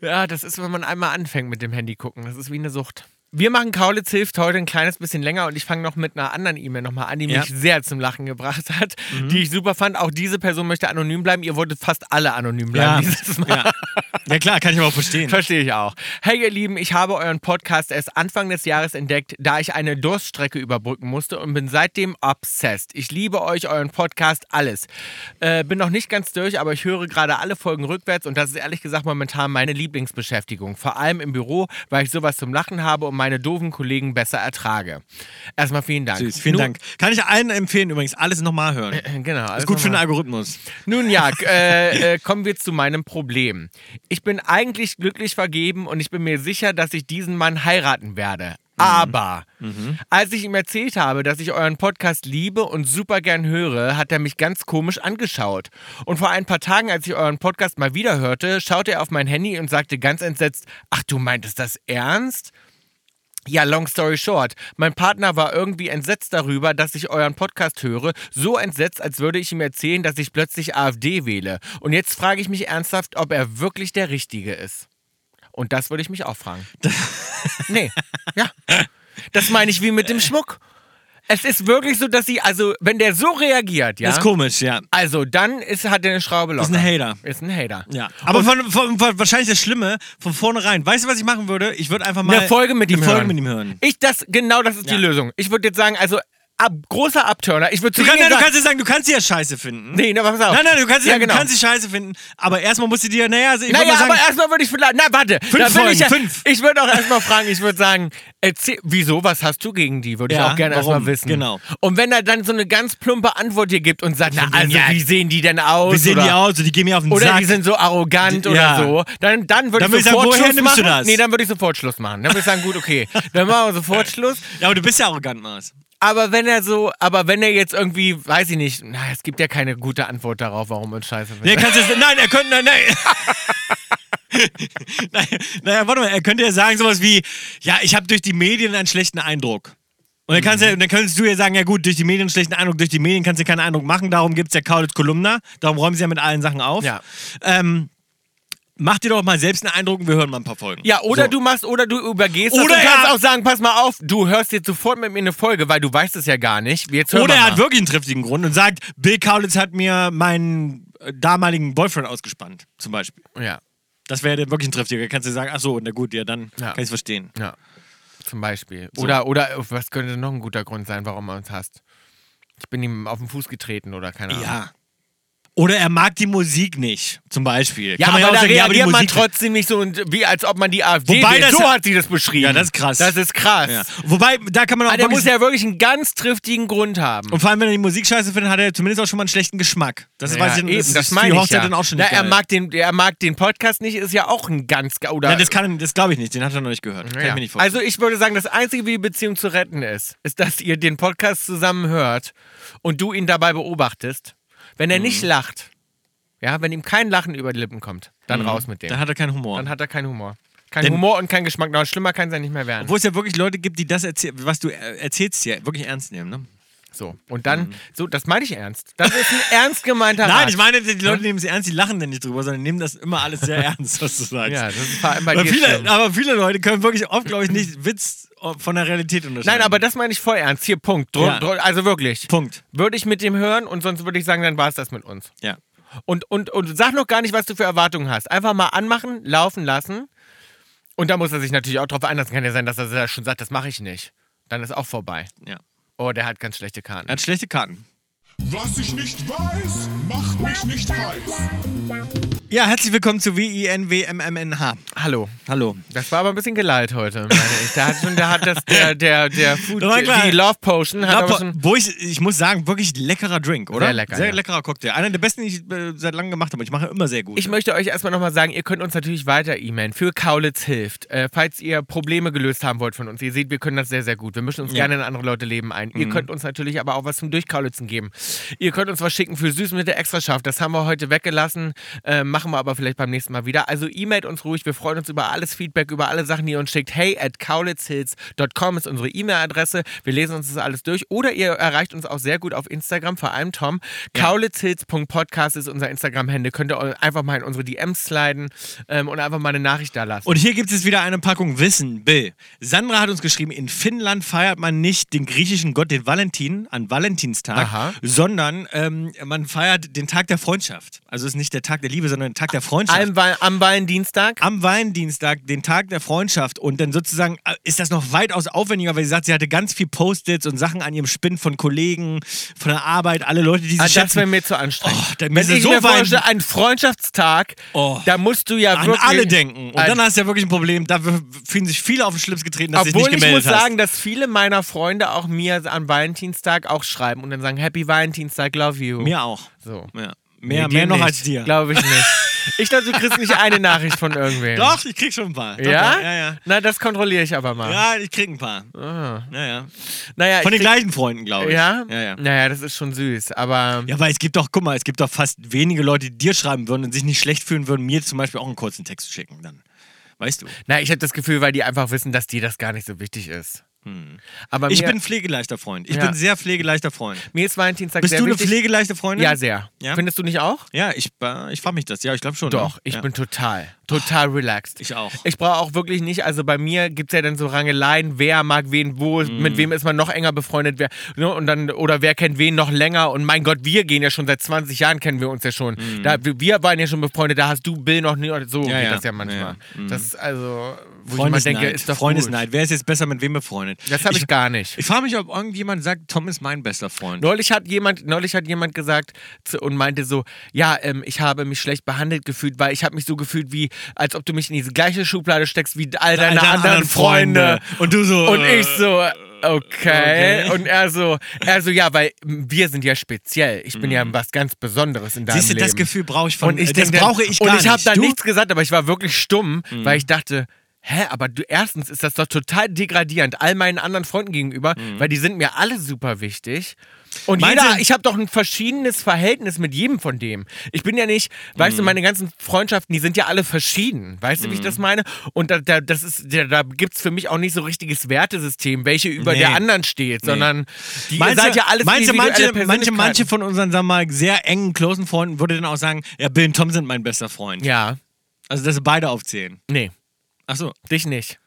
Ja, das ist, wenn man einmal anfängt mit dem Handy gucken. Das ist wie eine Sucht. Wir machen Kaulitz hilft heute ein kleines bisschen länger und ich fange noch mit einer anderen E-Mail nochmal an, die Ja. Mhm. mich sehr zum Lachen gebracht hat, die ich super fand. Auch diese Person möchte anonym bleiben. Ihr wolltet fast alle anonym Ja. bleiben dieses Mal. Ja. ja, klar, kann ich aber auch verstehen. Verstehe ich auch. Hey ihr Lieben, ich habe euren Podcast erst Anfang des Jahres entdeckt, da ich eine Durststrecke überbrücken musste und bin seitdem obsessed. Ich liebe euch, euren Podcast, alles. Äh, bin noch nicht ganz durch, aber ich höre gerade alle Folgen rückwärts und das ist ehrlich gesagt momentan meine Lieblingsbeschäftigung. Vor allem im Büro, weil ich sowas zum Lachen habe und meine doofen Kollegen besser ertrage. Erstmal vielen Dank. Süß, vielen Nun- Dank. Kann ich allen empfehlen übrigens, alles nochmal hören. Genau. alles Ist gut für den nochmal. Algorithmus. Nun ja, äh, äh, kommen wir zu meinem Problem. Ich bin eigentlich glücklich vergeben und ich bin mir sicher, dass ich diesen Mann heiraten werde. Aber als ich ihm erzählt habe, dass ich euren Podcast liebe und super gern höre, hat er mich ganz komisch angeschaut. Und vor ein paar Tagen, als ich euren Podcast mal wieder hörte, schaute er auf mein Handy und sagte ganz entsetzt: Ach, du meintest das ernst? Ja, long story short. Mein Partner war irgendwie entsetzt darüber, dass ich euren Podcast höre. So entsetzt, als würde ich ihm erzählen, dass ich plötzlich AfD wähle. Und jetzt frage ich mich ernsthaft, ob er wirklich der Richtige ist. Und das würde ich mich auch fragen. nee, ja. Das meine ich wie mit dem Schmuck. Es ist wirklich so, dass sie, also, wenn der so reagiert, ja. Das ist komisch, ja. Also, dann ist, hat er eine Schraube locker. Ist ein Hater. Ist ein Hater. Ja. Aber von, von, von, wahrscheinlich das Schlimme, von vornherein. Weißt du, was ich machen würde? Ich würde einfach mal. eine Folge mit ihm eine Folge hören. mit ihm hören. Ich das genau das ist Ja. die Lösung. Ich würde jetzt sagen, also ab, großer Abturner. Ich würde zu Du, kannst ihm ja, du sagen, kannst ja sagen, du kannst sie ja scheiße finden. nee, ne, pass auf. Nein, nein, du kannst, sie- ja, du genau. kannst sie scheiße finden. Aber erstmal musst du dir, naja, also ich würde naja, mal sagen, aber erstmal würde ich vielleicht. Na, warte. da will Folgen, ich, ja, fünf. ich würde auch erstmal fragen, ich würde sagen, erzähl, wieso, was hast du gegen die? Würde Ja, ich auch gerne warum? erstmal wissen. Genau. Und wenn er dann so eine ganz plumpe Antwort dir gibt und sagt, na, wegen, also, ja, wie sehen die denn aus? wie sehen oder, die aus? Und Die gehen mir auf den Oder Sack. die sind so arrogant Die- oder ja. so. Dann, dann würde Dann ich würd ich sagen, sofort woher Schluss nimmst machen. du das? Nee, dann würde ich sofort Schluss machen. Dann würde ich sagen, gut, okay. Dann machen wir sofort Schluss. ja, aber du bist ja arrogant, Mars. Aber wenn er so, aber wenn er jetzt irgendwie, weiß ich nicht, na, es gibt ja keine gute Antwort darauf, warum uns scheiße Nee, findet. kannst du jetzt, nein, er könnte, nein, nein. naja, naja, warte mal, er könnte ja sagen sowas wie, ja, ich habe durch die Medien einen schlechten Eindruck. Und dann, kannst du ja, Mhm. dann könntest du ja sagen, ja gut, durch die Medien einen schlechten Eindruck, durch die Medien kannst du keinen Eindruck machen, darum gibt es ja Kaulitz Kolumna, darum räumen sie ja mit allen Sachen auf. Ja. Ähm, mach dir doch mal selbst einen Eindruck und wir hören mal ein paar Folgen. Ja, oder So. du machst, oder du übergehst Oder das und er- kannst auch sagen, pass mal auf, du hörst jetzt sofort mit mir eine Folge, weil du weißt es ja gar nicht. Jetzt hör Oder mal er hat mal. wirklich einen triftigen Grund und sagt, Bill Kaulitz hat mir meinen äh, damaligen Boyfriend ausgespannt, zum Beispiel. Ja, Das wäre dann wirklich ein triftiger. Kannst du sagen, ach so, na gut, ja, dann Ja. kann ich es verstehen. ja. Zum Beispiel. Oder, oder äh, was könnte noch ein guter Grund sein, warum er uns hasst? Ich bin ihm auf den Fuß getreten oder keine Ahnung. Ja. Oder er mag die Musik nicht, zum Beispiel. Ja, Kann man aber ja auch da sagen, ja, aber die reagiert man Musik. trotzdem nicht so, und wie als ob man die AfD Wobei wählt. das- So hat sie das beschrieben. Ja, das ist krass. Das ist krass. ja. Wobei, da kann man auch Aber Ah, der muss wirklich, ja wirklich einen ganz triftigen Grund haben. Und vor allem, wenn er die Musik scheiße findet, hat er zumindest auch schon mal einen schlechten Geschmack. Das Ja, weiß ich eben, das, das ist meine die ich Hochzeit ja. dann auch schon Na, nicht er geil. mag den, er mag den Podcast nicht, ist ja auch ein ganz ge- oder. Nein, das kann, das glaube ich nicht. Den hat er noch nicht gehört. Kann Ja. ich mir nicht vorstellen. also ich würde sagen, das einzige, wie die Beziehung zu retten ist, ist, dass ihr den Podcast zusammen hört und du ihn dabei beobachtest. Wenn Mhm. er nicht lacht, ja, wenn ihm kein Lachen über die Lippen kommt, dann raus mit dem. dann Mhm. hat er keinen Humor. Also- dann hat er keinen Humor. Kein Denn- Humor und kein Geschmack. Noch schlimmer kann es ja nicht mehr werden. Wo es ja wirklich Leute gibt, die das erzählen, was du äh, erzählst, ja wirklich ernst nehmen, ne? So. Und dann, so, das meine ich ernst. Das ist ein ernst gemeinter Mhm. Nein, Rat. ich meine, die Leute nehmen es ernst, die lachen dann nicht drüber, sondern nehmen das immer alles sehr ernst, was du sagst. Ja, das ist bei- bei Aber dir schlimm. viele, aber viele Leute können wirklich oft, glaube ich, nicht Witz von der Realität unterscheiden. Nein, aber das meine ich voll ernst. Hier, Punkt. Dr Ja. dr also wirklich. Punkt. Würde ich mit dem hören und sonst würde ich sagen, dann war es das mit uns. Ja. Und, und, und sag noch gar nicht, was du für Erwartungen hast. Einfach mal anmachen, laufen lassen. Und da muss er sich natürlich auch drauf einlassen. Kann ja sein, dass er da schon sagt, das mache ich nicht. Dann ist auch vorbei. ja. Oh, der hat ganz schlechte Karten. Er hat schlechte Karten. Was ich nicht weiß, macht mich nicht heiß. Ja, herzlich willkommen zu WINWMMNH. Hallo. Hallo. Das war aber ein bisschen geleilt heute, meine ich. Da hat schon, da hat das, der, der, der Food, Na klar. die Love Potion hat aber Lapa- schon. wo ich, ich muss sagen, wirklich leckerer Drink, oder? Sehr lecker, Sehr ja. leckerer Cocktail. Einer der besten, die ich äh, seit langem gemacht habe. Ich mache immer sehr gut. Ich möchte euch erstmal nochmal sagen, ihr könnt uns natürlich weiter e-mailen für Kaulitz hilft. Äh, falls ihr Probleme gelöst haben wollt von uns, ihr seht, wir können das sehr, sehr gut. Wir mischen uns gerne in andere Leute Leben ein. Ihr könnt uns natürlich aber auch was zum Durchkaulitzen geben. Ihr könnt uns was schicken für Süßmittel extra scharf. Das haben wir heute weggelassen, äh, machen wir aber vielleicht beim nächsten Mal wieder. Also e-mailt uns ruhig. Wir freuen uns über alles Feedback, über alle Sachen, die ihr uns schickt. Hey at kaulitzhills.com ist unsere E-Mail-Adresse. Wir lesen uns das alles durch. Oder ihr erreicht uns auch sehr gut auf Instagram, vor allem Tom. Kaulitzhills.podcast ist unser Instagram-Hände. Könnt ihr eu- einfach mal in unsere DMs sliden ähm, und einfach mal eine Nachricht da lassen. Und hier gibt es wieder eine Packung Wissen, Bill. Sandra hat uns geschrieben, in Finnland feiert man nicht den griechischen Gott, den Valentin, an Valentinstag, Aha. sondern ähm, man feiert den Tag der Freundschaft. Also es ist nicht der Tag der Liebe, sondern der Tag der Freundschaft. am, Wa- am Valentinstag. am Valentinstag, den Tag der Freundschaft und dann sozusagen äh, ist das noch weitaus aufwendiger, weil sie sagt, sie hatte ganz viel Post-its und Sachen an ihrem Spinn von Kollegen, von der Arbeit, alle Leute, die sie Ah, das schätzen. wäre mir zu anstrengend. Oh, dann Wenn müssen ich so mir weit- vorstelle, ein Freundschaftstag, Oh. da musst du ja an wirklich... alle denken. Und An- dann hast du ja wirklich ein Problem. Da w- fühlen sich viele auf den Schlips getreten, dass sie Obwohl nicht ich gemeldet muss sagen, hast. dass viele meiner Freunde auch mir an Valentinstag auch schreiben und dann sagen, Happy Valentinstag, love you. Mir auch. So. Ja. Nee, dir Mehr, mehr noch nicht. als dir. Glaube ich nicht. Ich glaube, du kriegst nicht eine Nachricht von irgendwem. Doch, ich krieg schon ein paar. Doch, Ja? doch, Ja, ja. Na, das kontrolliere ich aber mal. Ja, ich krieg ein paar. Naja, Naja. Von Ah. ich den gleichen Freunden, glaube krieg- ich. ja? Ja, ja. Naja, das ist schon süß, aber. Ja, weil es gibt doch, guck mal, es gibt doch fast wenige Leute, die dir schreiben würden und sich nicht schlecht fühlen würden, mir zum Beispiel auch einen kurzen Text zu schicken dann. Weißt du? Na, ich habe das Gefühl, weil die einfach wissen, dass dir das gar nicht so wichtig ist. Aber Hm. Ich mir, bin pflegeleichter Freund. Ich Ja. bin sehr pflegeleichter Freund. mir ist Valentinstag Bist sehr du eine wichtig. pflegeleichte Freundin? Ja, sehr. Ja? Findest du nicht auch? Ja, ich, äh, ich frage mich das. Ja, ich glaube schon. ne? Doch, ich ja. bin total, total relaxed. Ich auch. Ich brauche auch wirklich nicht, also bei mir gibt es ja dann so Rangeleien, wer mag wen wo, Mhm. mit wem ist man noch enger befreundet, wer, ne, und dann, oder wer kennt wen noch länger und mein Gott, wir gehen ja schon seit 20 Jahren, kennen wir uns ja schon. Da, wir- wir waren ja schon befreundet, da hast du Bill noch nie, so Mhm. Ja, geht ja. das ja manchmal. Ja, Mhm. ja. Das ist also, wo ich mal Freundesneid. denke, ist doch Freundesneid. gut. Wer ist jetzt besser mit wem befreundet? Das habe ich, gar nicht. Ich frage mich, ob irgendjemand sagt, Tom ist mein bester Freund. Neulich hat jemand, neulich hat jemand gesagt zu, und meinte so, ja, ähm, ich habe mich schlecht behandelt gefühlt, weil ich habe mich so gefühlt wie, als ob du mich in diese gleiche Schublade steckst wie all deine deine anderen, anderen Freunde. Freunde. Und du so, und äh, ich so. Okay. okay. Und er so, er so, ja, weil wir sind ja speziell. Ich bin ja was ganz Besonderes in deinem Mhm. Siehst du, Leben. das Gefühl brauche ich von und ich Das denk dann- brauche ich gar Und ich habe nicht. da Du? Mhm. nichts gesagt, aber ich war wirklich stumm, weil ich dachte, hä, aber du, erstens ist das doch total degradierend all meinen anderen Freunden gegenüber, weil die sind mir alle super wichtig. Und Mhm. Meinst jeder, du- ich habe doch ein verschiedenes Verhältnis mit jedem von dem. Ich bin ja nicht, weißt Mhm. du, meine ganzen Freundschaften, die sind ja alle verschieden. Weißt du, wie ich das meine? Und da, da, das ist, da, da gibt es für mich auch nicht so richtiges Wertesystem, welche über Nee. der anderen steht, sondern die, ihr Meinst seid du- ja alles meinst du, individuelle manche, manche, manche Persönlichkeiten. von unseren, sagen wir mal, sehr engen, closen Freunden würde dann auch sagen, ja, Bill und Tom sind mein bester Freund. Ja, Also, dass sie beide aufzählen. nee, Achso, dich nicht.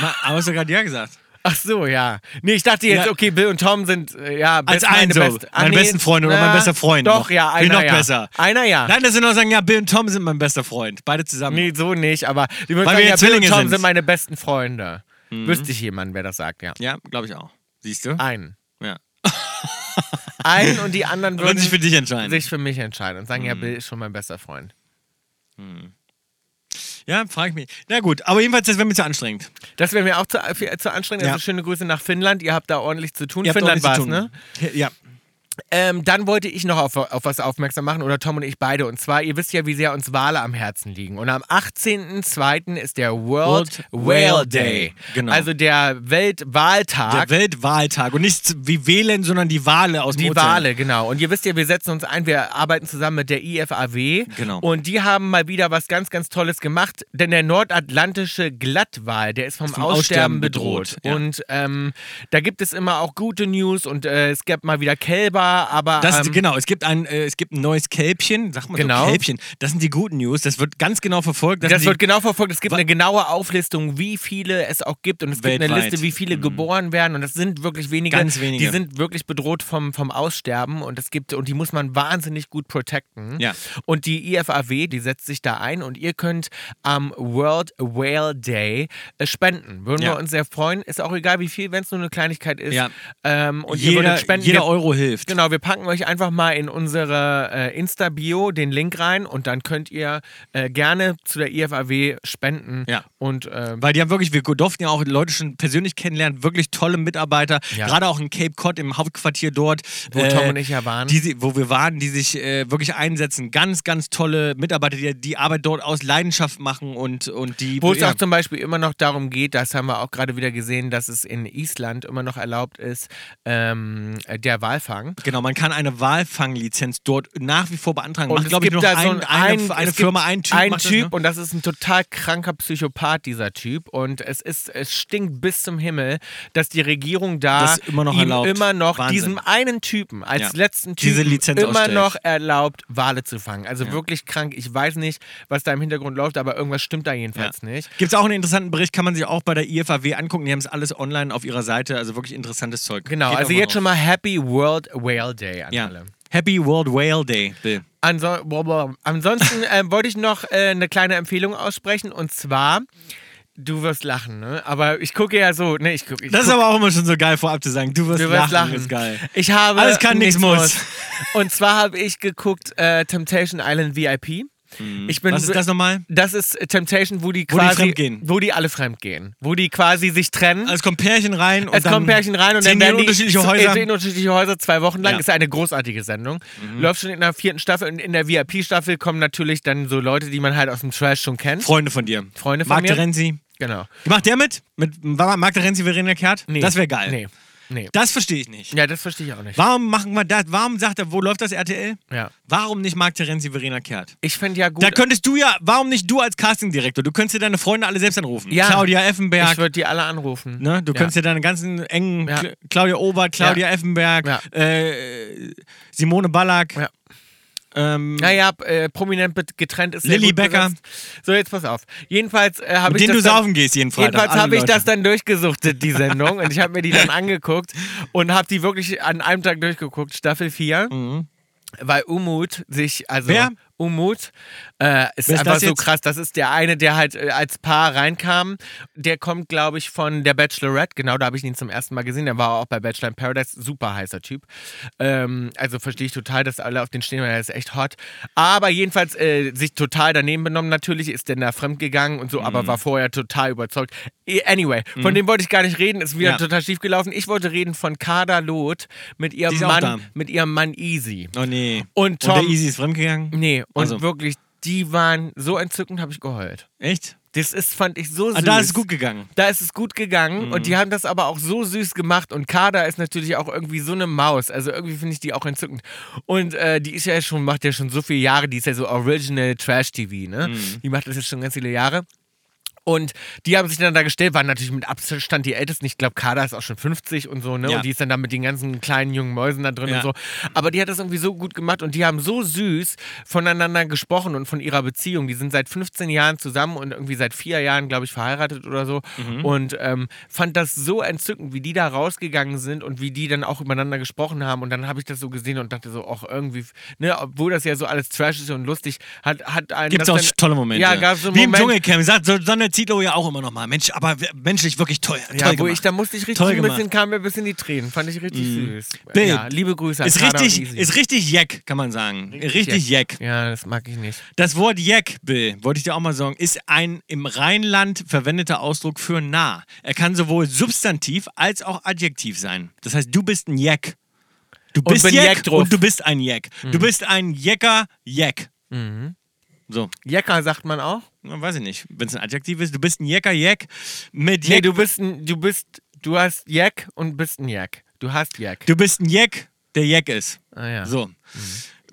ma- aber hast du gerade ja gesagt. Ach so, ja. Nee, ich dachte jetzt, Ja. okay, Bill und Tom sind, äh, ja, Als best- meine einen so, best- Ah, mein besten Freund oder na, mein bester Freund. Doch, noch. ja, Wen einer noch ja. besser. Einer ja. Nein, dass sie noch sagen, ja, Bill und Tom sind mein bester Freund. Beide zusammen. Nee, so nicht, aber die würden Weil sagen, wir ja, ja Bill und Zwillinge Tom sind. Mhm. sind meine besten Freunde. Wüsste ich jemanden, wer das sagt, ja. Ja, glaube ich auch. Siehst du? Einen. Ja. Einen und die anderen Würden würden sich für dich Mhm. entscheiden. sich für mich entscheiden und sagen, ja, Bill ist schon mein bester Freund. Ja, frage ich mich. Na gut, aber jedenfalls, das wäre mir zu anstrengend. Das wäre mir auch zu, viel- zu anstrengend. Ja. Also schöne Grüße nach Finnland. Ihr habt da ordentlich zu tun. Ihr habt Finnland war auch es, nichts ne? zu tun. Ja. Ähm, dann wollte ich noch auf, auf was aufmerksam machen, oder Tom und ich beide. Und zwar, ihr wisst ja, wie sehr uns Wale am Herzen liegen. Und am 18.02. ist der World, Whale Day. Genau. Also der Weltwahltag. Der Weltwahltag. Und nicht wie wählen, sondern die Wale aus dem die Ozean. Wale, genau. Und ihr wisst ja, wir setzen uns ein, wir arbeiten zusammen mit der IFAW. Genau. Und die haben mal wieder was ganz, ganz Tolles gemacht, denn der nordatlantische Glattwal, der ist vom, vom Aussterben Aussterben bedroht. bedroht, ja. Und ähm, da gibt es immer auch gute News und äh, es gab mal wieder Kälber, aber. Das, ähm, genau, es gibt, ein, äh, es gibt ein neues Kälbchen, sag mal Genau. so, Kälbchen. Das sind die guten News, das wird ganz genau verfolgt. Das sind wird die, genau verfolgt. Es gibt Wa- eine genaue Auflistung, wie viele es auch gibt. Und es gibt eine Weltweit. Mhm. Liste, wie viele geboren werden. Und das sind wirklich wenige. Ganz wenige. Die sind wirklich bedroht vom, vom Aussterben. Und es gibt, und die muss man wahnsinnig gut protecten. Ja. Und die IFAW, die setzt sich da ein. Und ihr könnt am World Whale Day äh, spenden. Würden Ja. wir uns sehr freuen. Ist auch egal, wie viel, wenn es nur eine Kleinigkeit ist. Ja. Ähm, und ihr jeder, würdet spenden. jeder Wir- Euro hilft. Genau, wir packen euch einfach mal in unsere äh, Insta-Bio den Link rein und dann könnt ihr äh, gerne zu der IFAW spenden. Ja. Und äh, Weil die haben wirklich, wir durften ja auch Leute schon persönlich kennenlernen, wirklich tolle Mitarbeiter, Ja. gerade auch in Cape Cod im Hauptquartier dort. äh, Wo Tom und ich ja waren. Die, sie- wo wir waren, die sich äh, wirklich einsetzen. Ganz, ganz tolle Mitarbeiter, die die Arbeit dort aus Leidenschaft machen und, und die. wo es ja. auch zum Beispiel immer noch darum geht, das haben wir auch gerade wieder gesehen, dass es in Island immer noch erlaubt ist, ähm, der Walfang. Genau, man kann eine Walfanglizenz dort nach wie vor beantragen. Und Macht, es glaube ich, gibt nur da noch so ein, ein- eine, eine es gibt Firma, ein Typ. Ein macht Typ das, ne? und das ist ein total kranker Psychopath, dieser Typ. Und es ist, es stinkt bis zum Himmel, dass die Regierung da Das immer noch ihm erlaubt. immer noch Wahnsinn. diesem einen Typen, als Ja. letzten Typen, Diese Lizenz immer ausstellt. noch erlaubt, Wale zu fangen. Also wirklich krank. Ich weiß nicht, was da im Hintergrund läuft, aber irgendwas stimmt da jedenfalls nicht. Gibt es auch einen interessanten Bericht, kann man sich auch bei der IFAW angucken. Die haben es alles online auf ihrer Seite, also wirklich interessantes Zeug. Genau, Geht also auch mal jetzt schon drauf. mal Happy World Whale Day an Ja. alle. Happy World Whale Day, Bill. Anso boah, boah. Ansonsten ähm, wollte ich noch äh, eine kleine Empfehlung aussprechen und zwar, du wirst lachen, ne? Aber ich gucke ja so, ne, ich gucke. Ich Das ist guck- aber auch immer schon so geil vorab zu sagen. Du wirst, du wirst lachen. ist geil. Ich habe Alles kann, nichts muss. Und zwar habe ich geguckt äh, Temptation Island VIP. Ich bin Mhm. Was ist das nochmal? Das ist Temptation, wo die Wo die quasi fremdgehen. wo die alle fremd gehen, wo die quasi sich trennen. Also es kommt Pärchen rein und Es dann kommen Pärchen rein und ziehen dann die werden in unterschiedliche zu- Häuser. äh, in unterschiedliche Häuser zwei Wochen lang. Ja. Mhm. Ist eine großartige Sendung. Läuft schon in der vierten Staffel und in der VIP-Staffel kommen natürlich dann so Leute, die man halt aus dem Trash schon kennt. Freunde von dir. Freunde von Marc mir. Terenzi. genau. Macht der mit? mit war Marc Terenzi, Verena Kehrt? Das wäre geil. Nee. Nee. Das verstehe ich nicht. Ja, das verstehe ich auch nicht. Warum machen wir das? Warum sagt er, wo läuft das RTL? Ja. Warum nicht Marc Terenzi Verena Kehrt? Ich fände ja gut. Da könntest du ja, warum nicht du als Castingdirektor? Du könntest dir deine Freunde alle selbst anrufen. Ja. Claudia Effenberg. ich würde die alle anrufen. Ne? Du ja. könntest ja deine ganzen engen Ja. Cl- Claudia Obert, Claudia Effenberg, Ja. äh, Simone Ballack, Ja. ähm, Naja, äh, prominent bet- getrennt ist sehr Lilly gut Becker. besetzt. So, jetzt pass auf. Jedenfalls äh, habe mit ich denen du das dann- saufen gehst jeden Freitag. Jedenfalls alle habe ich Leute. das dann durchgesuchtet, die Sendung. und ich habe mir die dann angeguckt und habe die wirklich an einem Tag durchgeguckt, Staffel 4. Weil Umut sich, also Mhm. Wer? Umut, äh, ist Wer ist einfach das so jetzt? krass. Das ist der eine, der halt äh, als Paar reinkam. Der kommt, glaube ich, von der Bachelorette. Genau, da habe ich ihn zum ersten Mal gesehen. Der war auch bei Bachelor in Paradise. Super heißer Typ. Ähm, also verstehe ich total, dass alle auf den stehen, weil er ist echt hot. Aber jedenfalls äh, sich total daneben benommen. Natürlich ist der da fremd gegangen und so, Mhm. aber war vorher total überzeugt. Eh, Anyway, von dem wollte ich gar nicht reden. Ist wieder Ja. total schief gelaufen. Ich wollte reden von Kader Loth mit ihrem ist auch da. Mann, mit ihrem Mann Easy. Oh nee. Und und der Tom- Easy ist fremdgegangen? Nee, und Also. wirklich, die waren so entzückend, habe ich geheult. Echt? Das ist, fand ich so süß. Ah, da ist es gut Mhm. gegangen. Da ist es gut gegangen und die haben das aber auch so süß gemacht. Und Kada ist natürlich auch irgendwie so eine Maus. Also irgendwie finde ich die auch entzückend. Und äh, die ist ja schon, macht ja schon so viele Jahre, die ist ja so Original Trash TV, ne? Mhm. Die macht das jetzt schon ganz viele Jahre. Und die haben sich dann da gestellt, waren natürlich mit Abstand die Ältesten. Ich glaube, Kada ist auch schon 50 und so, ne? Ja. Und die ist dann da mit den ganzen kleinen jungen Mäusen da drin Ja. und so. Aber die hat das irgendwie so gut gemacht und die haben so süß voneinander gesprochen und von ihrer Beziehung. Die sind seit 15 Jahren zusammen und irgendwie seit vier Jahren, glaube ich, verheiratet oder so. Mhm. Und ähm, fand das so entzückend, wie die da rausgegangen sind und wie die dann auch übereinander gesprochen haben. Und dann habe ich das so gesehen und dachte so, auch irgendwie, ne, obwohl das ja so alles trash ist und lustig, hat, hat einen. Gibt es das auch dann- tolle Momente. Ja, gab es so Wie im Momente- Dschungelcamp. Sagt so- Sonne Zitlo ja auch immer nochmal. Mensch, aber w- menschlich wirklich toll. toll Ja, wo gemacht. ich, da musste ich richtig Toll ein gemacht. bisschen, kamen mir ein bisschen die Tränen. Fand ich richtig süß. Babe, ja, liebe Grüße an Ist Kader und richtig, Easy. ist richtig Jack, kann man sagen. Richtig, Jack. Ja, das mag ich nicht. Das Wort Jack, Bill, wollte ich dir auch mal sagen, ist ein im Rheinland verwendeter Ausdruck für nah. Er kann sowohl Substantiv als auch Adjektiv sein. Das heißt, du bist ein Jack. Du Und bist bin Jack Jack drauf. Mhm. und du bist ein Jack. Du bist ein Jacker Jack. So, Jecker sagt man auch. na, weiß ich nicht, wenn es ein Adjektiv ist. Du bist ein Jacker Jack mit Nee, Jack. du bist ein, du bist, du hast Jack und bist ein Jack. Du hast Jack. Du bist ein Jack, der Jack ist. Ah, ja. So.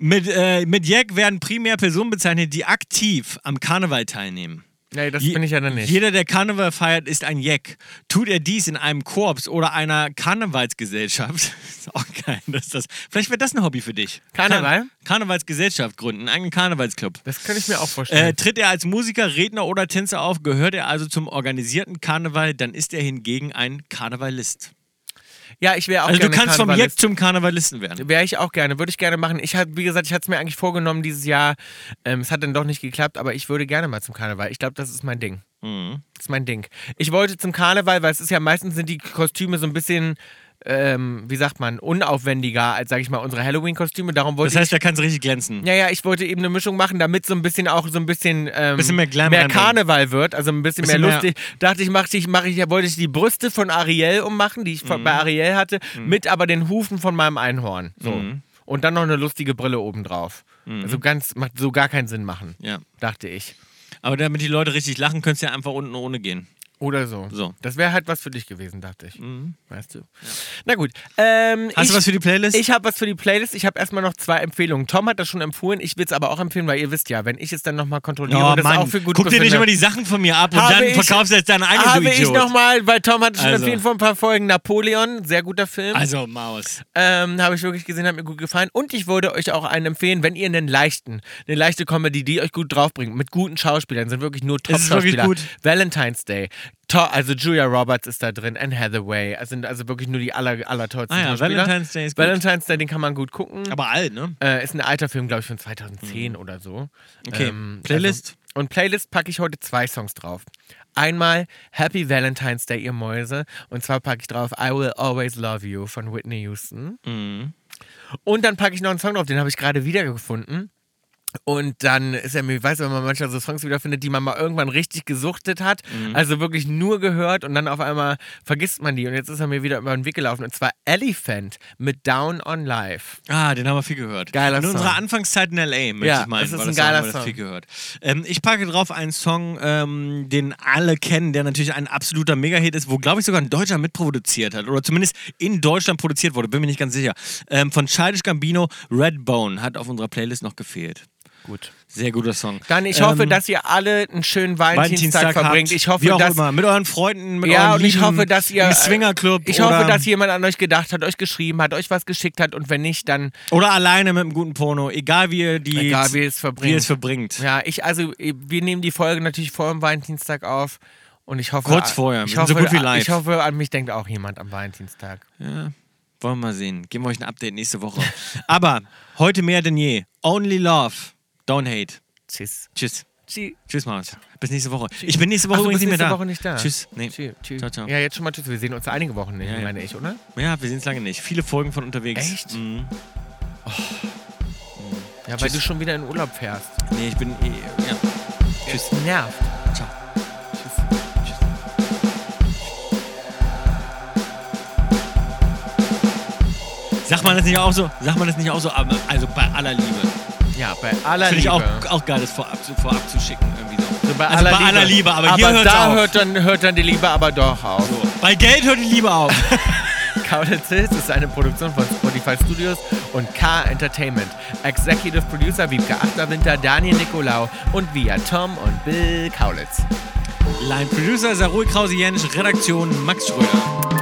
Mit, äh, mit Jack werden primär Personen bezeichnet, die aktiv am Karneval teilnehmen. nee, das Je- bin ich ja dann nicht. Jeder, der Karneval feiert, ist ein Jack. Tut er dies in einem Korps oder einer Karnevalsgesellschaft, ist auch geil, dass das. Vielleicht wäre das ein Hobby für dich. Karneval? Kar Karnevalsgesellschaft gründen, einen eigenen Karnevalsclub. das kann ich mir auch Äh, vorstellen. tritt er als Musiker, Redner oder Tänzer auf, gehört er also zum organisierten Karneval, dann ist er hingegen ein Karnevalist. ja, ich wäre auch Also du gerne kannst vom Jack Karnevalist. zum Karnevalisten werden. Wäre ich auch gerne, würde ich gerne machen. Ich hatte, wie gesagt, ich hatte es mir eigentlich vorgenommen dieses Jahr. Ähm, es hat dann doch nicht geklappt, aber ich würde gerne mal zum Karneval. Ich glaube, das ist mein Ding. Mhm. Das ist mein Ding. Ich wollte zum Karneval, weil es ist ja meistens sind die Kostüme so ein bisschen, ähm, wie sagt man, unaufwendiger als, sage ich mal, unsere Halloween-Kostüme. Darum wollte Das heißt, ich. da kannst du richtig glänzen. Ja, ja, ich wollte eben eine Mischung machen, damit so ein bisschen auch so ein bisschen, ähm, Bisschen mehr Glam reinbringen. Karneval wird, also ein bisschen, Bisschen mehr mehr- lustig. Dachte ich, machte ich, mache ich, ja, wollte ich die Brüste von Ariel ummachen, die ich von, Mhm. bei Ariel hatte, mit aber den Hufen von meinem Einhorn. So. Mhm. Und dann noch eine lustige Brille obendrauf. Also ganz, macht so gar keinen Sinn machen, Ja. dachte ich. Aber damit die Leute richtig lachen, könntest du ja einfach unten ohne gehen. Oder so. So. Mhm. Das wäre halt was für dich gewesen, dachte ich. Weißt du. Na gut. Ähm, Hast ich, du was für die Playlist? Ich habe was für die Playlist. Ich habe erstmal noch zwei Empfehlungen. Tom hat das schon empfohlen. Ich will es aber auch empfehlen, weil ihr wisst ja, wenn ich es dann nochmal kontrolliere Oh, und das Mann. auch für gut Guck dir nicht befinde, immer die Sachen von mir ab und habe dann ich- verkaufst du jetzt deine eigene Habe du ich Idiot. nochmal, weil Tom hat es schon Also. empfehlen vor ein paar Folgen, Napoleon, sehr guter Film. Also Maus. Ähm, habe ich wirklich gesehen, hat mir gut gefallen. Und ich würde euch auch einen empfehlen, wenn ihr einen leichten, eine leichte Comedy, die euch gut draufbringt, mit guten Schauspielern, sind wirklich nur Es ist wirklich Top-Schauspieler. gut. Valentine's Day. To also Julia Roberts ist da drin, Anne Hathaway. Es sind also wirklich nur die aller, aller tollsten Ah ja, Schauspieler. Valentine's Day ist gut. Valentine's Day, den kann man gut gucken. Aber Mhm. alt, ne? Äh, ist ein alter Film, glaube ich, von 2010 oder so. Okay, Playlist? Also, und Playlist packe ich heute zwei Songs drauf. Einmal Happy Valentine's Day, ihr Mäuse. Und zwar packe ich drauf I Will Always Love You von Mhm. Whitney Houston. Und dann packe ich noch einen Song drauf, den habe ich gerade wiedergefunden. Und dann ist er mir, ich weiß, wenn man manchmal so Songs wiederfindet, die man mal irgendwann richtig gesuchtet hat, Mhm. also wirklich nur gehört und dann auf einmal vergisst man die. Und jetzt ist er mir wieder über den Weg gelaufen. Und zwar Elephant mit Down on Life. Ah, den haben wir viel gehört. Geiler In Song. unserer Anfangszeit in L.A., möchte Ja, ich meinen. das ist war ein geiler haben wir Song. viel gehört. Ähm, ich packe drauf einen Song, ähm, den alle kennen, der natürlich ein absoluter Mega-Hit ist, wo, glaube ich, sogar ein Deutscher mitproduziert hat. Oder zumindest in Deutschland produziert wurde, bin mir nicht ganz sicher. Ähm, von Childish Gambino, Redbone, hat auf unserer Playlist noch gefehlt. Gut. Sehr guter Song. Dann, ich hoffe, Ähm, dass ihr alle einen schönen Valentinstag, verbringt. habt, Ich hoffe, wie auch dass. immer, mit euren Freunden, mit Ja, euren und ich Lieben, hoffe, dass ihr. äh, im Swingerclub Ich hoffe, oder, dass jemand an euch gedacht hat, euch geschrieben hat, euch was geschickt hat. Und wenn nicht, dann oder alleine mit einem guten Porno, egal wie ihr die Egal, wie ihr es verbringt. wie ihr es verbringt. Ja, ich, also, wir nehmen die Folge natürlich vor dem Valentinstag auf. Und ich hoffe. Kurz vorher, ich so hoffe, gut wie live. Ich hoffe, an mich denkt auch jemand am Valentinstag. Wollen wir mal sehen. Geben wir euch ein Update nächste Woche. Aber heute mehr denn je. Only love, don't hate. Tschüss. Tschüss. Tschüss. Tschüss, Maus. Bis nächste Woche. Ich bin nächste Ach, Woche du übrigens bist nicht mehr nächste da. Woche nicht da. Tschüss. Nee. Tschüss. Tschüss. Ciao, ciao. Ja, jetzt schon mal tschüss. Wir sehen uns einige Wochen nicht, Ja, ja. meine ich, oder? Ja, wir sehen uns lange nicht. Viele Folgen von unterwegs. Echt? Mhm. Ja, weil Tschüss. du schon wieder in Urlaub fährst. Nee, ich bin. eh- Ja. Tschüss. Nervt. Ciao. Tschüss. Tschüss. Sagt man das nicht auch so? Sagt man das nicht auch so? Aber- Also bei aller Liebe. Ja, bei aller Finde Äh, Liebe. ich auch, auch geil, das vorab, zu- vorab zu schicken. Irgendwie so. Also bei, Also aller, bei Liebe. aller Liebe, aber hier hört's da auf. Hört, dann, hört dann die Liebe aber doch auf. so. Bei Geld hört die Liebe auf. Kaulitz Hills ist eine Produktion von Spotify Studios und K Entertainment. Executive Producer Wiebke Achterwinter, Daniel Nicolau und wir, Tom und Bill Kaulitz. Line Producer Sarul Krause-Janisch, Redaktion Max Schröder.